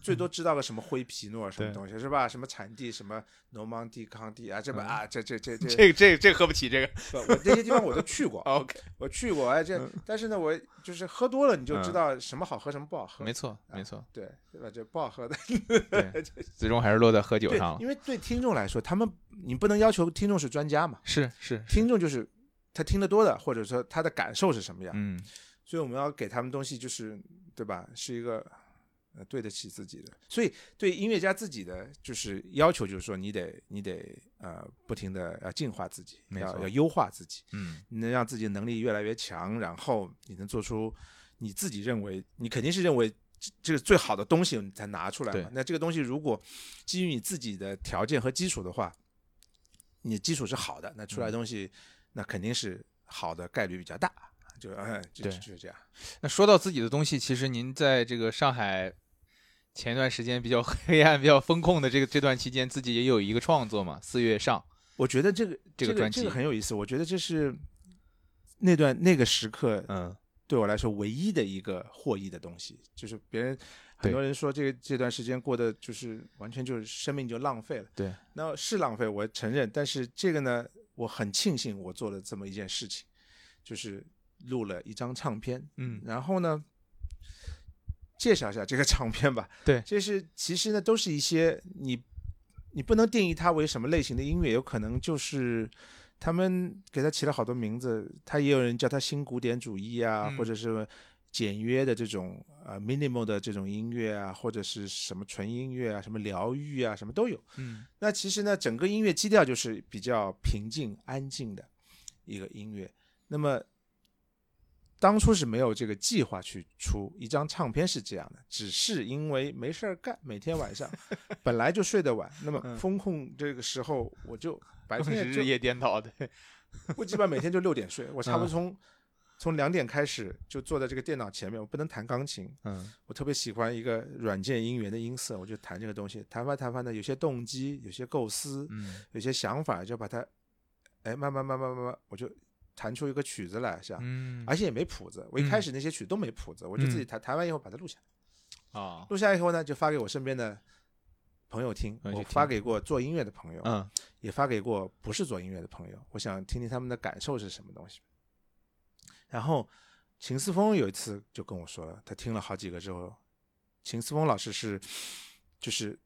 A: 最多知道个什么灰皮诺什么
B: 对
A: 东西是吧？什么产地什么农忙地康地啊，这么啊这这这这
B: 个嗯这个这个喝不起这个，
A: 不我这些地方我都去过
B: ，OK，
A: 我去过哎这，但是呢我就是喝多了你就知
B: 嗯
A: 道什么好喝什么不好啊喝
B: 没，错没错，
A: 对对吧？这不好喝的， (laughs)
B: 对，最终还是落在喝酒
A: 对
B: 上，了，
A: 因为对听众来说，他们你不能要求听众是专家嘛，
B: 是是，
A: 听众就是他听得多的，或者说他的感受是什么样，
B: 嗯，
A: 所以我们要给他们东西，就是对吧？是一个呃对得起自己的。所以对音乐家自己的就是要求，就是说你得你得呃不停的要进化自己，
B: 没
A: 要
B: 错
A: 要优化自己，
B: 嗯，
A: 你能让自己的能力越来越强，然后你能做出你自己认为你肯定是认为。这这是最好的东西，你才拿出来
B: 对
A: 嘛。那这个东西如果基于你自己的条件和基础的话，你基础是好的，那出
B: 嗯
A: 来的东西、那肯定是好的概率比较大，就哎，就
B: 对
A: 就就是这样。
B: 那说到自己的东西，其实您在这个上海前一段时间比较 (laughs) 黑暗、比较风控的这个这段期间，自己也有一个创作嘛，四月上，
A: 我觉得这个
B: 这个
A: 个
B: 专
A: 这
B: 辑
A: 个很有意思。我觉得这是那段那个时刻
B: 嗯，
A: 对我来说唯一的一个获益的东西，就是别人很多人说这个这段时间过得就是完全就是生命就浪费了。
B: 对，
A: 那是浪费，我承认，但是这个呢，我很庆幸我做了这么一件事情，就是录了一张唱片，
B: 嗯，
A: 然后呢，介绍一下这个唱片吧。
B: 对
A: 这是其实呢，都是一些你你不能定义它为什么类型的音乐，有可能就是他们给它起了好多名字，它也有人叫它新古典主义啊，
B: 嗯
A: 或者是简约的这种呃 minimal 的这种音乐啊，或者是什么纯音乐啊，什么疗愈啊，什么都有。
B: 嗯，
A: 那其实呢，整个音乐基调就是比较平静、安静的一个音乐。那么当初是没有这个计划去出一张唱片，是这样的，只是因为没事儿干，每天
B: (laughs)
A: 晚上本来就睡得晚，那么
B: 嗯
A: 风控这个时候我
B: (laughs)
A: 就白
B: 是
A: 天就
B: 日夜颠倒的，
A: (laughs) 我基本每天就六点睡，我差不多
B: 嗯
A: 从、从两点开始就坐在这个电脑前面，我不能弹钢琴，
B: 嗯
A: 我特别喜欢一个软件音源的音色，我就弹这个东西，弹吧弹吧呢，有些动机，有些构思，
B: 嗯
A: 有些想法，就把它，哎，慢慢慢慢慢慢，我就弹出一个曲子来，是吧？
B: 嗯
A: 而且也没谱子，我一开
B: 嗯
A: 始那些曲都没谱子，我就自己弹，弹完以后把它录下来，
B: 啊，
A: 录下来以后呢，就发给我身边的朋友听，
B: 嗯
A: 我
B: 去
A: 发
B: 听
A: 给过做音乐的朋友，
B: 嗯，
A: 也发给过不是做音乐的朋友，我想听听他们的感受是什么东西。然后秦思峰有一次就跟我说了，他听了好几个之后，秦思峰老师是就是。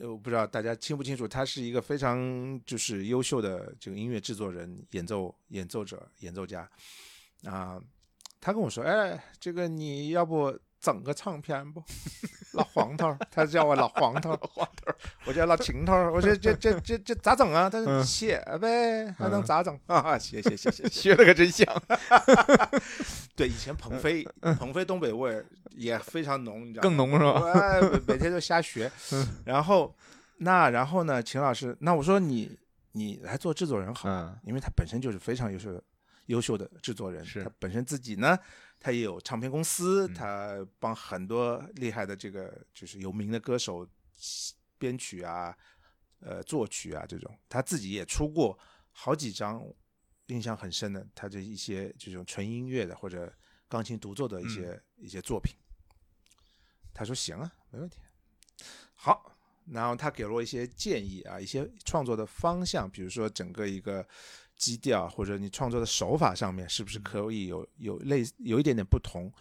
A: 呃我不知道大家清不清楚，他是一个非常就是优秀的这个音乐制作人、演奏演奏者、演奏家啊、他跟我说：“哎，这个你要不整个唱片不？ (laughs) 老黄头儿，他叫我老黄头儿，我叫老秦头儿，我说这这这这咋整啊？他说
B: 嗯
A: 写呗，还能咋整啊？写写写写写。
B: 学了个真
A: (laughs)
B: 像。
A: 对，以前鹏飞，鹏飞东北味儿也非常浓，你知道吗？
B: 更浓是吧？
A: 哎，每每天就瞎学。然后那然后呢，秦老师，那我说你你来做制作人好， (laughs)
B: 嗯
A: 因为他本身就是非常优秀的优秀的制作人，
B: 是
A: 他本身自己呢，他也有唱片公司，
B: 嗯
A: 他帮很多厉害的这个就是有名的歌手编曲啊，呃作曲啊这种，他自己也出过好几张印象很深的，他的一些这种纯音乐的或者钢琴独奏的一
B: 嗯
A: 些、一些作品。他说行啊，没问题。好，然后他给了我一些建议啊，一些创作的方向，比如说整个一个基调或者你创作的手法上面，是
B: 嗯
A: 不是可以有有类有一点点不同？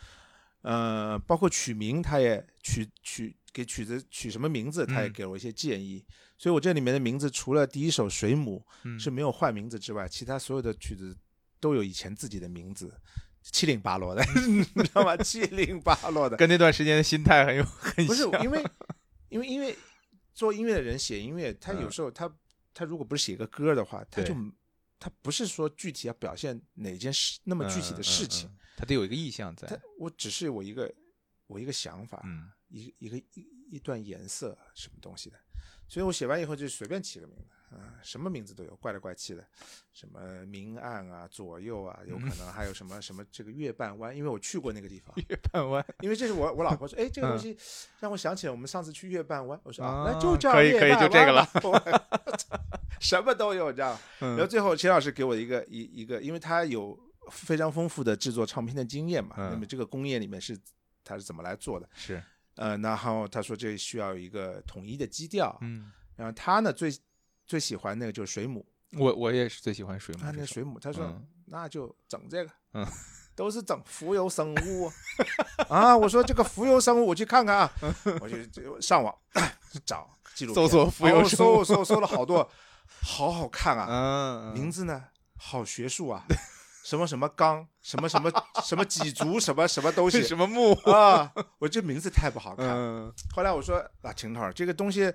A: 呃，包括取名，他也取取给曲子取什么名字，他也
B: 嗯
A: 给了我一些建议。所以我这里面的名字除了第一首《水母》
B: 嗯
A: 是没有换名字之外，其他所有的曲子都有以前自己的名字，七零八落的， (laughs) 你知道吗？七零八落的，
B: 跟那段时间的心态很有很
A: 不是
B: 像。
A: 因
B: (laughs)
A: 为，因为因为做音乐的人写音乐，他有
B: 嗯
A: 时候他、他如果不是写一个歌的话，他
B: 对
A: 就他不是说具体要表现哪件事那么具体的事情，
B: 嗯，嗯嗯他得有一个意向在
A: 他。我只是我一个我一个想法， (laughs)
B: 嗯
A: 一一个一一段颜色什么东西的，所以我写完以后就随便起个名字，啊、什么名字都有，怪里怪气的，什么明暗啊、左右啊，有可能还有什么什么这个月半湾，因为我去过那个地方，
B: 月半弯
A: 因为这是我我老婆
B: (laughs)
A: 说，哎，这个东西让我想起来我们上次去月半湾，我说啊，那
B: 嗯啊
A: 就叫
B: 可以
A: 月
B: 可以
A: 半
B: 就这个嗯
A: 湾吧，
B: (laughs)
A: 我什么都有，你知道吗？然后最后秦老师给我一个一一个，因为他有非常丰富的制作唱片的经验嘛，
B: 嗯
A: 那么这个工业里面是他是怎么来做的？
B: 是
A: 呃，然后他说这需要有一个统一的基调，
B: (laughs) 嗯，
A: 然后他呢最最喜欢那个就是水母，
B: 我我也是最喜欢水母
A: 啊，那
B: 这
A: 个
B: 首。
A: 水母，他说、
B: 嗯
A: 那就整这个，
B: 嗯，
A: (laughs) 都是整浮游生
B: (laughs)
A: 物啊。我说这个浮游生物，我去看看啊，我就就上网找记录
B: 搜
A: 片
B: 索浮游
A: 哦
B: 生物
A: 搜搜搜了好多，好好看啊，(laughs)
B: 嗯，
A: 名字呢好学术啊，什么什么纲，什么什么什么几足，什么什么东
B: 是
A: 西
B: (laughs) 什么
A: (laughs)
B: 木？
A: 啊，我这名字太不好看了。
B: 嗯，
A: 后来我说啊，秦头儿，这个东西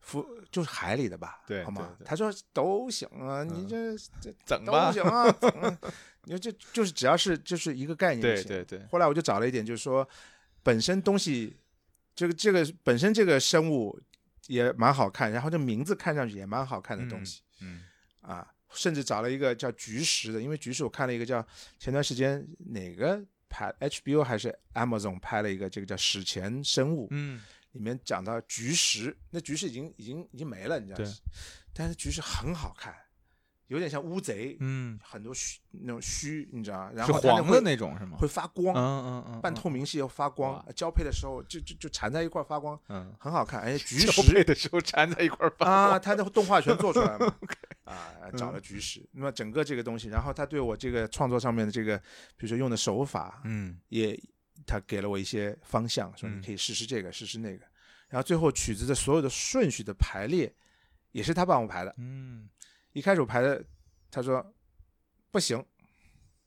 A: 浮就是海里的吧，
B: 对
A: 好吗
B: 对？嗯对
A: 他说都行啊，你这这
B: 整
A: 都
B: 吧。
A: 行啊，嗯 (laughs) 你说这就是只要是就是一个概念就
B: 对
A: 行。
B: 对对，
A: 后来我就找了一点，就是说本身东西，这个这个本身这个生物也蛮好看，然后这名字看上去也蛮好看的东西、
B: 嗯
A: 啊，甚至找了一个叫菊石的，因为菊石我看了一个叫前段时间哪个拍 HBO 还是 Amazon 拍了一个这个叫史前生物，
B: 嗯，
A: 里面讲到菊石，那菊石已经已经已经没了，你知道吗
B: 对？
A: 但是菊石很好看，有点像乌贼，
B: 嗯，
A: 很多须那种须，你知道吗？然
B: 是
A: 后它那
B: 黄
A: 会
B: 的那种是吗？
A: 会发
B: 嗯
A: 光，
B: 嗯嗯，
A: 半透明系要发光呃
B: 哇，
A: 交配的时候就就就缠在一块儿发光，
B: (laughs) 嗯。
A: 很好看。哎，菊
B: 交
A: 石
B: 配的时候缠在一块儿吧。
A: 啊，它的动画全做出来
B: (laughs)
A: 了啊，找
B: 嗯
A: 了菊石。那么整个这个东西，然后他对我这个创作上面的这个，比如说用的手法，
B: 嗯
A: 也他给了我一些方向，说你
B: 嗯
A: 可以试试这个，试试那个。然后最后曲子的所有的顺序的排列也是他帮我排的。
B: 嗯
A: 一开始我排的，他说不行，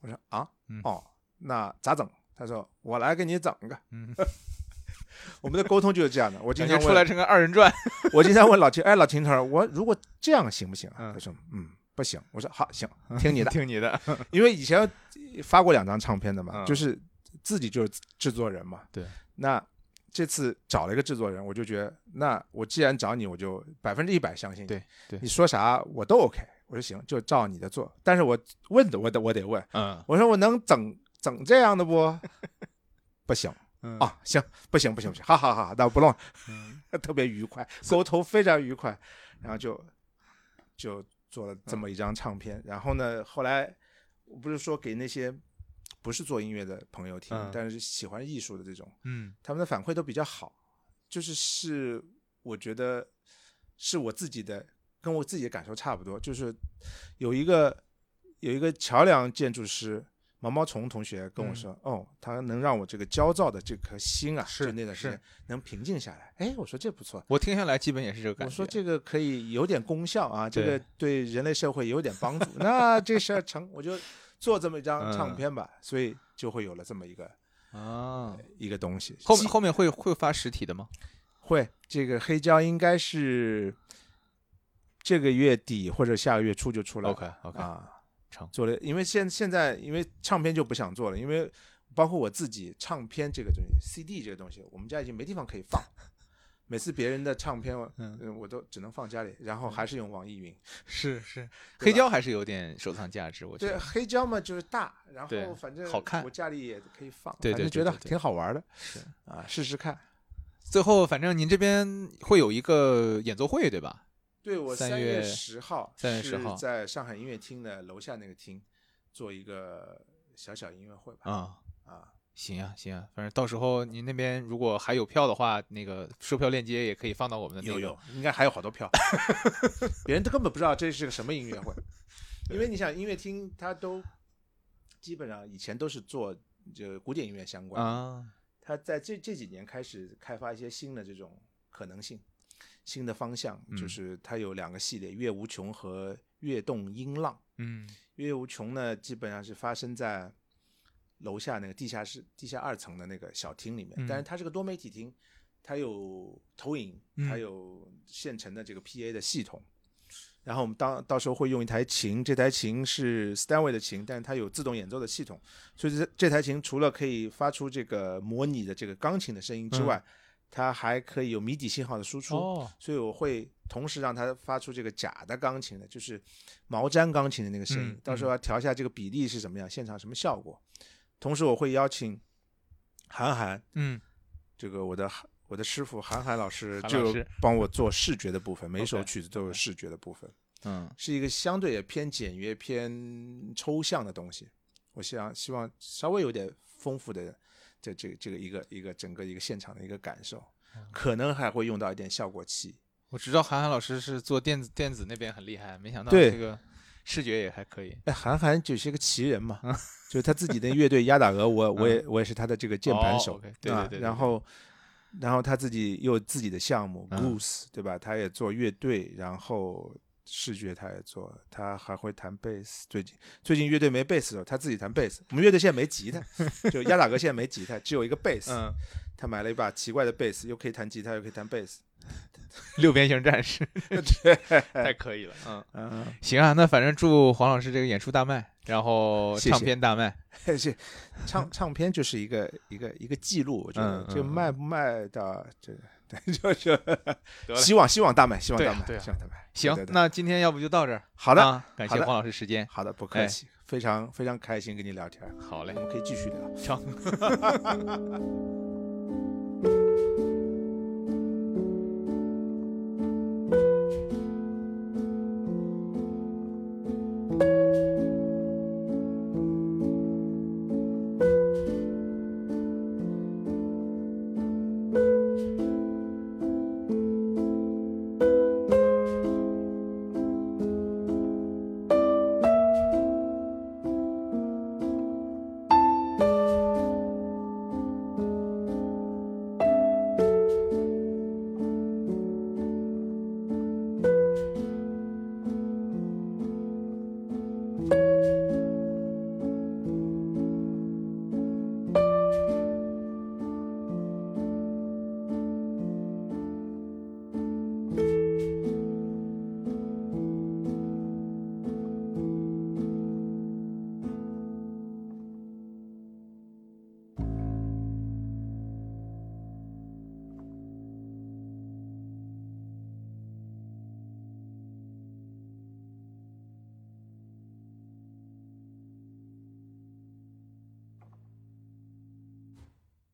A: 我说啊
B: 嗯，
A: 哦，那咋整？他说我来给你整个。
B: 嗯，
A: (laughs) 我们的沟通就是这样的。我经
B: 感觉
A: 常
B: 出来
A: 问，
B: 成个二人转。
A: 我经常问老秦，哎，老秦头儿，我如果这样行不行啊？
B: 嗯
A: 他说嗯。不行，我说好行，听你的，
B: 听你 (laughs) 的。
A: 因为以前呃发过两张唱片的嘛，
B: 嗯
A: 就是自己就是制作人嘛。
B: 对，
A: 那这次找了一个制作人，我就觉得，那我既然找你，我就百分之一百相信你。
B: 对对
A: 你说啥我都 OK，我说行，就照你的做。但是我问的，我得我得问，
B: (laughs) 嗯
A: 我说我能整整这样的不？
B: (laughs)
A: 不行
B: 嗯
A: 啊，行，不行不行不行，好好好，那我不弄了，
B: 嗯
A: 特别愉快，沟通非常愉快，然后就就做了这么一张唱片。然后呢，后来我不是说给那些不是做音乐的朋友听，
B: 嗯
A: 但是喜欢艺术的这种，
B: 嗯
A: 他们的反馈都比较好，就是是我觉得是我自己的跟我自己的感受差不多，就是有一个有一个桥梁建筑师。毛毛虫同学
B: 嗯
A: 跟我说：“哦，他能让我这个焦躁的这颗心啊，
B: 是
A: 就那段时间
B: 是
A: 能平静下来。”哎，我说这不错，
B: 我听下来基本也是这个感
A: 我
B: 觉。啊
A: 说这个可以有点功效啊，这
B: 对
A: 个对人类社会有点帮助。
B: (laughs) 嗯
A: 那这事儿成，我就做这么一张唱片吧，所以就会有了这么一个
B: 啊，
A: 一个东西。
B: 后面后面会会发实体的吗？
A: 会，这个黑胶应该是这个月底或者下个月初就出来了。
B: OK，OK
A: 啊
B: 成，
A: 做了，因为现现在因为唱片就不想做了，因为包括我自己，唱片这个东西，CD 这个东西，我们家已经没地方可以
B: (laughs)
A: 放。每次别人的唱片，我
B: 嗯
A: 嗯，我都只能放家里，然后还是用网易云。
B: 是是，
A: 对
B: 黑
A: 吧
B: 胶还是有点收藏价值，我觉
A: 对，
B: 得
A: 黑胶嘛就是大，然
B: 对
A: 后反正
B: 好看
A: 我家里也可以放，
B: 对对
A: 反正
B: 对
A: 觉得
B: 对对
A: 挺好玩的
B: 是。
A: 啊，试试看。
B: 最后，反正您这边会有一个演奏会，对吧？
A: 对我
B: 3
A: 三
B: 月
A: 十号，
B: 3月10号
A: 在上海音乐厅的楼下那个厅做一个小小音乐会吧。
B: 啊、
A: 啊，
B: 行啊，行啊，反正到时候您那边如果还有票的话，那个售票链接也可以放到我们的那
A: 有
B: 个。
A: 有，应该还有好多票， (laughs) 别人都根本不知道这是个什么音乐会，因为你想音乐厅它都基本上以前都是做就古典音乐相关的，
B: 啊，
A: 它在这这几年开始开发一些新的这种可能性。新的方向
B: 嗯
A: 就是它有两个系列，乐无穷和乐动音浪。
B: 嗯
A: 月无穷呢，基本上是发生在楼下那个地下室、地下二层的那个小厅里面，
B: 嗯
A: 但是它是个多媒体厅，它有投影，
B: 嗯
A: 它有现成的这个 PA 的系统。然后我们当到时候会用一台琴，这台琴是 Stanway 的琴，但是它有自动演奏的系统，所以这这台琴除了可以发出这个模拟的这个钢琴的声音之外，它还可以有迷底信号的输出。
B: 嗯哦，
A: 所以我会同时让它发出这个假的钢琴的，就是毛毡钢琴的那个声音。
B: 嗯
A: 到时候要调一下这个比例是什么样，现场什么效果。同时我会邀请韩寒，
B: 嗯，
A: 这个我的韩我的师傅韩寒老师，
B: 韩老
A: 就
B: 师
A: 帮我做视觉的部分，每首
B: OK
A: 曲子都有视觉的部分，
B: 嗯，
A: 是一个相对也偏简约、偏抽象的东西。我希望希望稍微有点丰富的这这这个一个一个整个一个现场的一个感受，
B: 嗯
A: 可能还会用到一点效果器。
B: 我知道韩寒老师是做电子电子那边很厉害，没想到
A: 对
B: 这个视觉也还可以。
A: 哎，韩寒就是一个奇人
B: 嗯
A: 嘛，就是他自己的乐队鸭打鹅，我我也我也是他的这个键盘手，
B: 哦，OK，对对
A: 啊
B: 对对
A: 然后然后他自己又有自己的项目
B: 嗯
A: Goose，对吧？他也做乐队，然后视觉他也做，他还会弹贝斯。最近最近乐队没贝斯了，他自己弹贝斯。我们乐队现在没吉他，就鸭打鹅现在没吉他，只有一个贝斯。
B: 嗯，
A: 他买了一把奇怪的贝斯，又可以弹吉他，又可以弹贝斯。
B: 六边形
A: (laughs)
B: 战士，太可以了。嗯，
A: 嗯，
B: 行啊，那反正祝黄老师这个演出大卖，然后
A: 谢谢
B: 唱片大卖。 (laughs)
A: 是唱唱片就是一个一个一个记录，我觉得
B: 嗯嗯
A: 这卖不卖的这个。对， (laughs) 就是
B: 得嘞
A: 希望希望大卖，希望
B: 对
A: 大
B: 啊
A: 卖，
B: 对啊
A: 希望大卖。
B: 行
A: 对，对对
B: 那今天要不就到这儿。
A: 好的，
B: 啊，感谢
A: 好的
B: 黄老师时间。
A: 好的，不
B: 哎
A: 客气，非常非常开心跟你聊天，
B: 好嘞
A: 我，们可以继续聊。
B: 成。